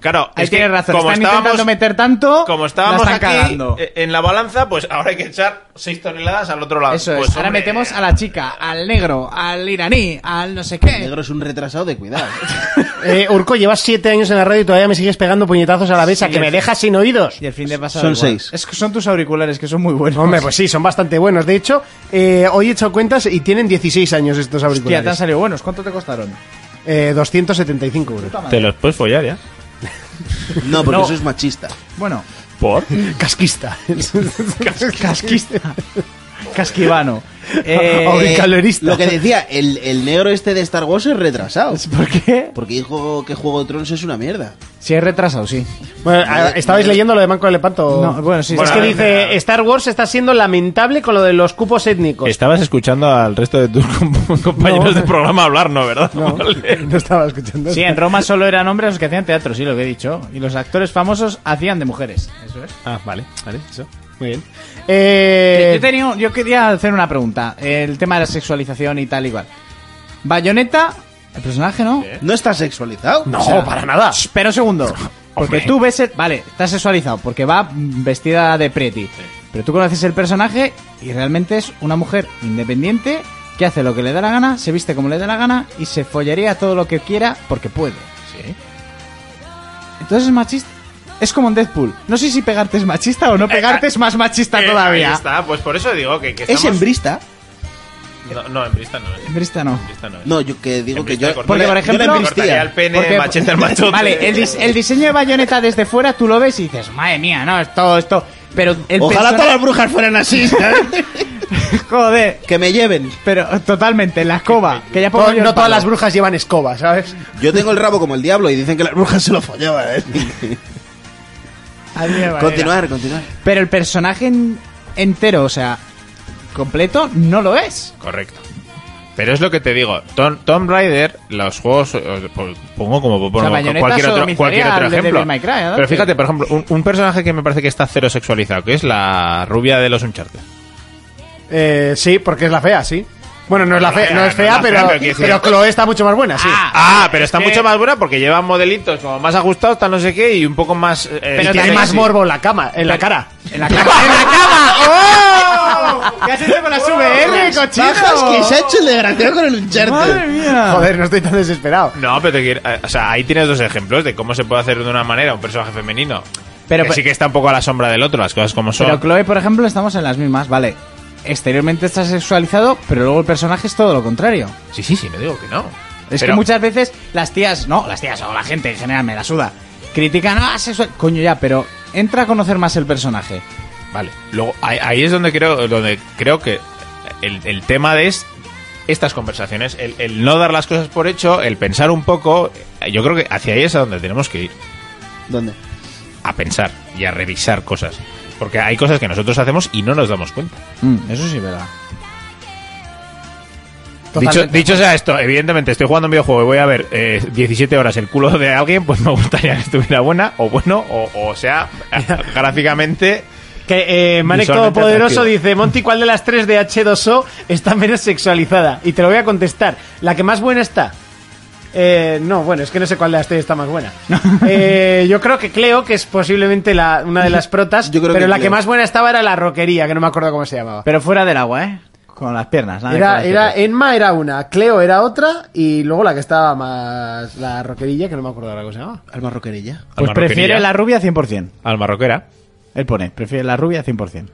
claro, Ahí es que tienes razón. como están estábamos, intentando meter tanto, como la estábamos están aquí cagando. eh, en la balanza, pues ahora hay que echar 6 toneladas al otro lado. Eso es. Pues, Ahora hombre, metemos a la chica, al negro, al iraní, al no sé qué. El negro es un retrasado de cuidado. Eh, Urco, llevas siete años en la radio y todavía me sigues pegando puñetazos a la mesa, que me dejas sin oídos. Y el fin de pasado. Son igual. seis. Es que son tus auriculares, que son muy buenos. Hombre, pues sí, son bastante buenos. De hecho, eh, hoy he hecho cuentas y tienen 16 años estos Hostia, te han auriculares. salido buenos. ¿Cuánto te costaron? Eh, 275 euros. Te los puedes follar ya. No, porque eso es machista. Bueno, ¿Por? Casquista. casquista. Casquivano. Auric- Eh, Auricalorista. Lo que decía, el, el negro este de Star Wars es retrasado. ¿Por qué? Porque dijo que Juego de Tronos es una mierda. Si hay retrasado, sí. Bueno, a- ¿estabais leyendo lo de Manco de Lepanto? No, bueno, sí, Es sí. que Bueno, dice, Star Wars está siendo lamentable con lo de los cupos étnicos. Estabas escuchando al resto de tus com- compañeros de programa hablar, ¿no? ¿Verdad? Vale. No estaba escuchando. Sí, en Roma solo eran hombres los que hacían teatro, sí, lo que he dicho. Y los actores famosos hacían de mujeres. Eso es. Ah, vale, vale, eso. Muy bien. yo, Eh, tenía, yo quería hacer una pregunta. El tema de la sexualización y tal igual. Bayonetta, el personaje, ¿no? No está sexualizado. no, O sea, para nada. eh, Shh, Pero un segundo. Porque Hombre. tú ves el... Vale, está sexualizado porque va mm, vestida de pretty. Pero tú conoces el personaje y realmente es una mujer independiente que hace lo que le da la gana, se viste como le da la gana y se follaría todo lo que quiera porque puede. Entonces es machista. Es como en Deadpool. No sé si pegarte es machista o no pegarte eh, es más machista Eh, ahí todavía. está, pues por eso digo que, que Es estamos- hembrista. No, no, embrista no es. Hembrista no. Embrista no es. No, yo que digo que Hembrista yo. corta- Porque, yo por la- ejemplo, yo la cortaría embristía. el pene, Porque- machete al machote. Vale, el, dis- el diseño de bayoneta desde fuera tú lo ves y dices, madre mía, no, es todo esto. Pero el Ojalá persona- todas las brujas fueran así. ¿sabes? Joder. que me lleven. Pero totalmente, la escoba. Que ya pongo No, yo el no todas palo. las brujas llevan escoba, ¿sabes? Yo tengo el rabo como el diablo y dicen que las brujas se lo follaban. ¿eh? Así de manera. continuar, continuar. Pero el personaje en- entero, o sea, completo, no lo es. Correcto. Pero es lo que te digo, Tom, Tomb Raider, los juegos, eh, po- pongo como pongo sea, cualquier Bayonetta otro, sodomizaría cualquier otro al de ejemplo. Devil May Cry, ¿no? Pero fíjate, por ejemplo, un, un personaje que me parece que está cero sexualizado, que es la rubia de los Uncharted. Eh, sí, porque es la fea, sí. Bueno, no es la fea, no es fea, No es la fea, pero, pero quiero decir- pero Chloe está mucho más buena, sí. Ah, Ah, pero está que- mucho más buena porque lleva modelitos como más ajustados, tal no sé qué, y un poco más... eh, Y eh, tiene más sexy. morbo en la cama, en la cara. En la cama. ¡En la cama! ¡Oh! ¿Qué has hecho con las VR, Bajas que se ha cochino? hecho el desgraciado con el ¡Madre Uncharted. mía! Joder, no estoy tan desesperado. No, pero te quiero- eh, o sea, ahí tienes dos ejemplos de cómo se puede hacer de una manera un personaje femenino. Pero- Pero que sí que está un poco a la sombra del otro, las cosas como son. Pero Chloe, por ejemplo, estamos en las mismas, vale. exteriormente está sexualizado, pero luego el personaje es todo lo contrario. Sí, sí, sí, no digo que no. Es Pero- que muchas veces las tías, no, las tías o la gente en general me la suda, critican, ah, sexual. Coño, ya, pero entra a conocer más el personaje. Vale. Luego, ahí, ahí es donde creo, donde creo que el, el tema de es estas conversaciones, el, el no dar las cosas por hecho, el pensar un poco, eh, yo creo que hacia ahí es a donde tenemos que ir, ¿Dónde? a pensar y a revisar cosas. Porque hay cosas que nosotros hacemos y no nos damos cuenta. Mm, eso sí, es verdad. Dicho, Totalmente. dicho sea esto, evidentemente estoy jugando un videojuego y voy a ver eh, 17 horas el culo de alguien, pues me gustaría que estuviera buena o bueno, o, o sea, gráficamente... Que eh, Manek Visualmente Todopoderoso atractivo. dice, Monty, ¿cuál de las tres de H2O está menos sexualizada? Y te lo voy a contestar. La que más buena está. Eh, no, bueno, es que no sé cuál de las tres está más buena. Eh, yo creo que Cleo, que es posiblemente la, una de las protas, Yo creo pero que la Cleo. que más buena estaba era la roquería, que no me acuerdo cómo se llamaba. Pero fuera del agua, ¿eh? Con las piernas, nada de con Era, las era, piernas. Enma era una, Cleo era otra, y luego la que estaba más. La roquerilla, que no me acuerdo ahora cómo se llamaba. Alma Roquerella. Pues Alma prefiere roquería. la rubia 100%. Alma roquera. Él pone, prefiere la rubia 100%.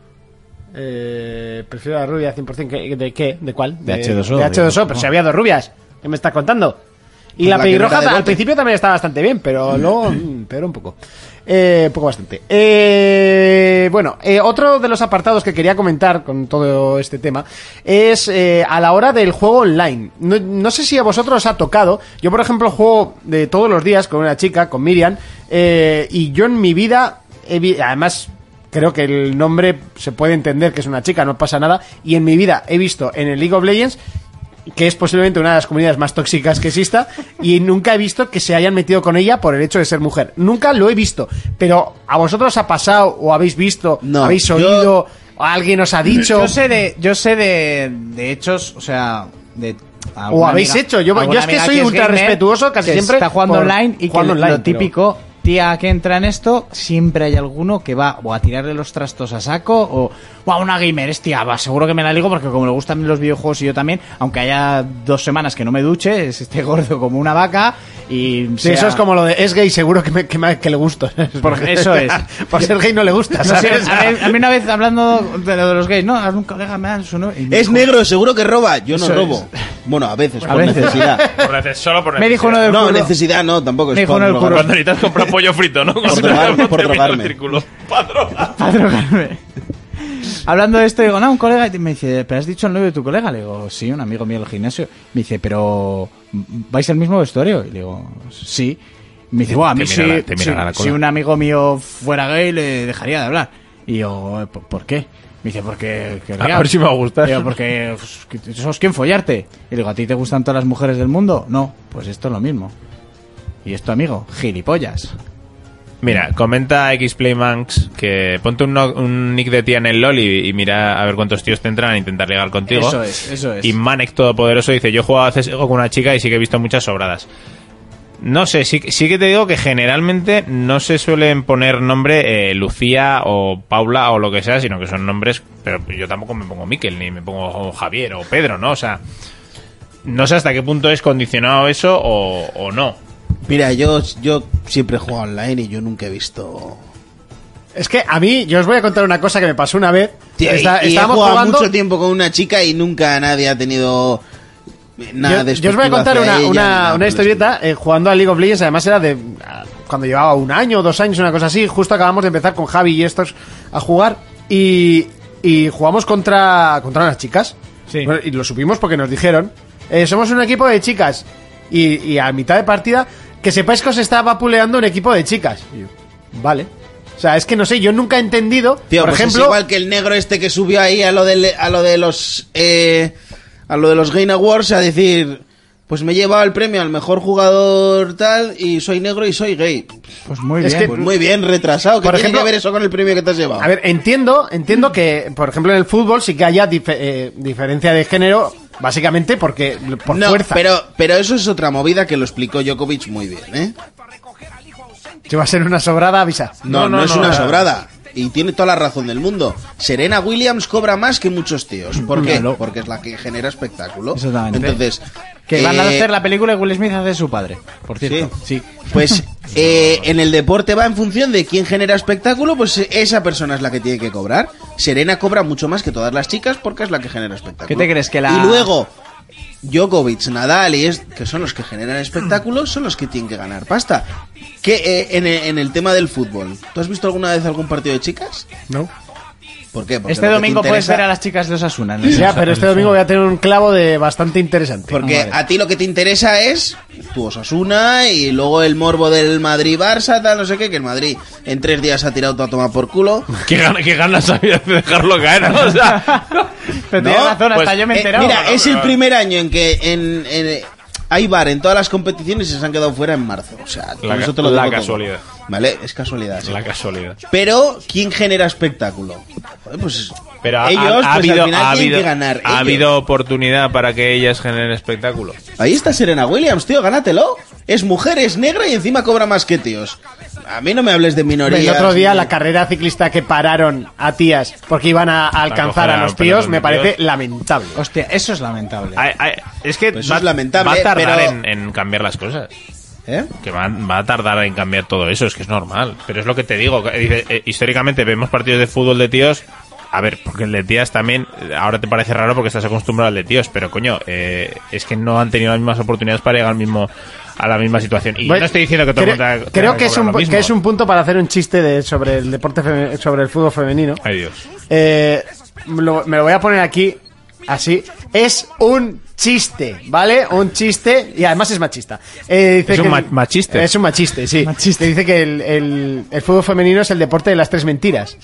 Eh, prefiero la rubia 100%. ¿Qué- ¿De qué? ¿De cuál? De H2O, De H2O, digo. pero si había dos rubias. ¿Qué me estás contando? Y Pues la, la que pelirroja no era de al bote. principio también estaba bastante bien, pero luego mm, peoró un poco. Eh, poco bastante. Eh, bueno, eh, otro de los apartados que quería comentar con todo este tema es eh, a la hora del juego online. No, no sé si a vosotros os ha tocado. Yo, por ejemplo, juego de todos los días con una chica, con Miriam, eh, y yo en mi vida, he vi- además creo que el nombre se puede entender que es una chica, no pasa nada. Y en mi vida he visto en el League of Legends que es posiblemente una de las comunidades más tóxicas que exista y nunca he visto que se hayan metido con ella por el hecho de ser mujer. Nunca lo he visto, pero a vosotros ha pasado o habéis visto, No, habéis yo- oído, o alguien os ha dicho Yo sé de, yo sé de, de hechos, o sea, de o alguna habéis amiga- hecho. Yo, alguna yo es que amiga soy ultra gamer, respetuoso casi que siempre. Está jugando por- online y que jugando online, lo pero- típico, tía que entra en esto, siempre hay alguno que va o a tirarle los trastos a saco o "Buah, una gamer, es tía, va, seguro que me la ligo porque como le gustan los videojuegos y yo también, aunque haya dos semanas que no me duche, es- esté gordo como una vaca y... Sí, eso es como lo de es gay, seguro que, me, que, me- que le gusto. Por- eso es. por ser gay no le gusta. No sé, ¿sabes? a, ver, a mí una vez hablando de lo de los gays, no, a un colega me da su nombre y me Es dijo- negro, seguro que roba. Yo no Eso robo. Bueno, a veces, A por veces. necesidad. Por neces- solo por Me dijo uno necesidad. del No, curro- necesidad no, tampoco es Me dijo por en el robar. curro. Cuando necesitas comprar pollo frito, ¿no? Cuando drogar- te- te por viene el drogarme. círculo. Pa' drogar. Pa' drogarme. Hablando de esto, digo, no, un colega y me dice, ¿pero has dicho el novio de tu colega? Le digo, sí, un amigo mío del gimnasio. Me dice, ¿pero vais al mismo vestuario? Y le digo, sí. Me dice, bueno, a Te mí mira sí, la- te mira sí, la cola". si un amigo mío fuera gay le dejaría de hablar. Y yo, ¿por por qué? Me dice, porque... querría- A ver si me va a gustar. Digo, porque pues, que- sos quien follarte. Y digo, ¿a ti te gustan todas las mujeres del mundo? No, pues esto es lo mismo. Y esto, amigo, gilipollas. Mira, comenta XPlayManx que ponte un, no- un nick de tía en el LOL y, y mira a ver cuántos tíos te entran a intentar llegar contigo. Eso es, eso es. Y Manek Todopoderoso dice, yo he jugado a CSGO con una chica y sí que he visto muchas sobradas. No sé, sí, sí que te digo que generalmente no se suelen poner nombre eh, Lucía o Paula o lo que sea, sino que son nombres, pero yo tampoco me pongo Miquel, ni me pongo Javier o Pedro, ¿no? O sea, no sé hasta qué punto es condicionado eso o, o no. Mira, yo, yo siempre he jugado online y yo nunca he visto. Es que a mí, yo os voy a contar una cosa que me pasó una vez. Tío, y- Está- y he jugado mucho tiempo con una chica y nunca nadie ha tenido nada yo, de yo os voy a despectivo contar hacia una, ella, ni nada una, por una el historieta eh, jugando a League of Legends. Además, era de ah, cuando llevaba un año, dos años, una cosa así. Justo acabamos de empezar con Javi y estos a jugar. Y, y jugamos contra, contra unas chicas. Sí. Bueno, Y lo supimos porque nos dijeron: eh, Somos un equipo de chicas. Y, y a mitad de partida, que sepáis que os está vapuleando un equipo de chicas. Y yo, vale. O sea, es que no sé, yo nunca he entendido. Tío, por pues es ejemplo, igual que el negro este que subió ahí a lo de, a lo de los eh, a lo de los Game Awards a decir, pues me he llevado el premio al mejor jugador tal y soy negro y soy gay. Pues muy Es bien. que- Pues muy bien retrasado, ¿qué Por tiene ejemplo- que ver eso con el premio que te has llevado? A ver, entiendo, entiendo que, por ejemplo, en el fútbol sí que haya dife- eh, diferencia de género, básicamente porque por no, fuerza. pero pero eso es otra movida que lo explicó Djokovic muy bien, ¿eh? Si va a ser una sobrada, avisa. No, no, es una sobrada. Y tiene toda la razón del mundo. Serena Williams cobra más que muchos tíos. ¿Por qué? Porque es la que genera espectáculo. Exactamente. Entonces, Que van a Eh, hacer la película que Will Smith hace de su padre, por cierto. Este Sí. Pues eh, en el deporte va en función de quién genera espectáculo, pues esa persona es la que tiene que cobrar. Serena cobra mucho más que todas las chicas porque es la que genera espectáculo. ¿Qué te crees, que la- Y luego, Djokovic, Nadal y es, que son los que generan espectáculos, son los que tienen que ganar pasta. Que eh, en, el- en el tema del fútbol, ¿tú has visto alguna vez algún partido de chicas? No. ¿Por qué? Porque Este lo que te domingo puedes interesa- ver a las chicas de Osasuna. ¿no? Ya, pero este domingo voy a tener un clavo de bastante interesante. Porque a ti lo que te interesa es tu Osasuna y luego el morbo del Madrid-Barça, tal, no sé qué, que el Madrid en tres días ha tirado todo a tomar por culo. ¿Qué, gana- qué ganas había de dejarlo caer? ¿no? O sea, Pero tienes No, razón, hasta pues, yo me he Eh, enterado. mira, es el primer año en que en, en- eh, hay bar en todas las competiciones y se han quedado fuera en marzo. O sea, con La ca- eso te lo la digo todo. casualidad. Vale, es casualidad. sí. la casualidad. Pero, ¿quién genera espectáculo? Joder, Pues Pero ha, ellos, ha- ha pues, al habido, final ha tienen habido- que ganar. ha ellos. habido oportunidad para que ellas generen espectáculo. Ahí está Serena Williams, tío, gánatelo. Es mujer, es negra y encima cobra más que tíos. A mí no me hables de minorías. El otro día ni- la carrera ciclista que pararon a tías porque iban a alcanzar coger a a los un pelotón tíos me de parece tíos. lamentable. Hostia, eso es lamentable. Ay, ay, es que Pues eso va, es lamentable, va a tardar pero- en, en cambiar las cosas. ¿Eh? Que va, va a tardar en cambiar todo eso, es que es normal. Pero es lo que te digo. que, dice, eh, históricamente vemos partidos de fútbol de tíos. A ver, porque el de tías también. eh, Ahora te parece raro porque estás acostumbrado al de tíos. Pero coño, eh, es que no han tenido las mismas oportunidades para llegar al mismo, a la misma situación. Y Bueno, no estoy diciendo que todo el creo, mundo tenga- creo tenga que, es cobrar un, lo mismo. que es un punto para hacer un chiste de, sobre el deporte feme- sobre el fútbol femenino. Ay Dios. Eh, lo- me lo voy a poner aquí así. Es un chiste, ¿vale? Un chiste y además es machista. Eh, dice Es un que- ma- machiste. Es un machiste, sí. Machiste. Que Dice que el, el- el fútbol femenino es el deporte de las tres mentiras.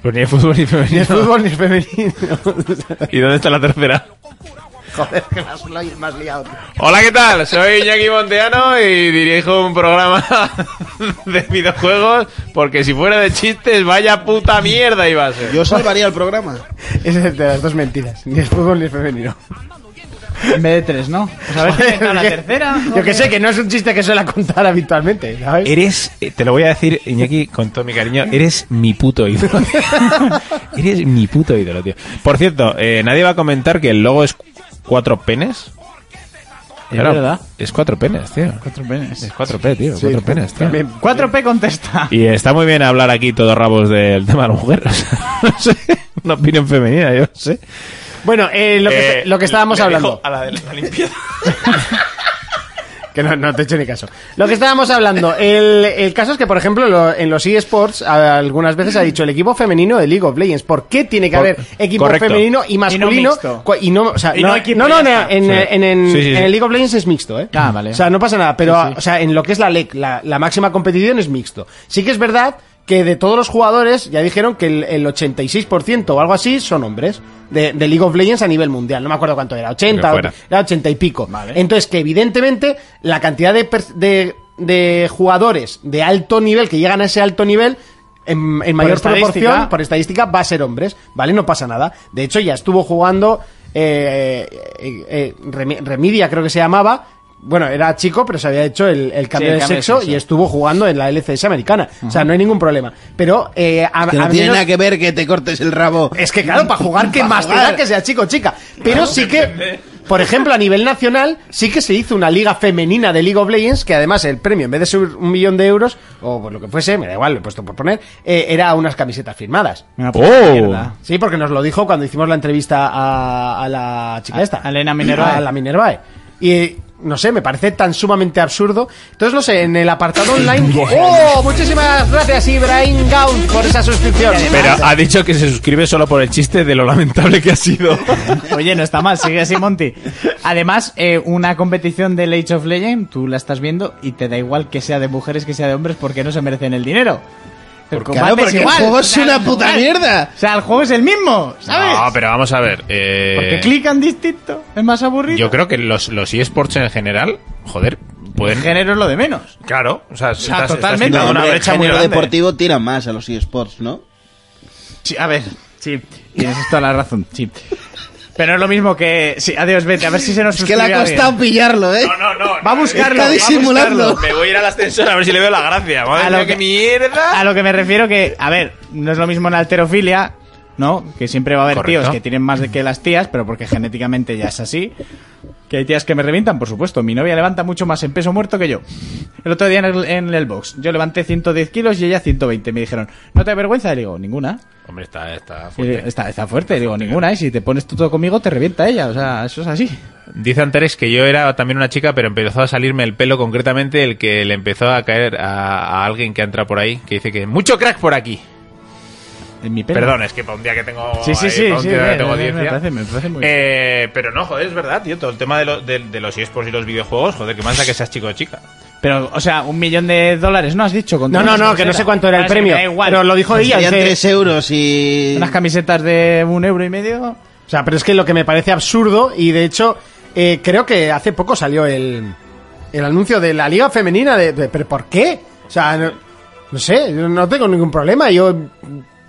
Pues ni el fútbol ni Ni el femenino. fútbol ni el femenino. ¿Y dónde está la tercera? Joder, que más li- más liado. Hola, ¿qué tal? Soy Iñaki Monteano y dirijo un programa de videojuegos porque si fuera de chistes, vaya puta mierda iba a ser. Yo salvaría el programa. Es el de las dos mentiras. Ni el fútbol ni el femenino. En vez de tres, ¿no? Pues a ver qué Joder, la que- tercera. Yo que sé, que no es un chiste que suele contar habitualmente, ¿sabes? Eres, eh, te lo voy a decir, Iñaki, con todo mi cariño, eres mi puto ídolo. eres mi puto ídolo, tío. Por cierto, eh, nadie va a comentar que el logo es cu- cuatro Es penes. Claro, verdad. Es cuatro penes, tío. Cuatro penes. Es cuatro P, tío. Cuatro penes, tío. También. 4P contesta. Y está muy bien hablar aquí todos rabos del tema de las mujeres. no sé, una opinión femenina, yo sé. Bueno, eh, lo, que, lo que estábamos hablando. A la de la limpieza. Que no, no te he hecho ni caso. Lo que estábamos hablando. El, el caso es que, por ejemplo, lo- en los eSports, a- algunas veces ha dicho el equipo femenino de League of Legends. ¿Por qué tiene que Por- haber equipo correcto. femenino y masculino? mixto. Cu- Y no, o sea, Y no equipo, no, no, ya no, está. en, Sí. en- en- Sí, sí, sí. en el League of Legends es mixto, ¿eh? Ah, vale. O sea, no pasa nada, pero o sea, en lo que es la LEC, la, la máxima competición es mixto. Sí que es verdad que de todos los jugadores, ya dijeron que el, el 86% o algo así son hombres de, de League of Legends a nivel mundial. No me acuerdo cuánto era, 80, Lo que fuera. era 80 y pico. Entonces, que evidentemente la cantidad de, per- de, de jugadores de alto nivel que llegan a ese alto nivel. En, en mayor estadística. proporción, por estadística, va a ser hombres, ¿vale? No pasa nada. De hecho, ya estuvo jugando eh, eh, eh, Remi- Remidia, creo que se llamaba. Bueno, era chico, pero se había hecho el, el cambio el de cambio de sexo sexo. y estuvo jugando en la LCS americana. O sea, no hay ningún problema. Pero eh, a- Que no a tiene menos- nada que ver que te cortes el rabo. es que claro, para jugar que Pa' más te jugar. da que sea chico o chica. Pero sí que, por ejemplo, a nivel nacional, sí que se hizo una liga femenina de League of Legends, que además el premio, en vez de ser un millón de euros, o por lo que fuese, me da igual, lo he puesto por poner, eh, era unas camisetas firmadas. Una puta ¡Oh! mierda. Sí, porque nos lo dijo cuando hicimos la entrevista a, a la chica A- esta. a Elena Minervae. A la Minervae. Y, eh, no sé, me parece tan sumamente absurdo. Entonces, no sé, en el apartado online... ¡Oh! Muchísimas gracias, Ibrahim Gaun, por esa suscripción. Pero ha dicho que se suscribe solo por el chiste de lo lamentable que ha sido. Oye, no está mal, sigue así, Monty. Además, eh, una competición del Age of Legend, tú la estás viendo y te da igual que sea de mujeres que sea de hombres porque no se merecen el dinero. El combate Claro, es porque el igual. juego es O sea, una el puta jugar- mierda. O sea, el juego es el mismo, ¿sabes? No, pero vamos a ver. eh, Porque clican distinto, es más aburrido. yo creo que los, los eSports en general, joder, El pueden. género es lo de menos. Claro, o sea, estás- estás totalmente. quitando No, una hombre, el brecha muy género grande. deportivo tira más a los eSports, ¿no? Sí, a ver, sí, tienes toda la razón, sí. Pero es lo mismo que... Sí, adiós, vete, a ver si se nos Es que le ha suscribe alguien. costado pillarlo, ¿eh? No, no, no. Va a buscarlo, Está va a disimulando. buscarlo. Me voy a ir al ascensor a ver si le veo la gracia. Madre A lo mía, qué que- mierda. A lo que me refiero que, a ver, no es lo mismo en la alterofilia, ¿no? Que siempre va a haber Correcto. tíos que tienen más de que las tías, pero porque genéticamente ya es así. Que hay tías que me revientan, por supuesto. Mi novia levanta mucho más en peso muerto que yo. El otro día en el, en el box, yo levanté 110 kilos y ella 120. Me dijeron, ¿no te da vergüenza? Y le digo, ninguna. Hombre, está, está Y fuerte. le- Está, está fuerte, digo, ninguna, ¿eh? Si te pones tú todo conmigo, te revienta ella. O sea, eso es así. Dice Antares que yo era también una chica, pero empezó a salirme el pelo, concretamente el que le empezó a caer a, a alguien que entra por ahí, que dice que mucho crack por aquí. En mi pelo. Perdón, es que para un día que tengo. Sí, sí, ahí, sí. para un sí, día que me- tengo me, me audiencia. parece, me parece muy bien. Eh, pero no, joder, es verdad, tío. Todo el tema de, lo- de, de los eSports y los videojuegos, joder, que más da que seas chico o chica. Pero, o sea, un millón de dólares, ¿no has dicho? Con No, no, todas las no, que no camisetas. sé cuánto era el Ahora sí que premio. me da igual. Pero lo dijo ella. Serían dice- 3 euros y... eh, Unas camisetas de un euro y medio. O sea, pero es que lo que me parece absurdo, y de hecho, eh, creo que hace poco salió el, el anuncio de la Liga Femenina. De, de- ¿Pero por qué? O sea, no, no sé, yo no tengo ningún problema. Yo.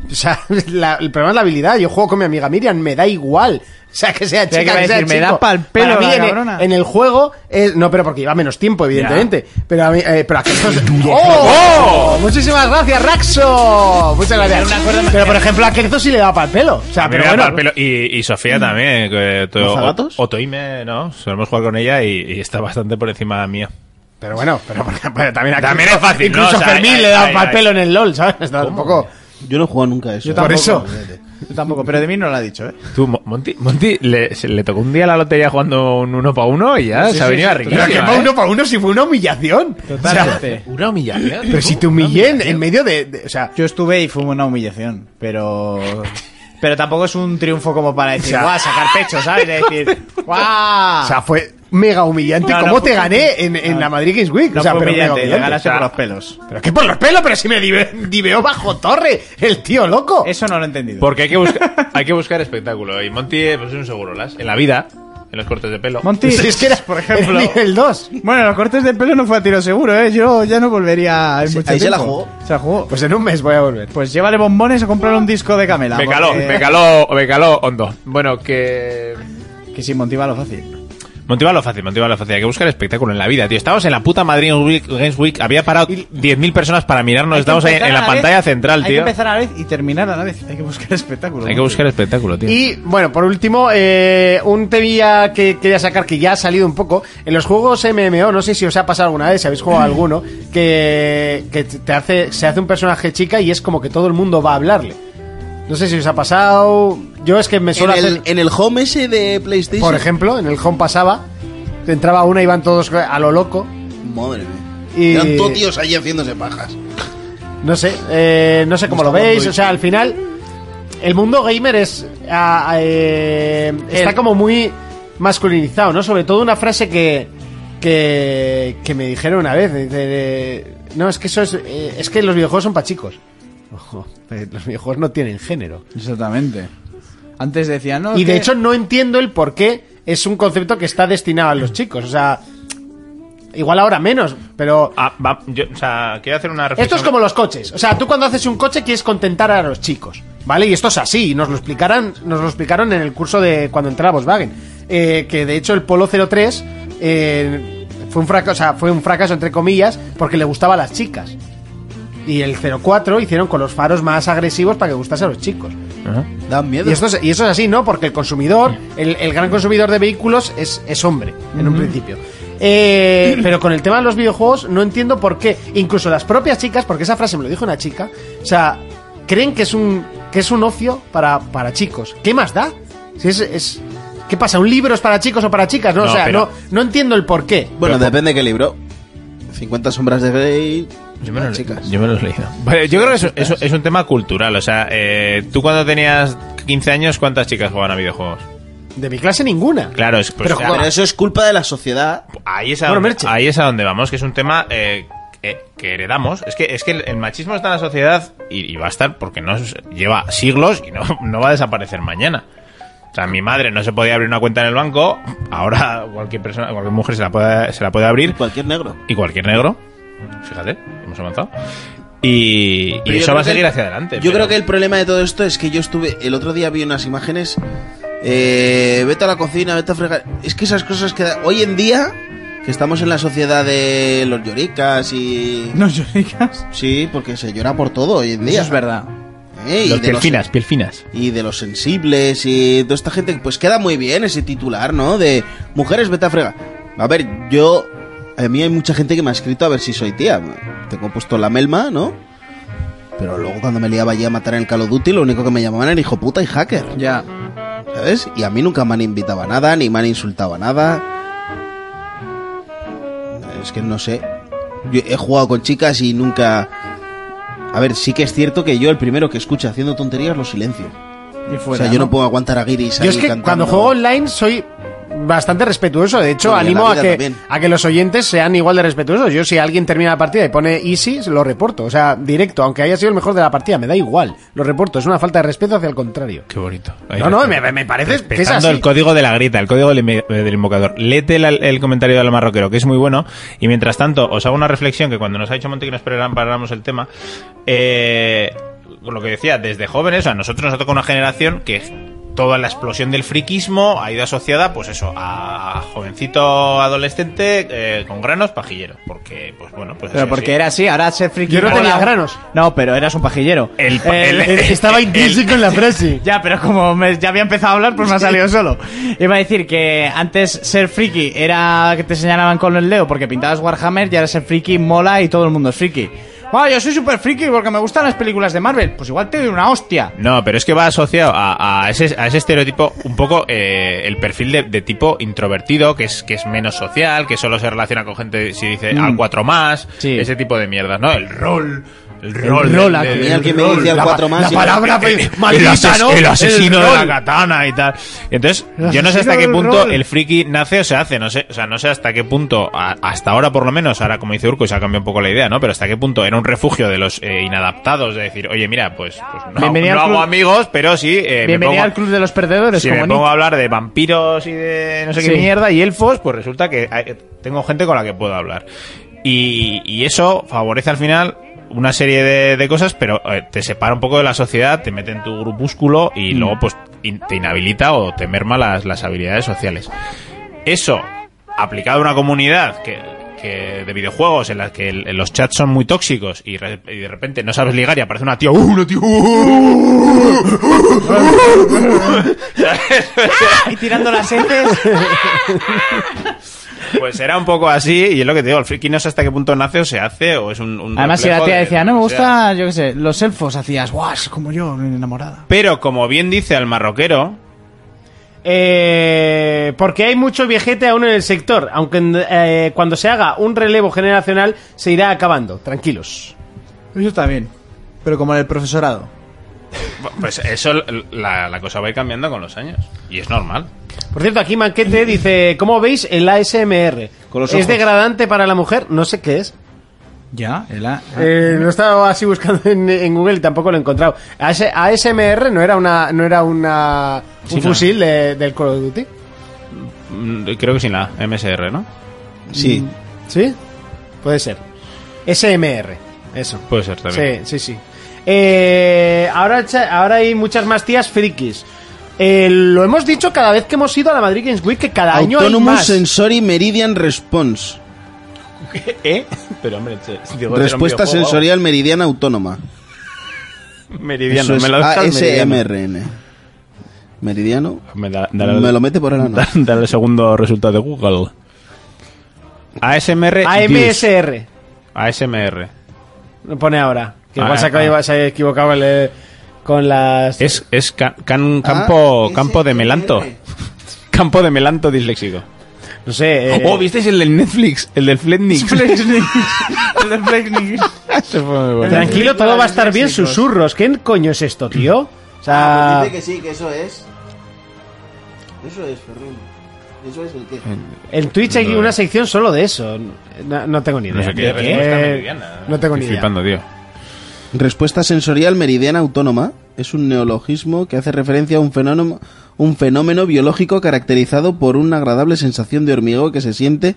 O sea, la- el problema es la habilidad. Yo juego con mi amiga Miriam, me da igual. O sea, que sea Pero chica, que va a que sea decir, me chico. da pa'l pelo Para mí, la en, cabrona. en el juego, es- no, pero porque iba menos tiempo, evidentemente. Pero a mí, eh, pero a que estos- ¡Oh! Muchísimas gracias, Raxo. Muchas gracias. Pero por ejemplo, a Kekzo sí le da para el pelo. O Ah, sea, A mí pero me da bueno, pa'l pelo. Y, y Mm. Sofía también. Que to- ¿Mozagatos? o- Otoime, ¿no? Solemos jugar con ella y, y está bastante por encima mía. Pero bueno, pero por ejemplo, también, aquí- También es fácil, ¿no? Incluso O sea, Fermín hay- le da hay- pal hay- pelo en el LOL, ¿sabes? Está un poco. Yo no he jugado nunca a eso. Yo tampoco. Por eso. Yo tampoco, pero de mí no lo ha dicho, ¿eh? Tú, Mo- Monty, Monty le, se- le tocó un día la lotería jugando un uno para uno y ya Sí, se ha sí, venido sí, a Pero arreglar. que fue uno para uno si fue una humillación. Totalmente. Una humillación. Pero si te humillé en, en medio de, de- O sea, Yo estuve y fue una humillación, pero. Pero tampoco es un triunfo como para decir, O sea- guau, sacar pecho, ¿sabes? De decir, guau. o sea, fue mega humillante. No, no, ¿Cómo fue- te gané en, en no. la Madrid Games Week? No o sea, fue pero mega humillante, le humillante. ganaste O sea, por los pelos. Pero qué por los pelos, pero si me dive- diveó bajo torre, el tío loco. Eso no lo he entendido. Porque hay que, buscar, hay que buscar espectáculo. Y Monty eh, pues, es un seguro, las. En la vida, en los cortes de pelo. Monty, Si es que era, por ejemplo. el nivel 2. Bueno, los cortes de pelo no fue a tiro seguro, ¿eh? Yo ya no volvería en Sí, mucho ahí se la tiempo. jugó. Se la jugó. Pues, Pues en un mes voy a volver. pues llévale bombones a comprar un disco de Camela. me caló, porque- me caló, me caló hondo. Bueno, que. Que sí, Monty va a lo fácil. Monty va a lo fácil, Monty va a lo fácil. Hay que buscar espectáculo en la vida, tío. Estábamos en la puta Madrid Week- Games Week. Había parado 10.000 personas para mirarnos. Estamos ahí en la pantalla central, Hay que tío. empezar a la vez y terminar a la vez. Hay que buscar espectáculo. Hay que Monty. buscar espectáculo, tío. Y bueno, por último, eh, un temilla que quería sacar que ya ha salido un poco. En los juegos MMO, no sé si os ha pasado alguna vez, si habéis jugado alguno, que, que te hace, se hace un personaje chica y es como que todo el mundo va a hablarle. No sé si os ha pasado. Yo es que me En suelo el, hacer. en el home ese de PlayStation. Por ejemplo, en el home pasaba, entraba una y iban todos a lo loco. Madre mía. Y- Eran todos tíos ahí haciéndose pajas. No sé, eh, no sé cómo lo Gustavo veis. Ruiz. O sea, al final, el mundo gamer es. ah, ah, eh, está como muy masculinizado, ¿no? Sobre todo una frase que. que, que me dijeron una vez. dice, eh, no, es que eso es. eh, es que los videojuegos son para chicos. Ojo, eh, los videojuegos no tienen género. Exactamente. Antes decían, no. Y de que- hecho, no entiendo el por qué es un concepto que está destinado a los chicos. O sea. Igual ahora menos, pero. Ah, va, yo, o sea, quiero hacer una reflexión. Esto es como los coches. O sea, tú cuando haces un coche quieres contentar a los chicos, ¿vale? Y esto es así. y Nos lo explicaron, nos lo explicaron en el curso de cuando entré a Volkswagen. Eh, que de hecho el Polo 03 eh, fue un fracaso, o sea, fue un fracaso entre comillas, porque le gustaba a las chicas. Y el 04 hicieron con los faros más agresivos para que gustase a los chicos. Dan miedo. Y esto es, y eso es así, ¿no? Porque el consumidor, el, el gran consumidor de vehículos es, es hombre, en un principio. Eh, pero con el tema de los videojuegos no entiendo por qué. Incluso las propias chicas, porque esa frase me lo dijo una chica, o sea, creen que es un, que es un ocio para, para chicos. ¿Qué más da? Si es, es- ¿Qué pasa? ¿Un libro es para chicos o para chicas? No, No, o sea, pero- no, no entiendo el por qué. Bueno, depende de qué libro. 50 sombras de Grey. Yo me, lo, las chicas. yo me lo he leído. Vale, yo creo que es, es- es un tema cultural. O sea, eh, tú cuando tenías 15 años, ¿cuántas chicas jugaban a videojuegos? De mi clase ninguna. Claro, es, pues, Pero ya- Pero eso es culpa de la sociedad. ahí, es a Bueno, donde, Merche. ahí es a donde vamos, que es un tema eh, que, que heredamos. Es que, es que el, el machismo está en la sociedad y, y va a estar porque no es- lleva siglos y no, no va a desaparecer mañana. O sea, mi madre no se podía abrir una cuenta en el banco, ahora cualquier persona, cualquier mujer se la puede, se la puede abrir Cualquier negro. y cualquier negro. Fíjate, hemos avanzado. Y, y Pero yo eso creo va a que el- seguir hacia adelante. Yo pero- creo que el problema de todo esto es que yo estuve. El otro día vi unas imágenes. eh, vete a la cocina, vete a fregar. Es que esas cosas que da- hoy en día, que estamos en la sociedad de los lloricas y. No lloricas. Sí, porque se llora por todo hoy en día. Eso es verdad. ¿eh? Los de los- pielfinas, pielfinas. y de los sensibles y toda esta gente, pues queda muy bien ese titular, ¿no? De mujeres vete a frega. A ver, yo. A mí hay mucha gente que me ha escrito a ver si soy tía. Tengo puesto la melma, ¿no? Pero luego cuando me liaba allí a matar en el Call of Duty, lo único que me llamaban era hijo puta y hacker, Ya. ¿sabes? Y a mí nunca me han invitado a nada, ni me han insultado a nada. Es que no sé. Yo he jugado con chicas y nunca. A ver, sí que es cierto que yo el primero que escucha haciendo tonterías lo silencio. Y fuera. O sea, yo no puedo aguantar a Guiris Yo es que cuando juego online soy bastante respetuoso. De hecho, Bueno, y en animo la a vida que, también. a que los oyentes sean igual de respetuosos. Yo, si alguien termina la partida y pone easy, lo reporto. O sea, directo, aunque haya sido el mejor de la partida, me da igual. Lo reporto. Es una falta de respeto hacia el contrario. Qué bonito. No, no, me, me parece que es Respetando así. el código de la grita, el código del, inme- eh, del invocador. Léete el, el comentario del marroquero, que es muy bueno. Y mientras tanto, os hago una reflexión que cuando nos ha dicho Monte que nos preparáramos el tema, eh, lo que decía, desde jóvenes, a nosotros nos ha tocado una generación que toda la explosión del friquismo ha ido asociada, pues eso, a jovencito adolescente eh, con granos pajillero. Porque, pues bueno, pues Pero así, porque así. era así, ahora ser friki. Yo no Ahora- tenía granos. No, pero eras un pajillero. El- Eh, el- eh, Estaba intrínseco en la frase. Ya, pero como me- ya había empezado a hablar, pues me ha salido solo. Iba a decir que antes ser friki era que te señalaban con el dedo porque pintabas Warhammer y ahora ser friki mola y todo el mundo es friki. Wow, yo soy súper friki porque me gustan las películas de Marvel. Pues igual te doy una hostia. No, pero es que va asociado a, a ese, a ese estereotipo un poco eh, el perfil de, de tipo introvertido, que es, que es menos social, que solo se relaciona con gente, si dice, al 4 más, Sí. ese tipo de mierdas, ¿no? El rol. El rol. del- rol, a del- mí Mira, alguien el me rol, decía el la- 4 la más. y- palabra- el- el- maldita, el ases- ¿no? el asesino El de la rol. katana y tal. Entonces, El yo no sé asesino hasta qué del punto rol. el friki nace o se hace, no sé, o sea, no sé hasta qué punto, a- hasta ahora por lo menos, ahora como dice Urco, se ha cambiado un poco la idea, ¿no? Pero hasta qué punto era un refugio de los eh, inadaptados, de decir, oye, mira, pues, pues no, hago- Bienvenido no al hago club- amigos, pero sí, eh, me Bienvenida pongo- al club de los perdedores, si como me pongo Nick. a hablar de vampiros y de no sé qué Sí. mierda y elfos, pues resulta que hay- tengo gente con la que puedo hablar. Y, y eso favorece al final una serie de, de cosas, pero eh, te separa un poco de la sociedad, te mete en tu grupúsculo Mm. y luego pues in- te inhabilita o te merma las, las habilidades sociales. Eso, aplicado a una comunidad que, que de videojuegos en las que el- los chats son muy tóxicos y, re- y de repente no sabes ligar y aparece una tía, ¡uh, una tía! Y tirando las heces. Pues era un poco así, y es lo que te digo, el friki no sé hasta qué punto nace o se hace, o es un... un Además, si la reflejo tía de- decía, no me o sea, gusta, yo qué sé, los elfos, hacías, guau, es como yo, enamorada. Pero como bien dice el marroquero, Eh, porque hay mucho viejete aún en el sector, aunque eh, cuando se haga un relevo generacional se irá acabando, tranquilos. Eso está bien. Pero como en el profesorado. pues eso, l- la, la cosa va a ir cambiando con los años, y es normal. Por cierto, aquí Manquete dice, ¿cómo veis el ASMR? Con los ¿Es ojos. degradante para la mujer? No sé qué es. Ya, el a- Ah. Eh, lo he estado así buscando en, en Google y tampoco lo he encontrado. AS- ASMR no era una no era una un Sí, no. fusil de- del Call of Duty. Mm, Creo que sin la MSR, ¿no? Sí. ¿Sí? Puede ser. SMR, eso. Puede ser también. Sí, sí, sí. Eh, ahora, cha- ahora hay muchas más tías frikis. Eh, lo hemos dicho cada vez que hemos ido a la Madrid Games Week que cada año hay Autonomous más. Eh, Sensory Meridian Response. ¿Eh? Pero hombre, che, digo, Respuesta era un sensorial meridiana autónoma. videojuego. Meridiano, Eso es me lo dejas meridiano. ASMRN. Meridiano. Me, da- dale- Me lo mete por el ano. da- dale el segundo resultado de Google. eh, ASMR. views. AMSR, ASMR. lo pone ahora. Que igual Ah, se, acaba- ah. se ha equivocado el, eh, con las... Es, es ca- Ah, can- campo, campo de melanto. Campo de melanto disléxico. No sé. eh, Oh, ¿visteis el del Netflix? El del Fletnix. tranquilo, todo va a estar bien, susurros. ¿Qué coño es esto, tío? O sea... sí, que eso es. Eso es, Ferrín. Eso es el que. En Twitch hay No. eh. una sección solo de eso. No, no tengo ni idea. No sé qué, ¿De respuesta meridiana. No tengo eh. Estoy ni idea. flipando, tío. Respuesta sensorial meridiana autónoma es un neologismo que hace referencia a un fenómeno, un fenómeno biológico caracterizado por una agradable sensación de hormigueo que se siente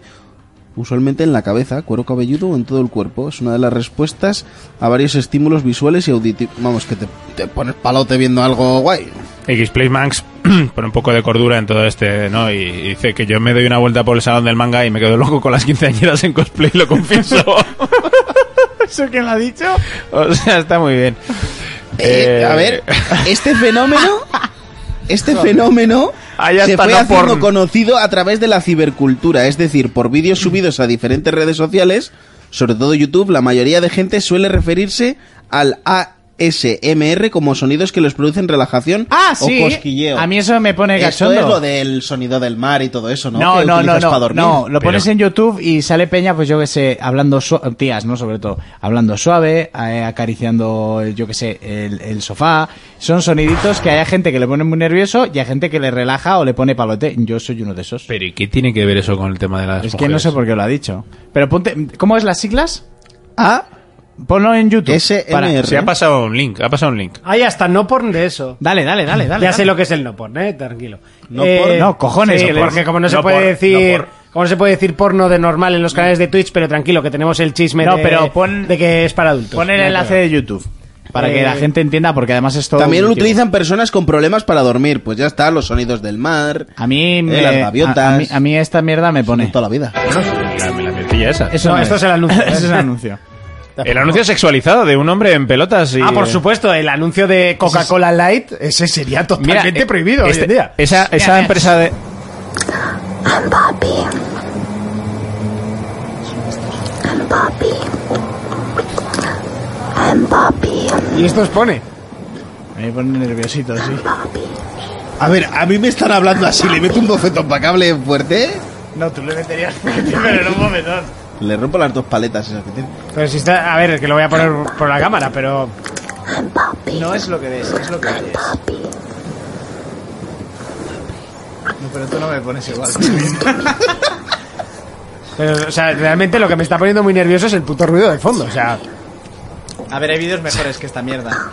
usualmente en la cabeza, cuero cabelludo o en todo el cuerpo. Es una de las respuestas a varios estímulos visuales y auditivos. Vamos, que te, te pones palote viendo algo guay. X-Play Max pone un poco de cordura en todo este, ¿no? Y, y dice que yo me doy una vuelta por el salón del manga y me quedo loco con las quinceañeras en cosplay, lo confieso. ¿Eso quién lo ha dicho? o sea, está muy bien. Eh, Eh, a ver, este fenómeno, este fenómeno Ahí se está fue la haciendo porn. conocido a través de la cibercultura, es decir, por vídeos subidos a diferentes redes sociales, sobre todo YouTube, la mayoría de gente suele referirse al ASMR como sonidos que les producen relajación Ah, o sí. cosquilleo. A mí eso me pone Esto cachondo. es lo del sonido del mar y todo eso, ¿no? No, Que no, no, utilizas para no, dormir. no, Lo Pero- pones en YouTube y sale Peña, pues yo que sé, hablando suave, tías, ¿no? Sobre todo, hablando suave, eh, acariciando, eh, yo que sé, el, el sofá. Son soniditos que hay a gente que le pone muy nervioso y a gente que le relaja o le pone palote. Yo soy uno de esos. Pero ¿y qué tiene que ver eso con el tema de las es que no sé por qué lo ha dicho. Pero ponte, ¿cómo es las siglas? Ah, Ponlo en YouTube. SMR. Se ha pasado un link, ha pasado un link. Ahí hasta no porn de eso. Dale, dale, dale, dale. ya sé dale. lo que es el no porn, eh, tranquilo. No Eh, porn. No, cojones, sí, no porn. porque como no, se No puede porn, no decir. porn. como no se puede decir porno de normal en los canales de Twitch, pero tranquilo, que tenemos el chisme No, de, pero pon- de que es para adultos. Pon el No hay enlace problema. de YouTube. Para que Eh, la gente entienda, porque además esto. También lo utilizan personas con problemas para dormir. Pues ya está, los sonidos del mar. A mí, eh, me- las a, a mí, gaviotas. a mí esta mierda me pone. Toda la vida. La, la mierdilla esa. Eso No, esto es el anuncio. Eso es el anuncio. El anuncio sexualizado de un hombre en pelotas y... Ah, por eh, supuesto, el anuncio de Coca-Cola Light, ese sería Mira, totalmente eh, prohibido este- hoy en día. Esa, esa empresa de... Y esto os pone. Me pone nerviosito, sí. A ver, a mí me están hablando así. Le meto un bofetón para cable fuerte. No, tú le meterías pero no momento. Le rompo las dos paletas esas que tiene. Pero si está, a ver, que lo voy a poner por la cámara, pero No es lo que ves, es lo que oyes. No, pero tú no me pones igual. Pero, o sea, realmente lo que me está poniendo muy nervioso es el puto ruido de fondo. O sea, A ver, hay vídeos mejores que esta mierda.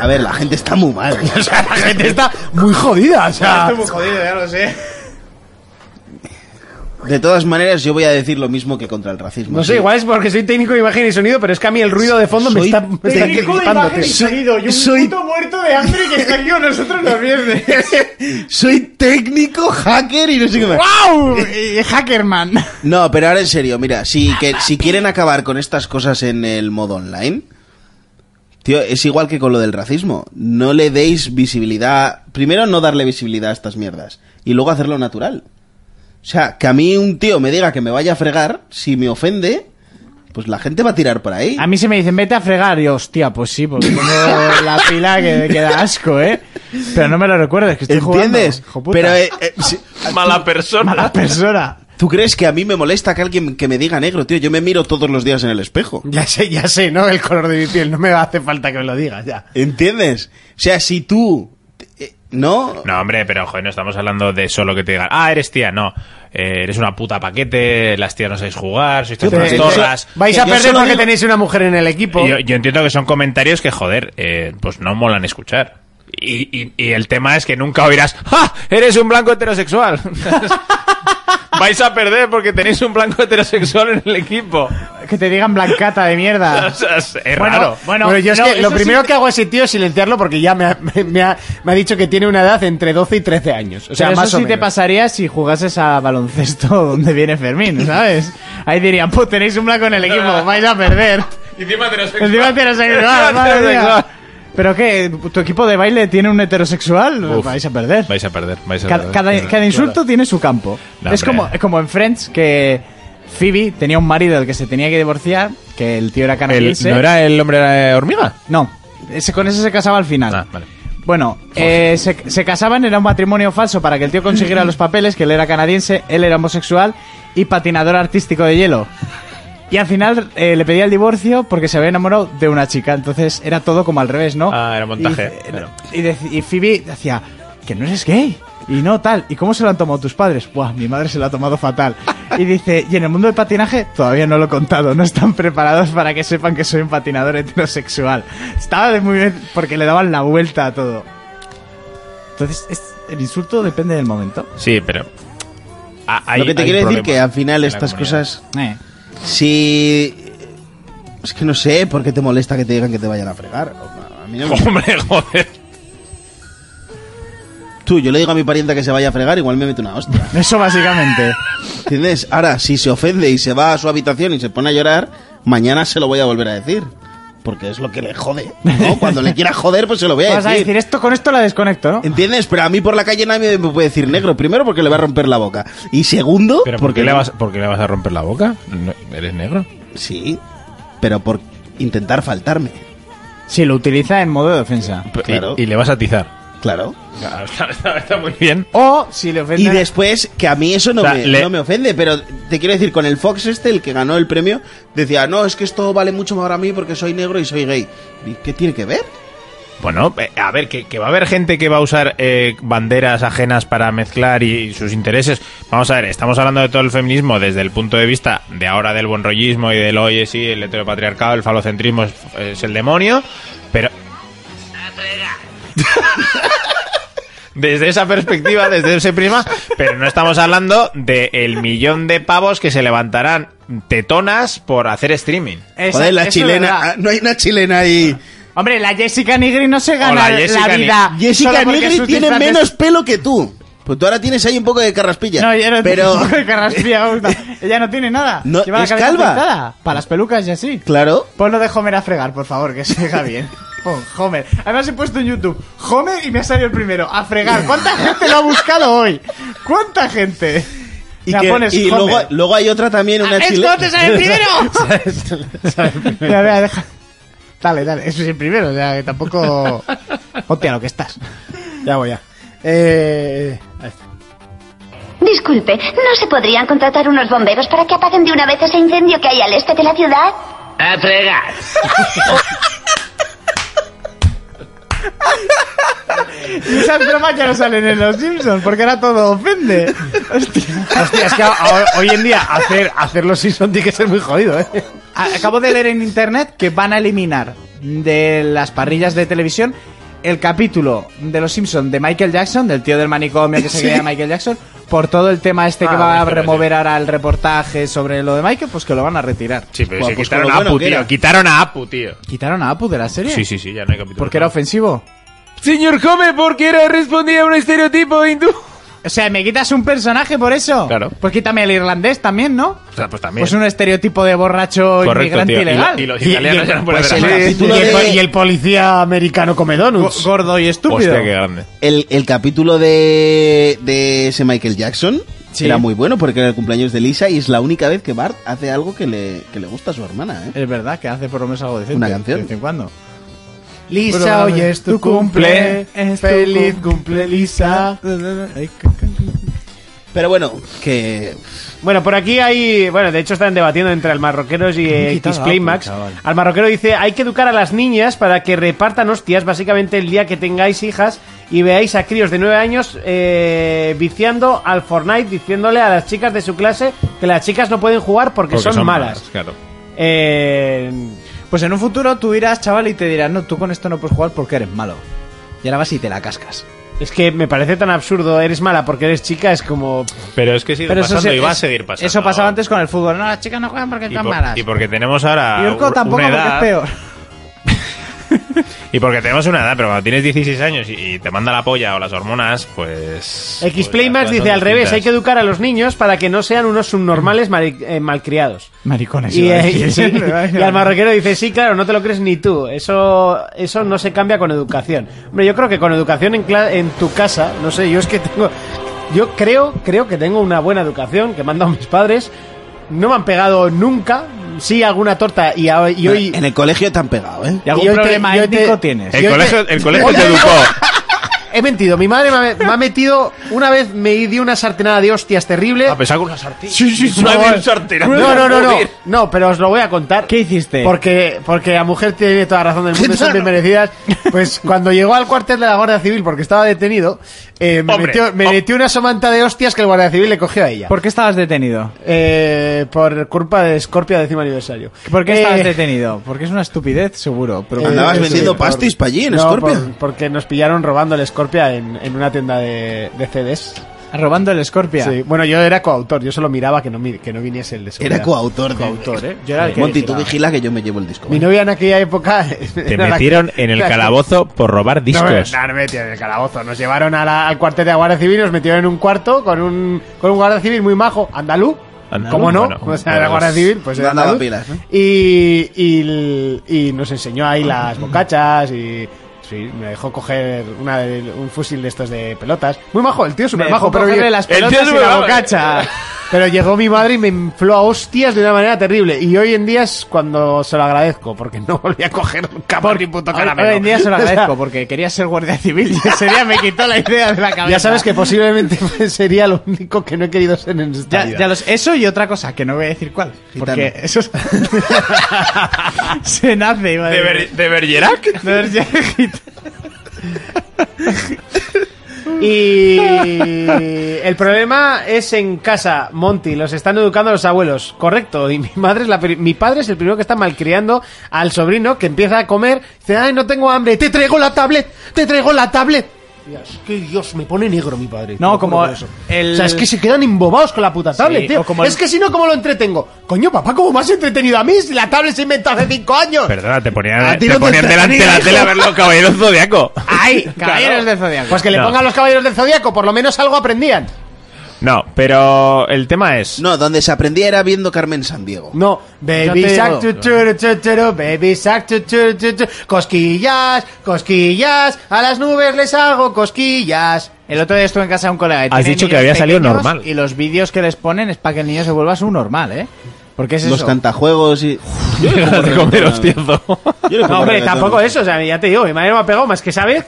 A ver, la gente está muy mal. o sea, la gente está muy jodida. O sea, jodido, ya lo sé. De todas maneras, yo voy a decir lo mismo que contra el racismo. no sé, Sí. igual es porque soy técnico de imagen y sonido, pero es que a mí el ruido de fondo me Soy está, me está técnico de crispando, imagen y tío. sonido, y un puto muerto de hambre que está aquí con nosotros los viernes. Soy técnico, hacker y no sé qué más. ¡Wow! Hackerman. No, pero ahora en serio, mira, si, que, si quieren acabar con estas cosas en el modo online, tío, es igual que con lo del racismo. No le deis visibilidad. Primero, no darle visibilidad a estas mierdas. Y luego hacerlo natural. O sea, que a mí un tío me diga que me vaya a fregar, si me ofende, pues la gente va a tirar por ahí. A mí se me dicen, vete a fregar. Y yo, hostia, pues sí, porque tengo la pila que, que da asco, ¿eh? Pero no me lo recuerdes, que estoy ¿Entiendes? jugando. hijo puta. Pero, eh, eh, si- Mala persona. Mala persona. ¿tú crees que a mí me molesta que alguien que me diga negro, tío? Yo me miro todos los días en el espejo. Ya sé, ya sé, ¿no? El color de mi piel, no me hace falta que me lo digas ya. ¿Entiendes? O sea, si tú... eh, ¿No? No, hombre, pero joder, no estamos hablando de solo que te digan, ah, eres tía, no. Eh, eres una puta paquete, las tías no sabéis jugar, sois todas Pero unas es- torras. Vais Que a yo perder solo porque digo- tenéis una mujer en el equipo. Yo, yo entiendo que son comentarios que, joder, eh, pues no molan escuchar. Y, y- y el tema es que nunca oirás, ¡ah! Eres un blanco heterosexual. Vais a perder porque tenéis un blanco heterosexual en el equipo. Que te digan blancata de O mierda. sea, es es Ah. Bueno, raro. bueno, Bueno, yo es no, que lo eso primero sí- que hago a ese tío es silenciarlo porque ya me ha, me, me ha- me ha dicho que tiene una edad entre 12 y 13 años. O sea, Pero más eso o sí te menos. pasaría si jugases a baloncesto donde viene Fermín, ¿sabes? Ahí dirían, pues tenéis un blanco en el equipo, vais a perder. Encima heterosexual. Encima heterosexual, Encima madre heterosexual. mía. ¿Pero qué? ¿Tu equipo de baile tiene un heterosexual? Uf. vais a perder. Vais a perder, vais a Cada, perder. cada- cada insulto tiene su campo. No, es hombre. como, es como en Friends que Phoebe tenía un marido del que se tenía que divorciar, que el tío era El- canadiense. ¿No era el hombre eh, hormiga? No, ese, con ese se casaba al final. Ah, vale. Bueno, eh, se, se casaban, era un matrimonio falso para que el tío consiguiera los papeles, que él era canadiense, él era homosexual y patinador artístico de hielo. Y al final eh, le pedía el divorcio porque se había enamorado de una chica, entonces era todo como al revés, ¿no? Ah, era montaje, Y, eh, claro. y dec- y Phoebe decía, que no eres gay. Y no tal. ¿Y cómo se lo han tomado tus padres? Buah, mi madre se lo ha tomado fatal. Y dice, y en el mundo del patinaje todavía no lo he contado. No están preparados para que sepan que soy un patinador heterosexual. Estaba de muy bien porque le daban la vuelta a todo. Entonces, es- el insulto depende del momento. Sí, pero. ah, hay- lo que te hay quiero decir problemas que al en final la estas comunidad. cosas Eh. si es que no sé por qué te molesta que te digan que te vayan a fregar a mí no me- Hombre, joder. tú yo le digo a mi parienta que se vaya a fregar igual me mete una hostia Eso básicamente. ¿entiendes? ahora si se ofende y se va a su habitación y se pone a llorar mañana se lo voy a volver a decir. Porque es lo que le jode. ¿no? Cuando le quiera joder, pues se lo voy a Vas a decir esto, con esto la desconecto, ¿no? ¿Entiendes? Pero a mí por la calle nadie me puede decir negro. Primero, porque le va a romper la boca. Y segundo, ¿Pero por porque qué, le vas, por qué le vas a romper la boca? No, ¿Eres negro? Sí, pero por intentar faltarme. Si lo utiliza en modo de defensa. Claro. Y, y le vas a atizar. Claro. Está, está- está muy bien. O si le ofende. Y después, que a mí eso no, O sea, me, le- no me ofende, pero te quiero decir, con el Fox este, el que ganó el premio, decía, no, es que esto vale mucho más para mí porque soy negro y soy gay. ¿Y qué tiene que ver? Bueno, eh, a ver, que, que va a haber gente que va a usar eh, banderas ajenas para mezclar y, y sus intereses. Vamos a ver, estamos hablando de todo el feminismo desde el punto de vista de ahora del bonrollismo y del oye, sí, el heteropatriarcado, el falocentrismo es, es el demonio, pero... Desde esa perspectiva, desde ese prima, pero no estamos hablando del el millón de pavos que se levantarán tetonas por hacer streaming. Esa- Joder, la eso es chilena, verdad. ah, no hay una chilena ahí. Hombre, la Jessica Nigri no se gana O la la, Jessica Ni- vida. Jessica Ah. solo porque Negri sus tiene disfraces- menos pelo que tú. Pues tú ahora tienes ahí un poco de carraspilla. No, ella no pero... tiene carraspilla. gusta. Ella no tiene nada. No, Lleva es la cabeza calva. pintada. Para las pelucas y así. Claro. Pon lo de Homer a fregar, por favor, que se haga bien. Pon Homer. Además he puesto en YouTube Homer y me ha salido el primero. A fregar. ¿Cuánta gente lo ha buscado hoy? ¿Cuánta gente? Y, Ya que- pones y Homer. Ah, luego, luego hay otra también, una ¡Es chilena. como te sale el primero! Mira, mira, deja. Dale, dale. Eso es el primero. O sea, que tampoco... Hostia, lo que estás. Ya voy, ya. Eh... Disculpe, ¿no se podrían contratar unos bomberos para que apaguen de una vez ese incendio que hay al este de la ciudad? Esas bromas ya no salen en los Simpsons, porque ahora todo ofende. Hostia. Hostia, es que ahora- hoy en día hacer, hacer los Simpsons tiene que ser muy jodido, ¿eh? A- Ah, Acabo de leer en internet que van a eliminar de las parrillas de televisión el capítulo de Los Simpsons de Michael Jackson, del tío del manicomio que se creía Michael Jackson, por todo el tema este que Ah, va a me parece. remover ahora el reportaje sobre lo de Michael, pues que lo van a retirar. Sí, pero Buah, si pues quitaron con a lo bueno Apu, que tío. era. Quitaron a Apu, tío. ¿Quitaron a Apu de la serie? Sí, sí, sí, ya no hay capítulo. ¿Porque era ofensivo? Señor Come, porque era respondía a un estereotipo hindú. O sea, ¿me quitas un personaje por eso? Claro. Pues quítame el irlandés también, ¿no? O sea, pues también. Pues un estereotipo de borracho Correcto, inmigrante tío. Y lo- ilegal. Y, los italianos ya no pueden pues hacer el- nada. sí, Y Título el, de- po- y el policía americano come Go- donuts. Gordo y estúpido. Hostia, qué grande. El, el capítulo de, de ese Michael Jackson Sí. era muy bueno porque era el cumpleaños de Lisa y es la única vez que Bart hace algo que le, que le gusta a su hermana. ¿eh? Es verdad que hace por lo menos algo decente. Una canción. De vez en cuando. Lisa, Bueno, hoy es tu cumple. es tu Feliz cumple, Lisa. Pero bueno, que Bueno, por aquí hay. Bueno, de hecho están debatiendo entre el marroqueros y eh, quitado Xplay Apple, Max. chaval. Al marroquero dice: hay que educar a las niñas para que repartan hostias, básicamente el día que tengáis hijas y veáis a críos de 9 años eh, viciando al Fortnite, diciéndole a las chicas de su clase que las chicas no pueden jugar porque, Porque son, malas. Claro. Eh, Pues en un futuro tú irás, chaval, y te dirán, no, tú con esto no puedes jugar porque eres malo. Y ahora vas y te la cascas. es que me parece tan absurdo. Eres mala porque eres chica, es como. Pero es que sigue pasando se- y va a es- seguir pasando. Eso pasaba antes con el fútbol. No, las chicas no juegan porque Y, están por- malas. y porque tenemos ahora. Y Urco un- tampoco una porque es edad, peor. Y porque tenemos una edad, pero cuando tienes 16 años y, y te manda la polla o las hormonas, pues. pues las Xplaymax cosas dice son al revés, hay que distintas. educar a los niños para que no sean unos subnormales mari- eh, malcriados. Maricones. Y, iba a eh, decir. y- y al marroquero dice, sí, claro, no te lo crees ni tú. Eso, eso no se cambia con educación. Hombre, yo creo que con educación en, cla- en tu casa, no sé, yo es que tengo... Yo creo, creo que tengo una buena educación que me han dado mis padres. No me han pegado nunca. Sí, alguna torta y, a- y hoy... en el colegio te han pegado, ¿eh? ¿Y algún yo te- problema yo te- étnico tienes? El Yo colegio, te- el colegio te Oye, educó. He mentido. Mi madre me ha, me ha metido... Una vez me dio una sartenada de hostias terrible. A pesar con una sartén. No, Ah, Una eh. bien sartén. No, no, no, no. No, pero os lo voy a contar. ¿Qué hiciste? Porque, porque a mujer tiene toda razón del mundo, son bien merecidas. Pues cuando llegó al cuartel de la Guardia Civil, porque estaba detenido, eh, me, Hombre, oh. metió, me hom- metió una somanta de hostias que el Guardia Civil le cogió a ella. ¿Por qué estabas detenido? Eh, por culpa de Scorpio décimo aniversario. ¿Por qué Eh, estabas detenido? Porque es una estupidez, seguro. Pero eh, Andabas sí, vendiendo por- pastis pa' allí en no, Scorpio. por- porque nos pillaron robando el Scorpia en, en una tienda de, de CDs. Robando el Scorpia. Sí, Bueno, yo era coautor, yo solo miraba que no, mi- que no viniese el de seguridad. Era coautor. de- Coautor, ¿eh? Yo era el que Monty, tú vigilaba. vigila que yo me llevo el disco. ¿eh? Mi ¿vale? novia en aquella época. Te metieron en el calabozo por robar No, eh, no, discos. no me metieron en el calabozo. Nos llevaron a la- al cuartel de la Guardia Civil, nos metieron en un cuarto con un, con un guardia civil muy majo, andaluz. Anda. ¿Cómo no? Bueno, o sea, la pues, Guardia Civil, pues no era andaba andaluz. pilas, ¿no? y, y, y nos enseñó ahí las bocachas y sí, me dejó coger una, de- un fusil de estos de pelotas. Muy majo, el tío súper majo, pero cogerle yo- las el tío pelotas es y muy la malo. bocacha. Pero llegó mi madre y me infló a hostias de una manera terrible. Y hoy en día es cuando se lo agradezco, porque no volví a coger un capor ni puto caramelo. Hoy en día se lo O sea, agradezco porque quería ser guardia civil y ese día me quitó la idea de la cabeza. Ya sabes que posiblemente pues, sería lo único que no he querido ser en esta Ya, vida. ya los- eso y otra cosa, que no voy a decir cuál. Porque Gitano. eso es- se nace, iba a ¿De, decir. Ber- de Bergerac? De ver- ya- git- Y el problema es en casa, Monty. Los están educando los abuelos, correcto. Y mi madre es la pri- mi padre es el primero que está malcriando al sobrino que empieza a comer. Dice, ay, no tengo hambre. Te traigo la tablet. Te traigo la tablet. Dios, que Dios, me pone negro mi padre. No, Te lo como juro por eso. el- O sea, es que se quedan embobados con la puta tablet, Sí, tío. o como el- Es que si no, ¿cómo lo entretengo? Coño, papá, ¿cómo me has entretenido a mí si la tablet se inventó hace cinco años? Perdona, te A ponían, ti te no te ponían está- delante de la tele a ver los caballeros zodiaco. ¡Ay! Caballeros del Zodiaco. Pues que le No. pongan los caballeros del zodiaco, por lo menos algo aprendían. No, pero el tema es. No, donde se aprendía era viendo Carmen Sandiego. No, baby te shark, digo. chuchuru, chuchuru, baby shark, chuchuru, chuchuru. cosquillas, cosquillas, a las nubes les hago cosquillas. El otro día estuve en casa de un colega. que Has tiene dicho que niños había salido pequeños normal. Y los vídeos que les ponen es para que el niño se vuelva su normal, ¿eh? Porque es Los eso. cantajuegos y... Yo le pongo de comer reggaetón a- hostiazo. Yo le pongo No, hombre, reggaetón. tampoco eso, o sea, ya te digo, mi madre me ha pegado más que esa vez.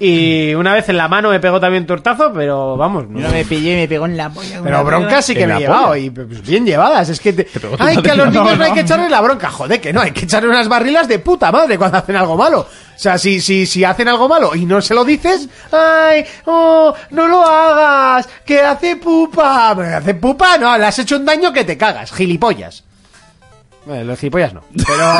Y una vez en la mano me pegó también tortazo, pero vamos, no. Yo me pillé y me pegó en la polla. Pero bronca sí que En me la he llevado, polla. y pues, bien llevadas. Es que, te- ay, que a los niños no, hay que echarle la bronca. Joder, que no, hay que echarle unas barrilas de puta madre cuando hacen algo malo. O sea, si, si, si hacen algo malo y no se lo dices, ay, oh, no lo hagas, que hace pupa. Pero hace pupa, no, le has hecho un daño que te cagas, gilipollas. Bueno, los gilipollas no. Pero,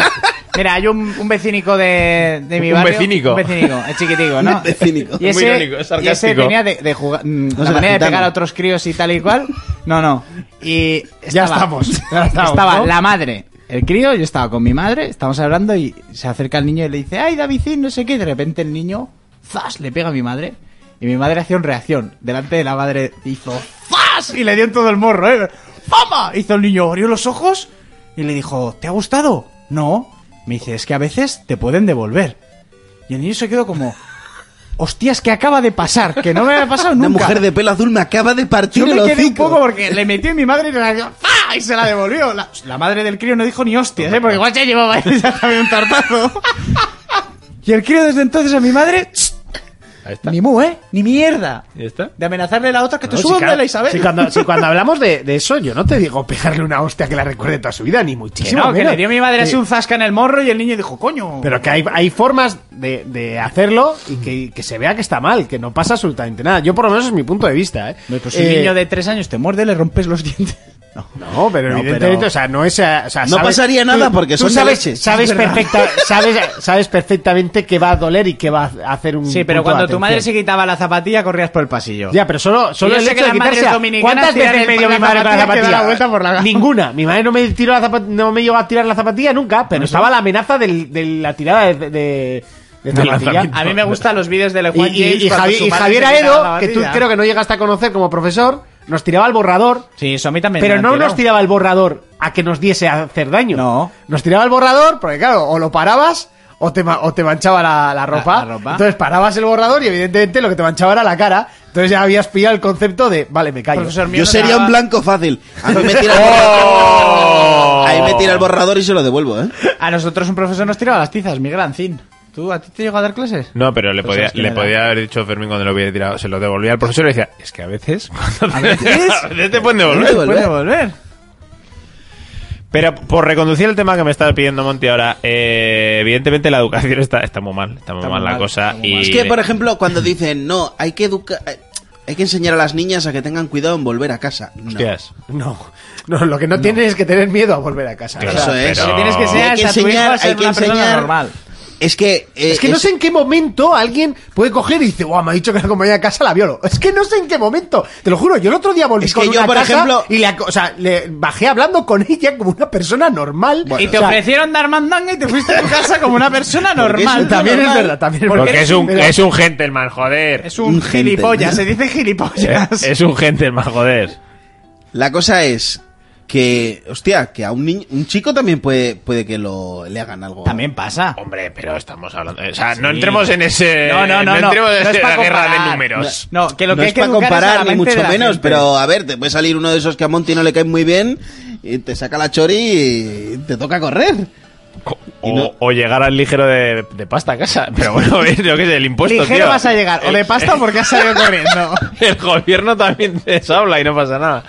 mira, hay un, un vecínico de, de mi Un barrio. vecínico. Un vecínico, es chiquitico, ¿no? Un vecínico. Y ese, Muy irónico, es y ese sarcástico. tenía de, de jugar, mm, la sé, manera de gitano. pegar a otros críos y tal y cual. No, no. Y Ya estaba- estamos, ya estamos, estaba ¿no? la madre, el crío, yo estaba con mi madre, estamos hablando y se acerca el niño y le dice, ay, Davidín, no sé qué. Y de repente el niño, zas, le pega a mi madre. Y mi madre hacía una reacción. Delante de la madre hizo, zas, y le dio en todo el morro, ¿eh? ¡Fama! Hizo el niño, abrió los ojos y le dijo, ¿te ha gustado? No. Me dice, es que a veces te pueden devolver. Y el niño se quedó como, hostias, que acaba de pasar? Que no me había pasado nunca. Una mujer de pelo azul me acaba de partir Yo me el quedé un hocico. poco porque le metió en mi madre y le la dio, ¡fa! y se la devolvió. La, la madre del crío no dijo ni hostias, ¿eh? porque igual ya llevaba ella también un tartazo. Y el crío desde entonces a mi madre, ¡tss! Ahí está. ni mu, ¿eh? Ni mierda. ¿Ya está? De amenazarle a la otra que te No, subo si de la ca- Isabel. si cuando, si cuando hablamos de, de eso, yo no te digo pegarle una hostia que la recuerde toda su vida, ni Que muchísimo. no, que menos. le dio mi madre Que- así un zasca en el morro y el niño dijo, coño. Pero que hay, hay formas de, de hacerlo y que, que se vea que está mal, que no pasa absolutamente nada. Yo por lo menos es mi punto de vista, ¿eh? Hombre, pues si un Eh, niño de tres años te muerde, le rompes los dientes. No. No, pero No, evidentemente, pero- o sea, no es... a- o sea, No pasaría nada porque son de sabes, leche. sabes, Es verdad. perfecta, sabes, sabes perfectamente que va a doler y que va a hacer un Sí, pero punto de cuando tu madre se atención. quitaba la zapatilla, corrías por el pasillo. Ya, pero solo, solo yo el sé que hecho de las madres quitarse... a- dominicanas ¿Cuántas tiran veces me el pelo dio con mi la madre con la zapatilla que da zapatilla? la vuelta por la- Ninguna. Mi madre no me, tiró la zapa- no me llegó a tirar la zapatilla nunca, Pues pero estaba la amenaza del- de la tirada de... de- de zapatilla. lanzamiento. A mí me gustan los vídeos de Y, LeJuan y- James y cuando Javi- su y madre Javier se quitaba Aedo, la que tú batida. creo que no llegaste a conocer como profesor, nos tiraba el borrador. Sí, eso a mí también. Pero me no han tirado. nos tiraba el borrador a que nos diese a hacer daño. No. Nos tiraba el borrador porque, claro, o lo parabas o te, ma- o te manchaba la, la ropa. la ropa. Entonces parabas el borrador y, evidentemente, lo que te manchaba era la cara. Entonces ya habías pillado el concepto de, vale, me callo. Profesor mío Yo no sería un daba- ¡Oh! blanco fácil. A mí me tira el borrador. A mí me tira el borrador y se lo devuelvo, ¿eh? A nosotros un profesor nos tiraba las tizas, mi gran cin. ¿Tú a ti te llegó a dar clases? No, pero le Pues podía, sabes quién le era. podía haber dicho a Fermín cuando lo hubiera tirado. Se lo devolvía al profesor y le decía, es que a veces... cuando te- veces? a veces te pueden devolver. Puede volver. Pero por reconducir el tema que me estaba pidiendo Monty ahora, eh, evidentemente la educación está, está muy mal, está muy mal la cosa. Y Es que, por ejemplo, cuando dicen, no, hay que educar... Hay que enseñar a las niñas a que tengan cuidado en volver a casa. No. Hostias. No. No, lo que no, tienes es que tener miedo a volver a casa. Claro, O sea, Eso es. pero- Lo que tienes que Y hay seas que a tu hijo a enseñar, ser hay que una persona enseñar. normal. Es que... eh, Es que no sé en qué momento alguien puede coger y dice, guau, me ha dicho que la compañía de casa la violo. Es que no sé en qué momento. Te lo juro, yo el otro día volví Es que con yo, una por casa ejemplo- y le, ac- o sea, le bajé hablando con ella como una persona normal. Bueno, Y te O sea, ofrecieron dar mandanga y te fuiste a tu casa como una persona Porque normal. eso también es Normal. verdad, también es Porque, Porque es, un, es un gentleman, joder. Es un Un gente. gilipollas, se dice Eh, gilipollas. es un gentleman, joder. La cosa es que, hostia, que a un niño, un chico también puede, puede que lo, le hagan algo. También pasa. Hombre, pero estamos hablando. O sea, no entremos en ese. No, no, no, no. entremos en No es ese- pa la guerra de comparar. números. No, que lo no que hay es que para educar es a la comparar, ni mente mucho de la menos, gente. pero a ver, te puede salir uno de esos que a Monty no le cae muy bien, y te saca la chori y te toca correr. O, o llegar al ligero de, de pasta a casa. Pero bueno, yo qué sé, el impuesto. Ligero tío. vas a llegar. Eh, O de pasta porque has salido corriendo. El gobierno también te habla y no pasa nada.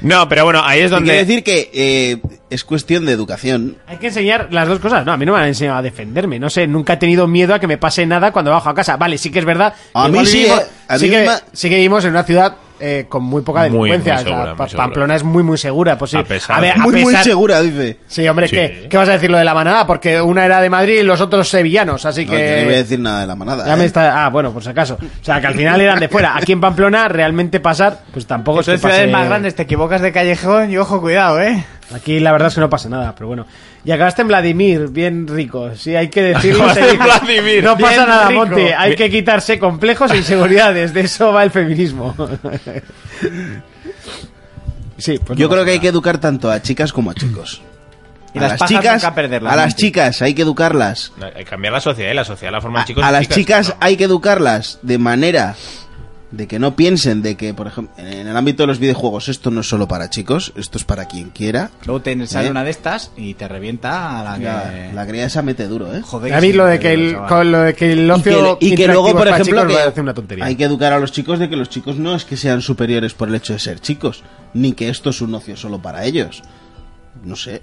No, pero bueno, ahí es Quiere donde. decir que eh, es cuestión de educación. Hay que enseñar las dos cosas. No, a mí no me han enseñado a defenderme. No sé, nunca he tenido miedo a que me pase nada cuando bajo a casa. Vale, sí que es verdad. A Igual mí sí, vivimos- eh. A sí mí que, misma- sí que vivimos en una ciudad eh, con muy poca Muy, muy delincuencia. segura, O sea, muy Pa- segura. Pamplona es muy, muy segura. Pues sí. A pesar ver, de- a Muy, muy pesar- segura, dice. Sí, hombre, Sí. ¿qué, qué vas a decir lo de la manada? Porque una era de Madrid y los otros sevillanos, así No, que... yo no voy a decir nada de la manada. Ya me ¿eh? está... Ah, bueno, por si acaso. O sea, que al final eran de fuera. Aquí en Pamplona, realmente pasar, pues tampoco Son es que pase- ciudades más grandes, te equivocas de callejón y ojo, cuidado, eh. Aquí la verdad es que no pasa nada, pero bueno. Y acabaste en Vladimir, bien rico. Sí, hay que decirlo. Acabaste en Sí. Vladimir, No bien pasa nada, rico. Monty. Hay que quitarse complejos e inseguridades. De eso va el feminismo. Sí, pues Yo no creo pasa que hay nada. que educar tanto a chicas como a chicos. Y las pajas nunca perderlas, a las Monty. chicas hay que educarlas. No, hay que cambiar la sociedad y la sociedad la forma A, de chicos. a y las chicas No. hay que educarlas de manera de que no piensen de que, por ejemplo, en el ámbito de los videojuegos esto no es solo para chicos, esto es para quien quiera. Luego te sale ¿Eh? una de estas y te revienta a la que. La, la cría esa mete duro, ¿eh? Joder, A mí sí, lo de te que digo, el, chaval. con lo de que el Y que- ocio y que, luego, por ejemplo, me que parece una tontería. hay que educar a los chicos de que los chicos no es que sean superiores por el hecho de ser chicos, ni que esto es un ocio solo para ellos. No sé.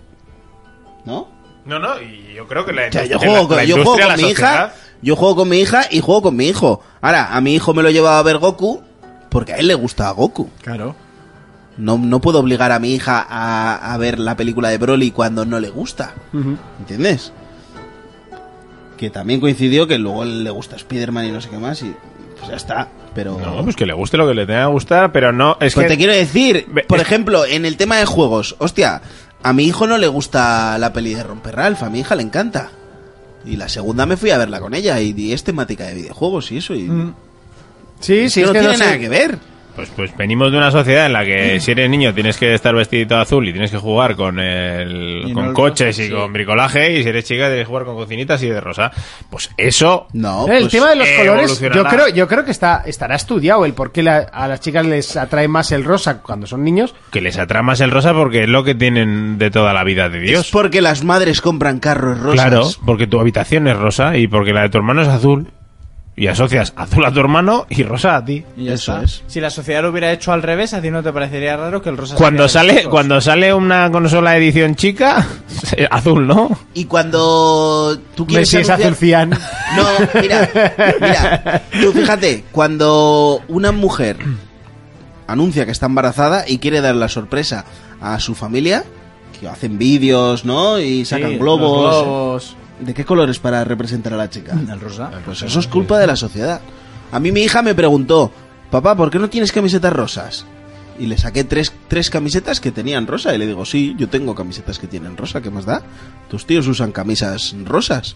¿No? No, no, y yo creo que la, O sea, yo la- juego, la con, yo juego industria, con la mi hija, sociedad- yo juego con mi hija y juego con mi hijo. Ahora, a mi hijo me lo llevaba a ver Goku porque a él le gusta Goku. Claro. No, no puedo obligar a mi hija a, a ver la película de Broly cuando no le gusta. ¿Entiendes? Que también coincidió que luego le gusta Spider-Man y no sé qué más y pues ya está. Pero... No, pues que le guste lo que le tenga que gustar, pero no. Es Pero que. Pues te quiero decir, Ve- por es- ejemplo, en el tema de juegos, hostia, a mi hijo no le gusta la peli de Romper Ralph, a mi hija le encanta. Y la segunda me fui a verla con ella y, y es temática de videojuegos y eso. Y Sí, es sí, que es no que tiene sé. nada que ver. Pues, pues venimos de una sociedad en la que si eres niño tienes que estar vestidito azul y tienes que jugar con el, Y en con orden, coches y sí. con bricolaje y si eres chica tienes que jugar con cocinitas y de rosa. Pues eso No, el pues, tema de los colores, yo evolucionará. creo, yo creo que está, estará estudiado el por qué la- a las chicas les atrae más el rosa cuando son niños. que les atrae más el rosa porque es lo que tienen de toda la vida de es Dios. porque las madres compran carros rosas. Claro, porque tu habitación es rosa y porque la de tu hermano es azul y asocias azul a tu hermano y rosa a ti. Y ya Eso está. es. Si la sociedad lo hubiera hecho al revés, a ti no te parecería raro que el rosa Cuando saliera de sale, chicos. cuando sale una consola edición chica, azul, ¿no? Y cuando tú quieres Messi es anunciar- azul cian. No, mira, mira, tú fíjate, cuando una mujer anuncia que está embarazada y quiere dar la sorpresa a su familia, que hacen vídeos, ¿no? Y sacan Sí, globos. los globos. ¿De qué colores para representar a la chica? El rosa. Pues eso es culpa de la sociedad. A mí mi hija me preguntó, papá, ¿por qué no tienes camisetas rosas? Y le saqué tres, tres camisetas que tenían rosa. Y le digo, sí, yo tengo camisetas que tienen rosa, ¿qué más da? Tus tíos usan camisas rosas.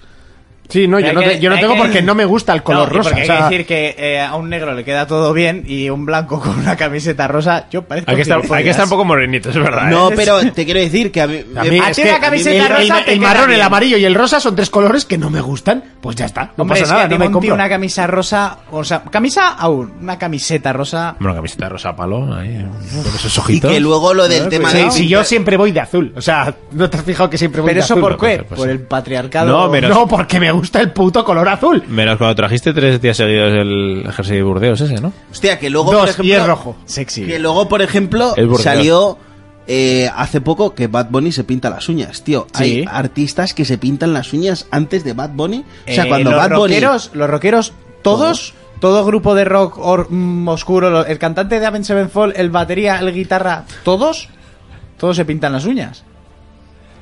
Sí, no, yo Pero no, hay te- que- yo no hay tengo que- porque no me gusta el color No, y rosa. porque o sea, hay que decir que eh, a un negro le queda todo bien y un blanco con una camiseta rosa, yo parezco Hay que estar, gilipollas. hay que estar un poco morenito, es verdad. ¿eh? No, pero te quiero decir que a mí... Ah, a mí me- es ti que la camiseta el, el- rosa el te queda marrón, bien. el amarillo y el rosa son tres colores que no me gustan. Pues ya está, no Hombre, es pasa que nada, a ti no me Monti compro. una camisa rosa, o sea, camisa aún, una camiseta rosa. Bueno, camiseta rosa palo, ahí, con esos Y ojitos. que luego lo del tema Sí, de... si yo siempre voy de azul, o sea, no te has fijado que siempre voy Pero de eso azul. por qué? pues, pues, por sí. el patriarcado. No, pero- No, porque me gusta el puto color azul. Menos cuando trajiste tres días seguidos el jersey de Burdeos ese, ¿no? Hostia, que luego, por Dos, ejemplo... y es rojo. sexy. Que luego, por ejemplo, Es Bordeaux. salió eh, hace poco que Bad Bunny se pinta las uñas, tío. Hay Sí. artistas que se pintan las uñas antes de Bad Bunny. O sea, Eh, cuando los Bad Bunny... rockeros, los rockeros todos, todo grupo de rock or- mm, oscuro, lo- el cantante de Avenged Sevenfold, el batería, el guitarra, todos, todos se pintan las uñas.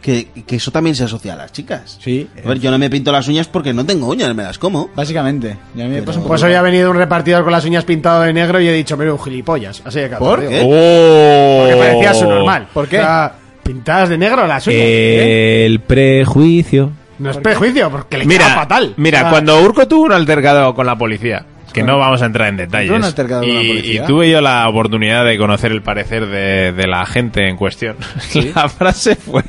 Que, que eso también se asocia a las chicas. Sí. A ver, yo no me pinto las uñas porque no tengo uñas, me las como. Básicamente. Y a mí me Pero- pasa un poco Pues hoy ha venido un repartidor con las uñas pintado de negro y he dicho, mira, un gilipollas. Así de claro. ¿Por te qué? digo. ¡Oh! Porque parecía su normal. ¿Por qué? O sea, pintadas de negro las uñas. ¿eh? El prejuicio. No es prejuicio, porque le queda Mira, fatal. mira O sea, cuando Urco tuvo un altercado con la policía. que no vamos a entrar en detalles. Tú no has tercado con la y, policía. y tuve yo la oportunidad de conocer el parecer de, de la gente en cuestión. La frase fue...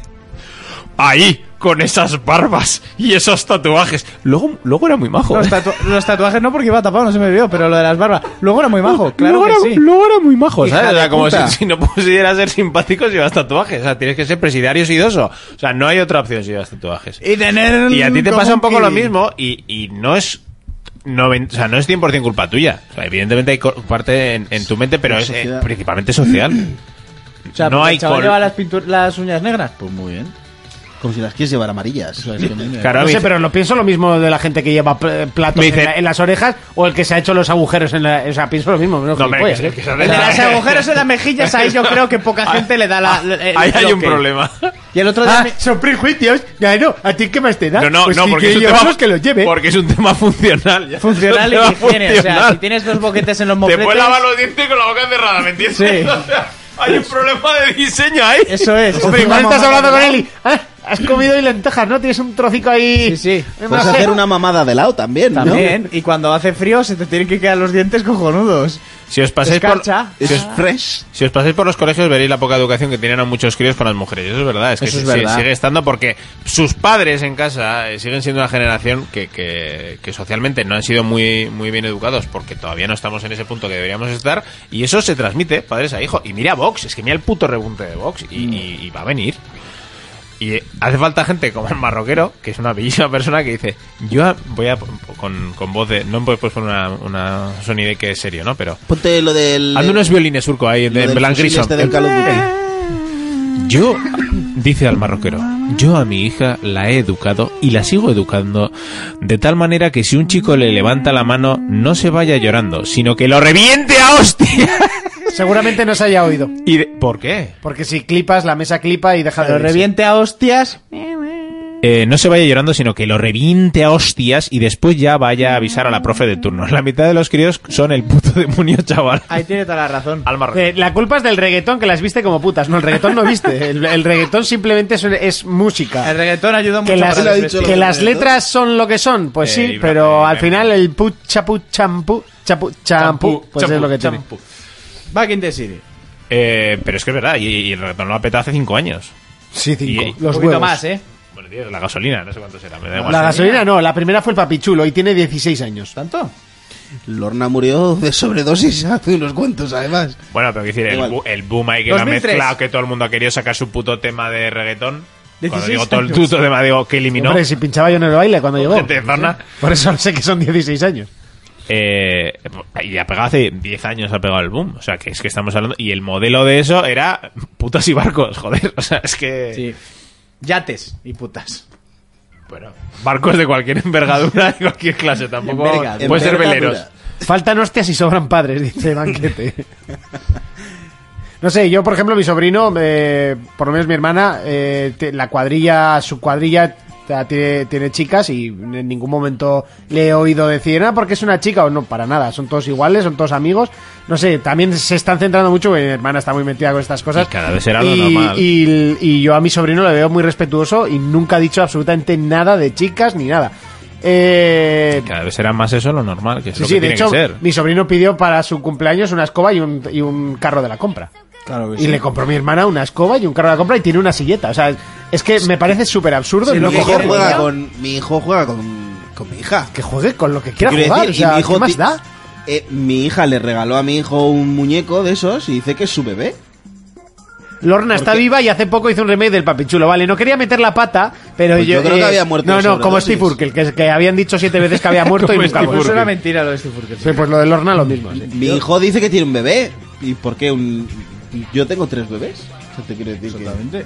Ahí, con esas barbas y esos tatuajes. Luego, luego era muy majo. Los, ¿eh? tatu- los tatuajes no porque iba tapado, no se me vio, pero lo de las barbas. Luego era muy majo, claro luego, que era, sí. luego era muy majo, Hija ¿sabes? O de sea, como si, puta. si no pusiera ser simpático si llevas tatuajes. O sea, tienes que ser presidiario sidoso. O sea, no hay otra opción si llevas tatuajes. Y tener Y a ti te como pasa un poco lo Eh, que- mismo y, y no es... noven- o sea, no es 100% culpa tuya. O sea, evidentemente hay co- parte en, en tu mente, pero es eh, principalmente social. O sea, no porque hay el chaval col- lleva las, pintur- las uñas negras. Pues muy bien. Como si las quieres llevar amarillas. Claro, no me sé, dice- pero lo pienso lo mismo de la gente que lleva pl- platos Me en, dice- la- en las orejas o el que se ha hecho los agujeros en la... O sea, pienso lo mismo. No, hombre, gilipollas, que- ¿eh? que se El de las agujeros en las mejillas, ahí yo creo que poca gente le da la. el- Ahí hay el un ok. problema. Y el otro día. Ah, me- son prejuicios. Claro, ¿a ti qué más te da? No, no, Pues no, sí, porque que es, un lleva tema, los que los lleve. porque es un tema funcional. ya. Funcional Es un y tema higiene. O sea, funcional. si tienes dos boquetes en los Te mofletes. puedes lavar los dientes con la boca cerrada, ¿me entiendes? Sí. O sea, hay un problema de diseño ahí. Eso es. Hombre, igual Vamos, estás vamos, hablando con él y... "Ah, has comido hoy lentejas, ¿no? Tienes un trocico ahí... Sí, sí. No Puedes sé. hacer una mamada de lado también, ¿no? También. Y cuando hace frío se te tienen que quedar los dientes cojonudos. Si os pasáis por, Escarcha. si os, Fresh. si os pasáis por los colegios veréis la poca educación que tienen a muchos críos con las mujeres. Eso es verdad, es que Eso es se- se- verdad. sigue estando porque sus padres en casa eh, siguen siendo una generación que, que- que socialmente no han sido muy, muy bien educados porque todavía no estamos en ese punto que deberíamos estar y eso se transmite padres a hijos. Y mira Vox, es que mira el puto rebunte de Vox y, Mm. y- y va a venir. Y eh, hace falta gente como el marroquero, que es una bellísima persona, que dice, yo a- voy a... con, con voz de... No puedes poner una, una sonido que es serio, ¿no? Pero... Ponte lo del. Ando unos violines surco ahí en, lo en del Blanc fusil Grissom. Eh. este del Call of Duty. Yo, dice al marroquero, yo a mi hija la he educado y la sigo educando de tal manera que si un chico le levanta la mano no se vaya llorando, sino que lo reviente a hostia. Seguramente no se haya oído. ¿Y de- por qué? Porque si clipas, la mesa clipa y deja de Lo oírse. reviente a hostias. Eh, no se vaya llorando, sino que lo reviente a hostias y después ya vaya a avisar a la profe de turno. La mitad de los críos son el puto demonio, chaval. Ahí tiene toda la razón. Al marroquero. Eh, la culpa es del reggaetón que las viste como putas. No, el reggaetón no viste. El, el reggaetón simplemente es, es música. El reggaetón ayuda mucho Que las, para lo ha dicho desvestir. que del las reggaetón. letras son lo que son, pues Eh, sí, y pero Blanca, al y final el put chapu champú chapu champú pues es lo que tiene. champú. Back in the city. Eh, pero es que es verdad, y, y el reggaetón lo ha petado hace cinco años. Sí, cinco. Y- Los Un poquito huevos. más, ¿eh? Bueno, tío, la gasolina, no sé cuánto será, me da igual. La gasolina no, la primera fue el papichulo y tiene 16 años. ¿Tanto? Lorna murió de sobredosis hace unos cuantos, además. Bueno, pero quiero decir, el, Igual. bu- el boom ahí que la 2003. mezcla, que todo el mundo ha querido sacar su puto tema de reggaetón. Cuando 16 digo todo el años. puto tema, digo que eliminó. Hombre, si pinchaba yo en el baile cuando llegó. Gente de zona. Por eso sé que son 16 años. Eh, y ha pegado hace 10 años, ha pegado el boom. O sea, que es que estamos hablando. Y el modelo de eso era putas y barcos, joder. O sea, es que. Sí. Yates y putas. Bueno, barcos de cualquier envergadura, de cualquier clase, tampoco. Envergadura. Pueden ser veleros. Envergadura. Faltan hostias y sobran padres, dice Banquete. No sé, yo por ejemplo, mi sobrino, eh, por lo menos mi hermana, eh, te- la cuadrilla, su cuadrilla ta- tiene, tiene chicas y en ningún momento le he oído decir, ah, porque es una chica o no, para nada, son todos iguales, son todos amigos. No sé, también se están centrando mucho, porque mi hermana está muy metida con estas cosas. Y cada vez será lo Y- normal. Y, y yo a mi sobrino le veo muy respetuoso y nunca ha dicho absolutamente nada de chicas ni nada. Eh, Cada vez será más eso lo normal, que es Sí, lo sí, que de tiene hecho, que ser. mi sobrino pidió para su cumpleaños una escoba y un, y un carro de la compra. Claro Pues que Y le compró mi hermana una escoba y un carro de la compra y tiene una silleta. O sea, es que me parece súper absurdo. y mi, no hijo cojones. juega con, mi hijo juega con, con mi hija. Que juegue con lo que quiera Quiero jugar. o decir, y sea, mi hijo ¿qué más ti- da? eh, mi hija le regaló a mi hijo un muñeco de esos y dice que es su bebé. Lorna está viva y hace poco hizo un remake del Papichulo. Vale, no quería meter la pata, pero Pues yo... eh, yo creo que había muerto No, de no, como sobredosis. Steve Urkel, que, que habían dicho siete veces que había muerto y Como nunca Steve volvió. Es una mentira lo de Steve Urkel. Sí, pues lo de Lorna lo mismo. sí. Mi hijo dice que tiene un bebé. ¿Y por qué un.? Yo tengo tres bebés. O sea, te quiero decir que-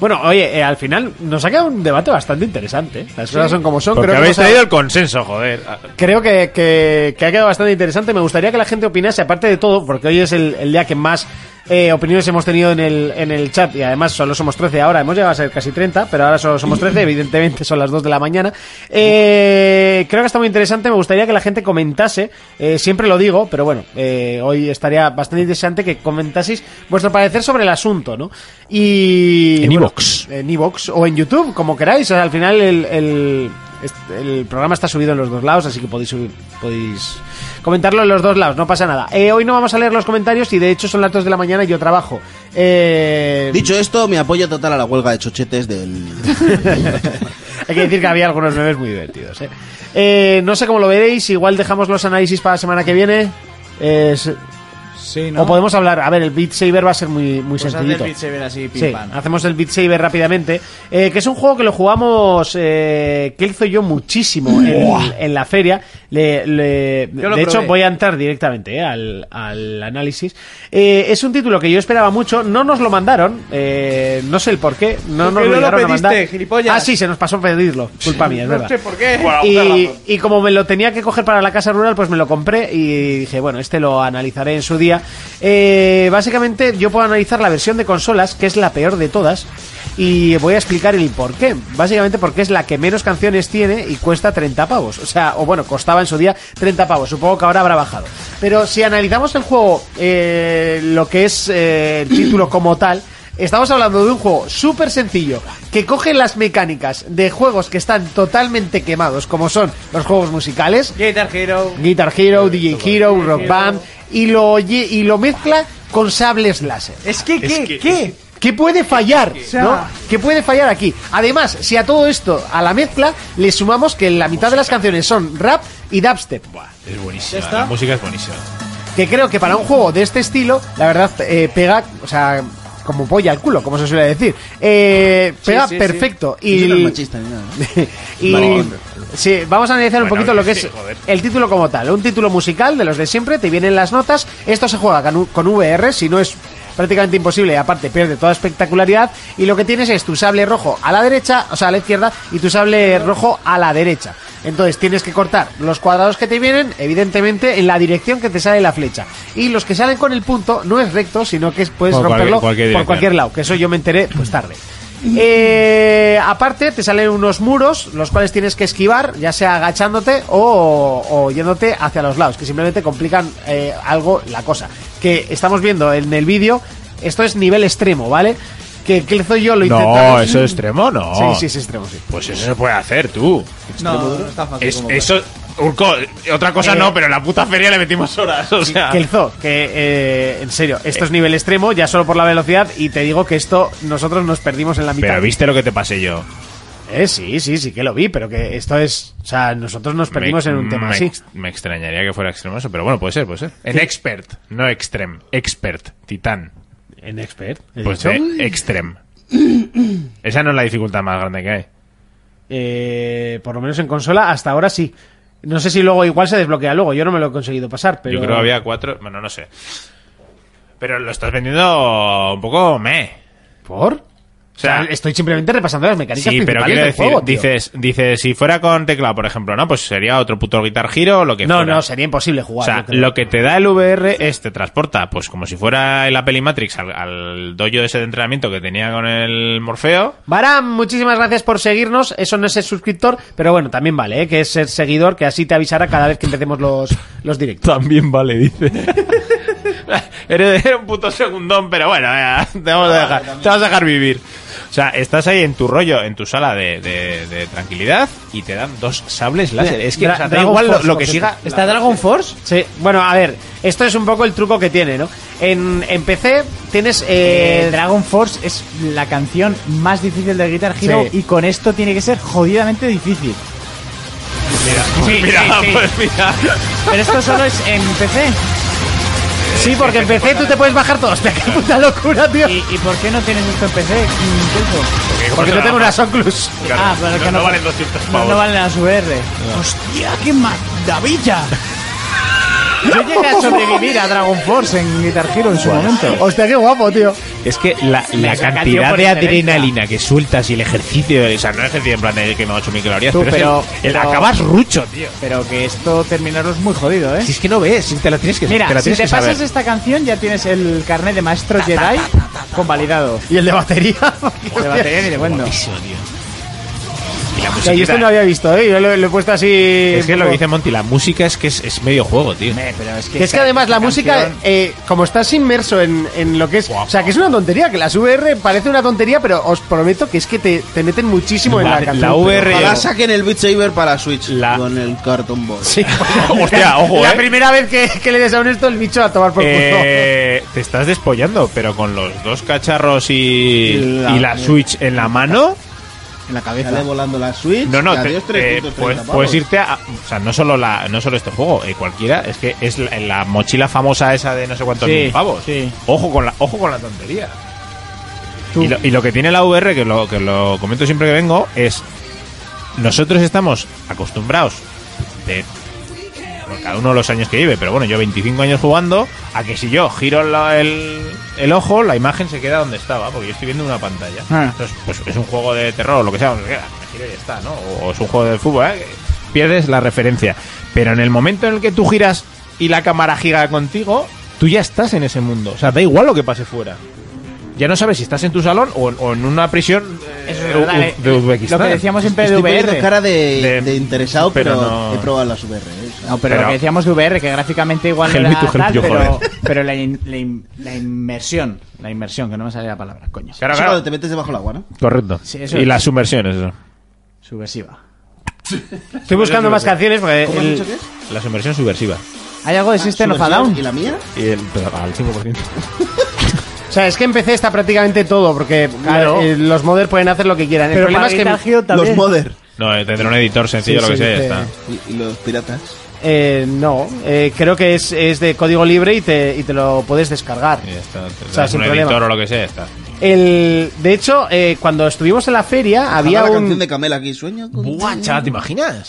Bueno, oye, eh, al final nos ha quedado un debate bastante interesante. ¿eh? Las cosas son como son. Porque creo que habéis hemos traído el consenso, joder. Creo que, que- que ha quedado bastante interesante. Me gustaría que la gente opinase, aparte de todo, porque hoy es el, el día que más eh, opiniones hemos tenido en el, en el chat y además solo somos 13 ahora. Hemos llegado a ser casi 30, pero ahora solo somos 13. Evidentemente son las 2 de la mañana. Eh, creo que está muy interesante. Me gustaría que la gente comentase. eh, siempre lo digo, pero bueno, eh, hoy estaría bastante interesante que comentaseis vuestro parecer sobre el asunto, ¿no? Y. En bueno, iVoox. en iVoox o en YouTube, como queráis. O sea, al final el, el- Este- el programa está subido en los dos lados, así que podéis subir, podéis comentarlo en los dos lados, no pasa nada. Eh, hoy no vamos a leer los comentarios y de hecho son las 2 de la mañana y yo trabajo. Eh, Dicho esto, mi apoyo total a la huelga de chochetes del... Hay que decir que había algunos memes muy divertidos. ¿eh? Eh, no sé cómo lo veréis, igual dejamos los análisis para la semana que viene. Eh, se- Sí, O podemos hablar, a ver, el Beat Saber va a ser muy, muy Pues haz el sencillito. Beat Saber así, pim, Sí, Ah, pam. hacemos el Beat Saber rápidamente, eh, que es un juego que lo jugamos eh, Kelzo y yo muchísimo en, en la feria. Le- le- de Yo lo hecho, probé. voy a entrar directamente eh, al, al análisis. Eh, es un título que yo esperaba mucho, no nos lo mandaron, eh, no sé el por qué, no nos Porque no lo llegaron a mandar. pediste, gilipollas. Ah, sí, se nos pasó pedirlo, culpa mía, es verdad. por qué. Y, y como me lo tenía que coger para la casa rural, pues me lo compré y dije, bueno, este lo analizaré en su día. Eh, básicamente yo puedo analizar la versión de consolas, que es la peor de todas, y voy a explicar el por qué. Básicamente porque es la que menos canciones tiene y cuesta 30 pavos. O sea, o bueno, costaba en su día 30 pavos, supongo que ahora habrá bajado. Pero si analizamos el juego, eh, lo que es eh, el título como tal, Estamos hablando de un juego súper sencillo que coge las mecánicas de juegos que están totalmente quemados, como son los juegos musicales, Guitar Hero. Guitar Hero, DJ Hero, Rock Band, y lo, lle- y lo mezcla con sables láser. Es que, ¿qué? que- ¿Qué? ¿Qué puede fallar? ¿no? ¿Qué puede fallar aquí? Además, si a todo esto, a la mezcla, le sumamos que la mitad de las canciones son rap y dubstep. Es ¿Ya buenísima. está? La música es buenísima. que creo que para un juego de este estilo, la verdad, eh, pega, o sea, como polla al culo, como se suele decir. Eh, pega sí, sí. perfecto. Eso Y, no es machista ni nada. ¿no? y- sí, vamos a analizar un Bueno, poquito lo que sí, es joder. el título como tal. Un título musical de los de siempre, te vienen las notas. Esto se juega con, con VR, si no es prácticamente imposible, aparte pierde toda espectacularidad. Y lo que tienes es tu sable rojo a la derecha, o sea, a la izquierda, y tu sable rojo a la derecha. Entonces tienes que cortar los cuadrados que te vienen, evidentemente, en la dirección que te sale la flecha. Y los que salen con el punto no es recto, sino que puedes Por cualquier- romperlo cualquier por dirección. cualquier lado, que eso yo me enteré pues tarde. Eh, aparte, te salen unos muros, los cuales tienes que esquivar, ya sea agachándote o, o yéndote hacia los lados, que simplemente complican eh, algo la cosa. Que estamos viendo en el vídeo, esto es nivel extremo, ¿vale? Que Kelzo y yo lo No, intentamos. eso es extremo, no. Sí, sí, es extremo, sí. Pues eso se puede hacer tú. No, no está fácil. Es- como eso, Urco, otra cosa Eh, no, pero en la puta feria le metimos horas. O sea, Kelzo, que eh, en serio, esto es nivel extremo, ya solo por la velocidad, y te digo que esto nosotros nos perdimos en la mitad. pero viste lo que te pasé yo. Eh, sí, sí, sí que lo vi, pero que esto es. O sea, nosotros nos perdimos Me- en un tema me, así. Me extrañaría que fuera extremo eso, pero bueno, puede ser, puede ser. En expert, no extreme, expert, titán. En expert. he Pues dicho. de extreme. Esa no es la dificultad más grande que hay. Eh, por lo menos en consola, hasta ahora sí. No sé si luego igual se desbloquea luego, yo no me lo he conseguido pasar, pero. Yo creo que había cuatro, bueno, no sé. Pero lo estás vendiendo un poco me. ¿Por? O sea, estoy simplemente repasando las mecánicas Sí, pero principales quiero del decir, juego, tío. dices, dices, si fuera con teclado, por ejemplo, ¿no? Pues sería otro puto guitar giro o lo que No, fuera. no, sería imposible O jugar. sea, yo creo. lo que te da el VR es te transporta, pues como si fuera el Apple y Matrix al, al dojo ese de entrenamiento que tenía con el Morfeo. Baram, muchísimas gracias por seguirnos. Eso no es ser suscriptor, pero bueno, también vale, ¿eh? que es ser seguidor, que así te avisará cada vez que empecemos los, los directos. También vale, dice. Eres eres un puto segundón, pero bueno, venga, te vamos a dejar, te vas a dejar vivir. O sea, estás ahí en tu rollo, en tu sala de, de- de tranquilidad y te dan dos sables láser. Es que Dra- o sea, da Dragon igual lo, Force, lo que por siga. cierto. ¿Está Dragon Force? Sí, bueno, a ver, esto es un poco el truco que tiene, ¿no? En, en PC tienes. Eh, Eh, Dragon Force es la canción más difícil de Guitar Hero Sí. y con esto tiene que ser jodidamente difícil. Sí, mira, pues mira. Pero esto solo es en PC. sí, porque en PC tú te puedes bajar todos. Hostia, ¡Qué puta locura, tío! ¿Y, y por qué no tienes esto en PC? Incluso. Porque no tengo unas Oculus. Claro, Ah, pero no, que no no- valen 200 No, pavos. no valen las VR. ¡Hostia, qué maravilla! Yo llegué a sobrevivir a Dragon Force en Guitar Hero en su momento. Hostia, qué guapo, tío. Es que la, la saca, tío, cantidad por de excelencia. adrenalina que sueltas y el ejercicio, o sea, no ejercicio en plan de que me 8.000 calorías, Tú, pero, es pero- el- el pero- acabas rucho, tío. Pero que esto terminarlo es muy jodido, ¿eh? Si es que no ves, si te la tienes que Mira, te la si tienes te que pasas saber. esta canción ya tienes el carnet de maestro Jedi convalidado. Y el de batería. Porque, De batería ni te cuento. Guapísimo, tío. la O sea, yo esto no lo música. había visto, ¿eh? Yo lo, lo he puesto así... Es que un lo poco- que dice Monty, la música es que es, es medio juego, tío. Que es que además la música, eh, como estás inmerso en, en lo que es... O sea, que es una tontería, que las VR parece una tontería, pero os prometo que es que te, te meten muchísimo en la, canción. Ojalá saquen el Beat Saber para Switch con el Carton Ball. Sí, Hostia, ojo, La eh. primera vez que, que le des a un esto el bicho a tomar por culo. Eh, te estás despollando, pero con los dos cacharros y, y la, la- Switch en la mano. En la cabeza. Sale volando la Switch. No, no, y te- adiós, eh, 330 puedes, pavos. puedes irte a. O sea, no solo, la, no solo este juego, eh, cualquiera. Es que es la, la mochila famosa esa de no sé cuántos Sí, mil pavos. sí. Ojo, con la, ojo con la tontería. Y lo, y lo que tiene la VR, que lo, que lo comento siempre que vengo, es. Nosotros estamos acostumbrados de. por cada uno de los años que vive, pero bueno, yo 25 años jugando, a que si yo giro la- el, el ojo, la imagen se queda donde estaba, porque yo estoy viendo una pantalla. Ah. Entonces, pues es un juego de terror o lo que sea, me giro y ya está, ¿no? O, o es un juego de fútbol, ¿eh? Pierdes la referencia. Pero en el momento en el que tú giras y la cámara gira contigo, tú ya estás en ese mundo. O sea, da igual lo que pase fuera. Ya no sabes si estás en tu salón o, en- o en una prisión eh, verdad, u- eh. de Uzbekistán. Lo que decíamos en Estoy poniendo PDVR. cara de, De- de interesado, pero, pero no- he probado las VR. ¿eh? O sea, No, pero, lo Pero- que decíamos de VR, que gráficamente igual no Help era me to help tal, you, pero, joder. pero la, in- la in- la inmersión, la inmersión, que no me sale la palabra, coño. Claro, eso claro. cuando te metes debajo del agua, ¿no? Correcto. Sí, eso y es. las sumersiones, eso. Subversiva. Estoy buscando más canciones porque... ¿Cómo has el- dicho que es? La sumersión subversiva. ¿Hay algo de System of a ¿Subversión? Down? ¿Y la mía? Y el, pero al 5%. O sea, es que en PC está prácticamente todo, porque Claro. eh, los modders pueden hacer lo que quieran. El Pero problema para es que... Guitar Hero también. Los Mother. No, eh, tendrá un editor sencillo, Sí, lo que sí, sea, ya dice- está. Y, y los piratas. Eh, no, eh, creo que es, es de código libre y te, y te lo puedes descargar. Y ya está. Tendrás sea, sin un problema. editor o lo que sea, ya está. El, de hecho, eh, cuando estuvimos en la feria, había Había la canción un, de Camela aquí. Sueño con... Buah, chaval, ¿te imaginas?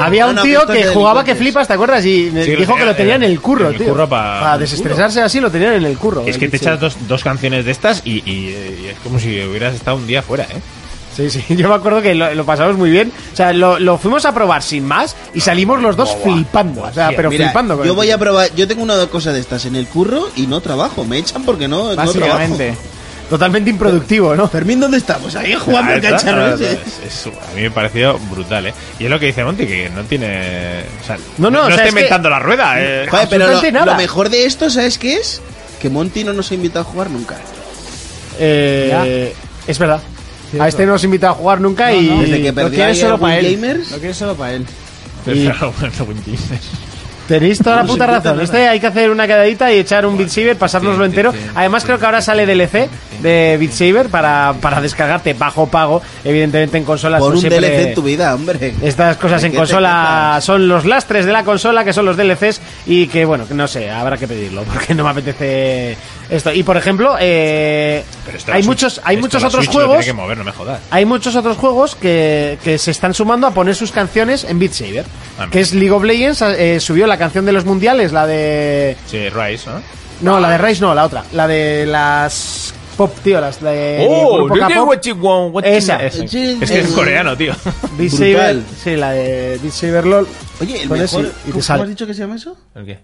había No, un no, tío pero esto que es de jugaba que delincuentes. flipas, ¿te acuerdas? Y eh, lo dijo tenía que lo tenía en el curro, en el tío. curro pa- Para desestresarse así, lo tenían en el curro. el Es que te bicho. echas dos, dos canciones de estas y, y- y es como si hubieras estado un día fuera, ¿eh? Sí, sí, yo me acuerdo que lo, lo pasamos muy bien. O sea, lo, lo fuimos a probar sin más y salimos los dos flipando. o sea, pero Mira, flipando. con yo el voy tío. a probar. Yo tengo una cosa de estas en el curro y no trabajo. Me echan porque no, no trabajo. Básicamente. Totalmente improductivo, ¿no? Fermín, ¿dónde estamos? Ahí jugando Ah, al está, cacharro no, ese. es- es- a mí me pareció brutal, ¿eh? Y es lo que dice Monty, que no tiene... o sea, No, no, o sea, está es que- Mm, inventando la rueda, ¿eh? Joder, pero lo, absolutamente nada. lo mejor de esto, ¿sabes qué es? Que Monty no nos ha invitado a jugar nunca. Eh, es verdad. A este no nos invita a jugar nunca y. Desde que Lo perdió quiere ayer solo para Win él. Gamers. Lo quiere solo para él. Pero bueno, buen tío. Tenéis toda la puta se razón. puta Este hay que hacer una quedadita y echar un Beat Saber, pasárnoslo entero. Además, creo que ahora sale DLC de Beat Saber para, para descargarte bajo pago. Evidentemente, en consolas Por no un siempre- DLC en tu vida, hombre. Estas cosas ¿De en qué te consola quejas? son los lastres de la consola, que son los DLCs, y que bueno, que no sé, habrá que pedirlo, porque no me apetece esto. Y por ejemplo, eh, Pero esto la hay Switch- muchos, hay esto muchos la otros Switch lo juegos. Tiene que mover, no me jodas. Hay muchos otros juegos que, que se están sumando a poner sus canciones en Beat Saber. Ah, Que es League of Legends, eh, subió la canción de los mundiales, la de. Sí, Rise, ¿no? No, la de Rise no, la otra. La de las pop, tío, las de. Oh, grupo K-pop. Esa. Esa. Es que es coreano, tío. Beat Brutal. Saber, sí, la de Beat Saber LOL. Oye, el Con ese mejor. y te ¿Cómo, sale. has dicho que se llama eso? ¿El qué?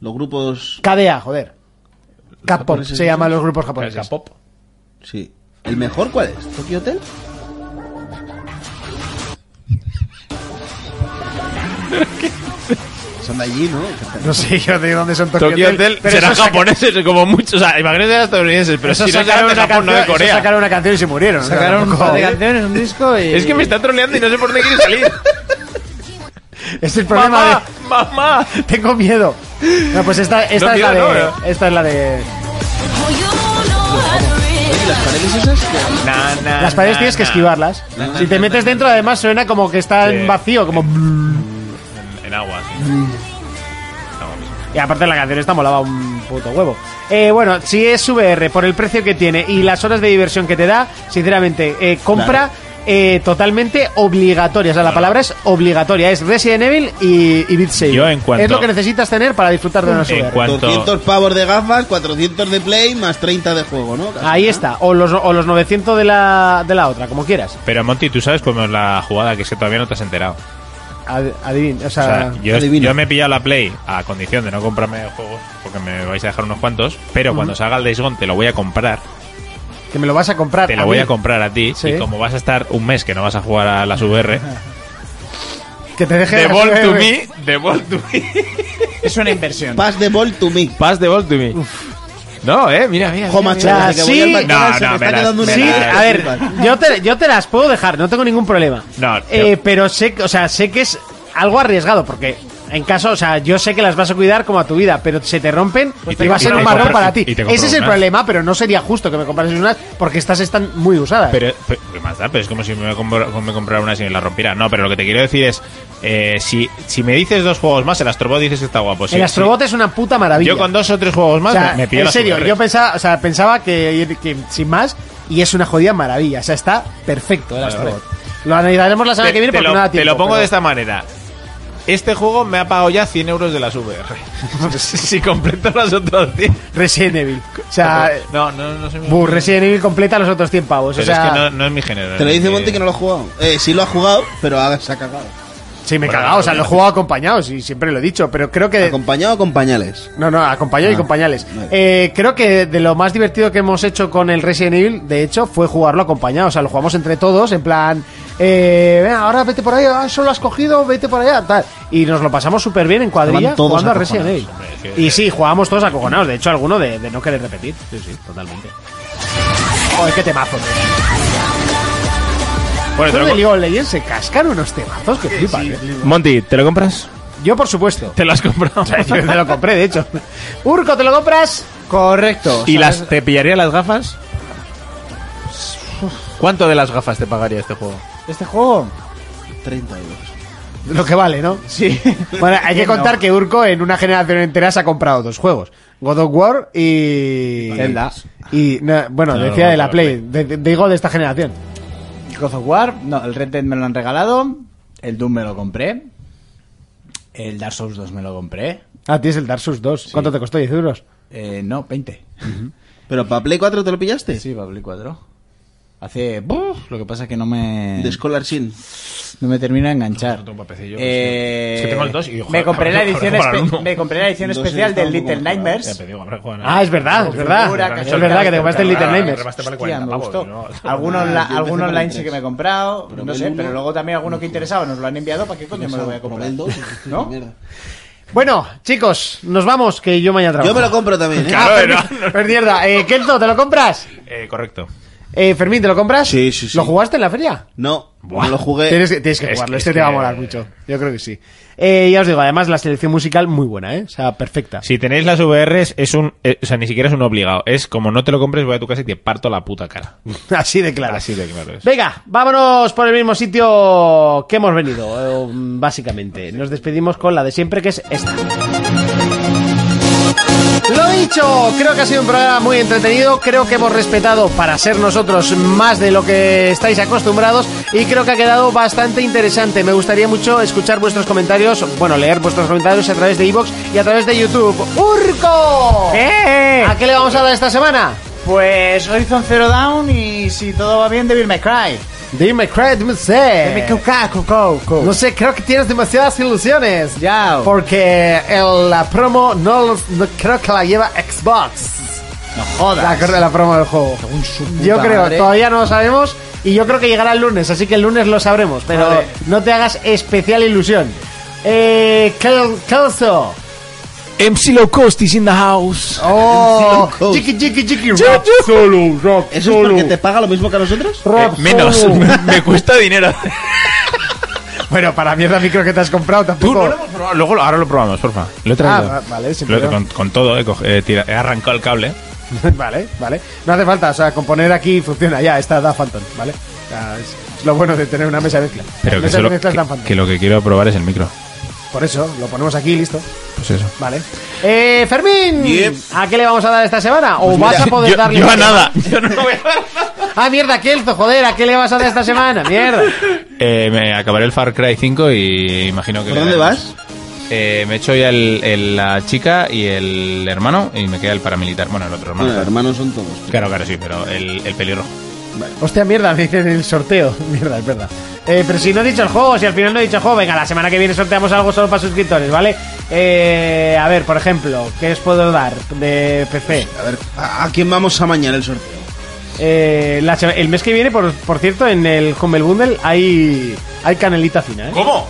Los grupos. KDA, joder. K-pop japoneses se dicen? llaman los grupos japoneses. K-pop. Sí. ¿El mejor cuál es? ¿Tokyo Hotel? Son de allí, ¿no? No sé, yo de dónde son Tokyo, Tokyo Hotel pero serán eso saca- japoneses como muchos. O sea, imagínate a estadounidenses, pero eso si no sacaron sacaron de una Japón, no de canción- eso Corea. sacaron una canción y se murieron. o sea, Sacaron un tampoco- par de canciones, un disco y... Es que me está troleando y no sé por dónde quiere salir. Es el problema mamá, de... mamá. Tengo miedo. No, pues esta, esta No, es la miedo, de. no, Esta es la de. ¿Las paredes esas? que- Na, na, Las paredes na, tienes que na. esquivarlas. Si te metes dentro, además suena como que está en Sí. vacío, como. En, en agua, sí. Y aparte la canción está molaba un puto huevo. Eh, bueno, si es VR por el precio que tiene y las horas de diversión que te da, sinceramente, eh, compra eh, totalmente obligatoria. O sea, la palabra es obligatoria. Es Resident Evil y, y Beat Saber. Yo, en cuanto- Es lo que necesitas tener para disfrutar de una VR. En cuanto. 200 pavos de gafas, 400 de play, más 30 de juego, ¿no? Casi, Ahí ¿no? está. O los, o los 900 de la, de la otra, como quieras. Pero Monty, tú sabes cómo es la jugada, que es que todavía no te has enterado. Ad- adivin- o O sea... sea, yo, adivina. yo me he pillado la Play a condición de no comprarme juegos porque me vais a dejar unos cuantos, pero cuando salga el Days Gone te lo voy a comprar Que me lo vas a comprar. Te lo voy a comprar a ti. Y como vas a estar un mes que no vas a jugar a las VR, Que te deje The las Ball to VR. Me, The Ball to Me. Es una inversión. Pass the ball to me. Pass the ball to me. No, eh, mira, mira. Jo, macho, mira. desde que volví Sí, al McDonald's no, se me no, está me las- quedando una me Sí, las- idea. a ver, yo te, yo te las puedo dejar, no tengo ningún problema. No, Eh, pero sé, que- o sea, sé que es algo arriesgado porque en caso, o sea, yo sé que las vas a cuidar como a tu vida, pero se te rompen Pues y te- va a y ser te un marrón compras- para y ti. te compras Ese es el unas. problema, pero no sería justo que me comprases unas porque estas están muy usadas. Pero, pero, ¿qué más da? Pero es como si me, compro- me comprara una y me la rompiera. No, pero lo que te quiero decir es: eh, si, si me dices dos juegos más, el Astrobot dices que está guapo. Sí, el Astrobot es una puta maravilla. Yo con dos o tres juegos O más sea, me, me pido en las serio, VR. yo pensaba, o sea, pensaba que, que sin más y es una jodida maravilla, o sea, está perfecto el Vale, Astrobot. Lo analizaremos la semana Te- que viene te porque lo, no da te tiempo. lo pongo pero- de esta manera. Este juego me ha pagado ya 100 euros de las VR. si completo las otras 100. Resident Evil. O sea, no, no, no soy muy- buh, Resident Evil completa los otros 100 pavos. Pero o sea, es que no, no es mi género. Te lo dice Eh, Monty que no lo ha jugado. Eh, sí lo ha jugado, pero ha- se ha cagado. sí, me he Bueno, cagado. O sea, no, lo he no. jugado acompañado, sí, siempre lo he dicho. Pero creo que. ¿Acompañado con pañales? No, no, acompañado y Ah, con pañales. vale. Eh, creo que de lo más divertido que hemos hecho con el Resident Evil, de hecho, fue jugarlo acompañado. O sea, lo jugamos entre todos, en plan, eh, venga, ahora vete por ahí, ah, eso lo has cogido, vete por allá, tal. Y nos lo pasamos súper bien en cuadrilla Estaban todos jugando a Resident Evil. acojonados, hombre, es que- Y sí, jugábamos todos acojonados. De hecho, alguno de, de no querer repetir. Sí, sí, totalmente. Joder, qué temazo. Bueno, te Pero lo de com- League of Legends se cascan unos temazos que flipas, eh. Monty, ¿te lo compras? Yo, por supuesto. Te lo has comprado. O sea, yo te lo compré, de hecho. Urco, ¿te lo compras? Correcto. ¿Y ¿sabes? las, te pillaría las gafas? ¿Cuánto de las gafas te pagaría este juego? Este juego. 30 euros. Lo que vale, ¿no? Sí. Bueno, hay que No. contar que Urco en una generación entera se ha comprado dos juegos: God of War y. Zelda. Y, no, bueno, Claro, decía de la claro, Play, de- de- digo de esta generación. God of War, no, el Red Dead me lo han regalado, el Doom me lo compré, el Dark Souls 2 me lo compré, Ah, tienes el Dark Souls 2. ¿Cuánto te costó? ¿10 euros? eh, no, 20. ¿Pero para Play 4 te lo pillaste? Sí, para Play 4. Hace... ¡buf! lo que pasa es que no me... De Scholar Sin. No me termina de enganchar. tengo para PC yo, Eh, es que tengo el 2 y, joder, me, compré la cabrón, edición cabrón, espe- uno. me compré la edición Dos especial está del un poco Little más barato. Ya te Nightmares. digo, habrá jugado nada. Ah, es verdad, es Figura, verdad. Es cachondeo, verdad que te compraste el Little Ah, Nightmares. remaster para Hostia, 40 me pavos, gustó. ¿no? Algunos, Ah, la- yo empecé algunos por el online sí que tres. me he comprado, Probé no el sé, uno. Pues pero luego también alguno que interesaba nos lo han enviado, ¿para qué coño me lo voy a comprar? el 2 y- ¿No? mierda. Bueno, chicos, nos vamos, que yo mañana Yo trabajo. me lo compro también, ¿eh? Claro, Ah, era- Fermín, pues mierda. Eh, Kelto, ¿te lo compras? Eh, correcto. Eh, Fermín, ¿te lo compras? Sí, sí, sí. ¿Lo jugaste en la feria? No, Buah. no lo jugué. Tienes que, tienes que es- jugarlo, es este te va a que- molar mucho. Yo creo que sí. Eh, ya os digo, además la selección musical muy buena, ¿eh? O sea, perfecta. Si tenéis las VRs, es un. eh, o sea, ni siquiera es un obligado. Es como no te lo compres, voy a tu casa y te parto la puta cara. Así de claro. Así de claro es. Venga, vámonos por el mismo sitio que hemos venido, eh, básicamente. Nos despedimos con la de siempre, que es esta. Lo dicho, creo que ha sido un programa muy entretenido, creo que hemos respetado para ser nosotros más de lo que estáis acostumbrados y creo que ha quedado bastante interesante. Me gustaría mucho escuchar vuestros comentarios, bueno, leer vuestros comentarios a través de iVoox y a través de YouTube. ¡Urco! ¡Eh! ¿A qué le vamos a dar esta semana? Pues Horizon Zero Down y si todo va bien, Devil May Cry. Dime, Craig, me sé. Devil May Cry, co- co- co. No sé, creo que tienes demasiadas ilusiones. Ya. Porque el- la promo no, los- no- creo que la lleva Xbox. No jodas. La, cor- la promo del juego. Yo creo, madre. todavía no lo sabemos. Y yo creo que llegará el lunes, así que el lunes lo sabremos. Pero Vale. no te hagas especial ilusión. Eh. Kel- Kelso. MC Low Cost is in the house. Oh. Coast. Chiqui, chiqui, chiqui. Rap solo, rap ¿Eso es porque te paga lo mismo que a nosotros? Eh, Rap menos, solo. me, me cuesta dinero. bueno, para mierda micro que te has comprado Tú tampoco. no lo hemos probado. Luego, lo- ahora lo probamos, porfa. Lo he traído. Ah, va- vale, sin Lo- problema. con, con todo, he, coge- he tira- he arrancado el cable. vale, vale. No hace falta, o sea, componer aquí funciona ya, está Da Phantom, ¿vale? O sea, es, es lo bueno de tener una mesa de mezcla. Pero Las que, mesas solo- de mezcla es que- Dan Phantom. que lo que quiero probar es el micro. Por eso, lo ponemos aquí y listo. Pues eso. Vale. Eh, Fermín, Yep. ¿a qué le vamos a dar esta semana? ¿O vas a poder Pues yo, darle yo a un tema? nada. Yo no voy a dar nada. Ah, mierda, Kelzo, joder, ¿a qué le vas a dar esta semana? Mierda. Eh, me acabaré el Far Cry 5 y imagino que. ¿Por le dónde daremos. vas? Eh, me echo ya el, el- la chica y el hermano y me queda el paramilitar. Bueno, el otro hermano. Ah, Bueno, hermanos son todos. Claro, claro, sí, pero el, el pelirrojo. Hostia, mierda, me dicen el sorteo. Mierda, es verdad. Eh, pero si no he dicho el juego, si al final no he dicho el juego, venga, la semana que viene sorteamos algo solo para suscriptores, ¿vale? Eh, a ver, por ejemplo, ¿qué os puedo dar de PC? A ver, ¿a, a quién vamos a mañana el sorteo? Eh, la sema- el mes que viene, por, por cierto, en el Humble Bundle hay, hay canelita fina. ¿eh? ¿Cómo?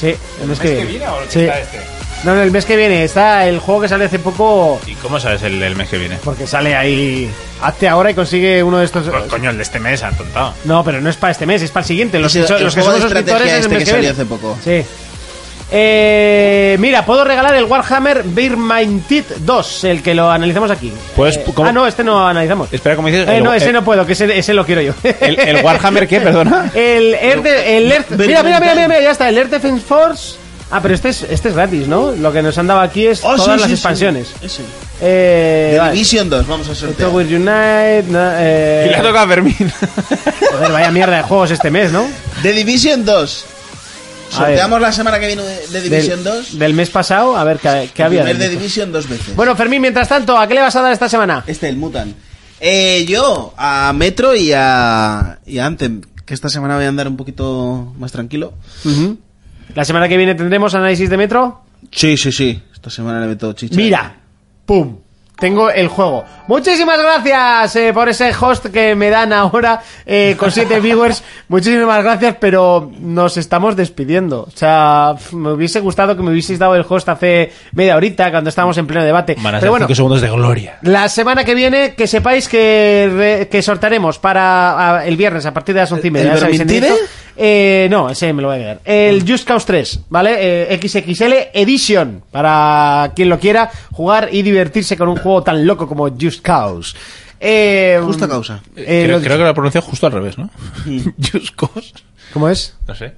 Sí, el mes, ¿El mes que viene o el que Sí. está este? No, no, el mes que viene está el juego que sale hace poco. ¿Y cómo sabes el, el mes que viene? Porque sale ahí. Hazte ahora y consigue uno de estos. Pues coño, el de este mes, atontado. No, pero no es para este mes, es para el siguiente. Los, Ese- que son- el los que juego somos de estrategia suscriptores es el este mes que que salió viene. hace poco. Sí. Eh, mira, puedo regalar el Warhammer Birmintit 2, el que lo analizamos aquí. Pues, Eh, ¿cómo? Ah, no, este no analizamos. Espera, ¿cómo dices? Eh, El- no, ese el- no puedo, que ese, ese lo quiero yo. el- el Warhammer qué, perdona? El Earth, el Earth- mira, mira, mira, mira, mira, ya está, el Earth Defense Force. Ah, pero este es, este es gratis, ¿no? Lo que nos han dado aquí es Oh, todas sí, las sí, sí. expansiones. Ese. Eh, The vale. Division 2, vamos a sortear. Tower Unite. no, eh, Y le ha tocado a Fermín. joder, vaya mierda de juegos este mes, ¿no? The Division A 2. ver. Sorteamos la semana que viene The Division 2. Del mes pasado, a ver qué, qué había. Primer de The esto. Division dos veces. Bueno, Fermín, mientras tanto, ¿a qué le vas a dar esta semana? Este, el Mutant. Eh, yo, a Metro y a, y a Anthem, que esta semana voy a andar un poquito más tranquilo. La semana que viene tendremos análisis de metro. Sí, sí, sí. Esta semana le meto chicha. Mira, pum. Tengo el juego. Muchísimas gracias eh, por ese host que me dan ahora eh, con 7 viewers. Muchísimas gracias, pero nos estamos despidiendo. O sea, pf, me hubiese gustado que me hubieseis dado el host hace media horita cuando estábamos en pleno debate. Van a ser pero bueno, cinco segundos de gloria. La semana que viene, que sepáis que, re- que sortaremos para a- el viernes a partir de las 11 y media. ¿El ya sabéis, en Vermintide? directo. Eh, no, ese me lo voy a quedar. El Just Cause 3, ¿vale? Eh, XXL Edition. Para quien lo quiera jugar y divertirse con un juego tan loco como Just Cause. Eh, Justa causa. eh, lo creo, creo dicho. que lo pronunció justo al revés, ¿no? Juscos. ¿Cómo es? No sé.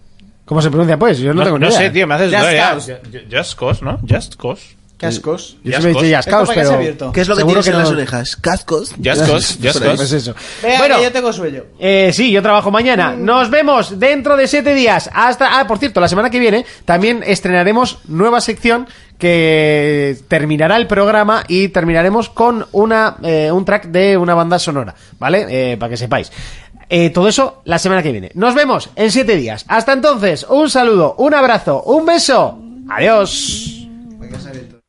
¿Cómo se pronuncia? Pues yo no, tengo ni idea. sé, tío, me haces Just dudar ya. Cause. Ju- ju- Just Cause, ¿no? Just Cause. Cascos. Yo siempre he Just dicho Esto Just Cause, Cause. para que se ha abierto. pero... ¿Qué es lo que seguro tienes en no- las orejas? ¿Cascos? Just Cause, just Por ahí. Pues Cause. eso. Venga, bueno, que yo tengo sueño. Eh, sí, yo trabajo mañana. Nos vemos dentro de siete días. Hasta. Ah, por cierto, la semana que viene también estrenaremos nueva sección que terminará el programa y terminaremos con una, eh, un track de una banda sonora, ¿vale? Eh, para que sepáis. Eh, todo eso la semana que viene. Nos vemos en siete días. Hasta entonces, un saludo, un abrazo, un beso. Adiós. Venga, se ha abierto.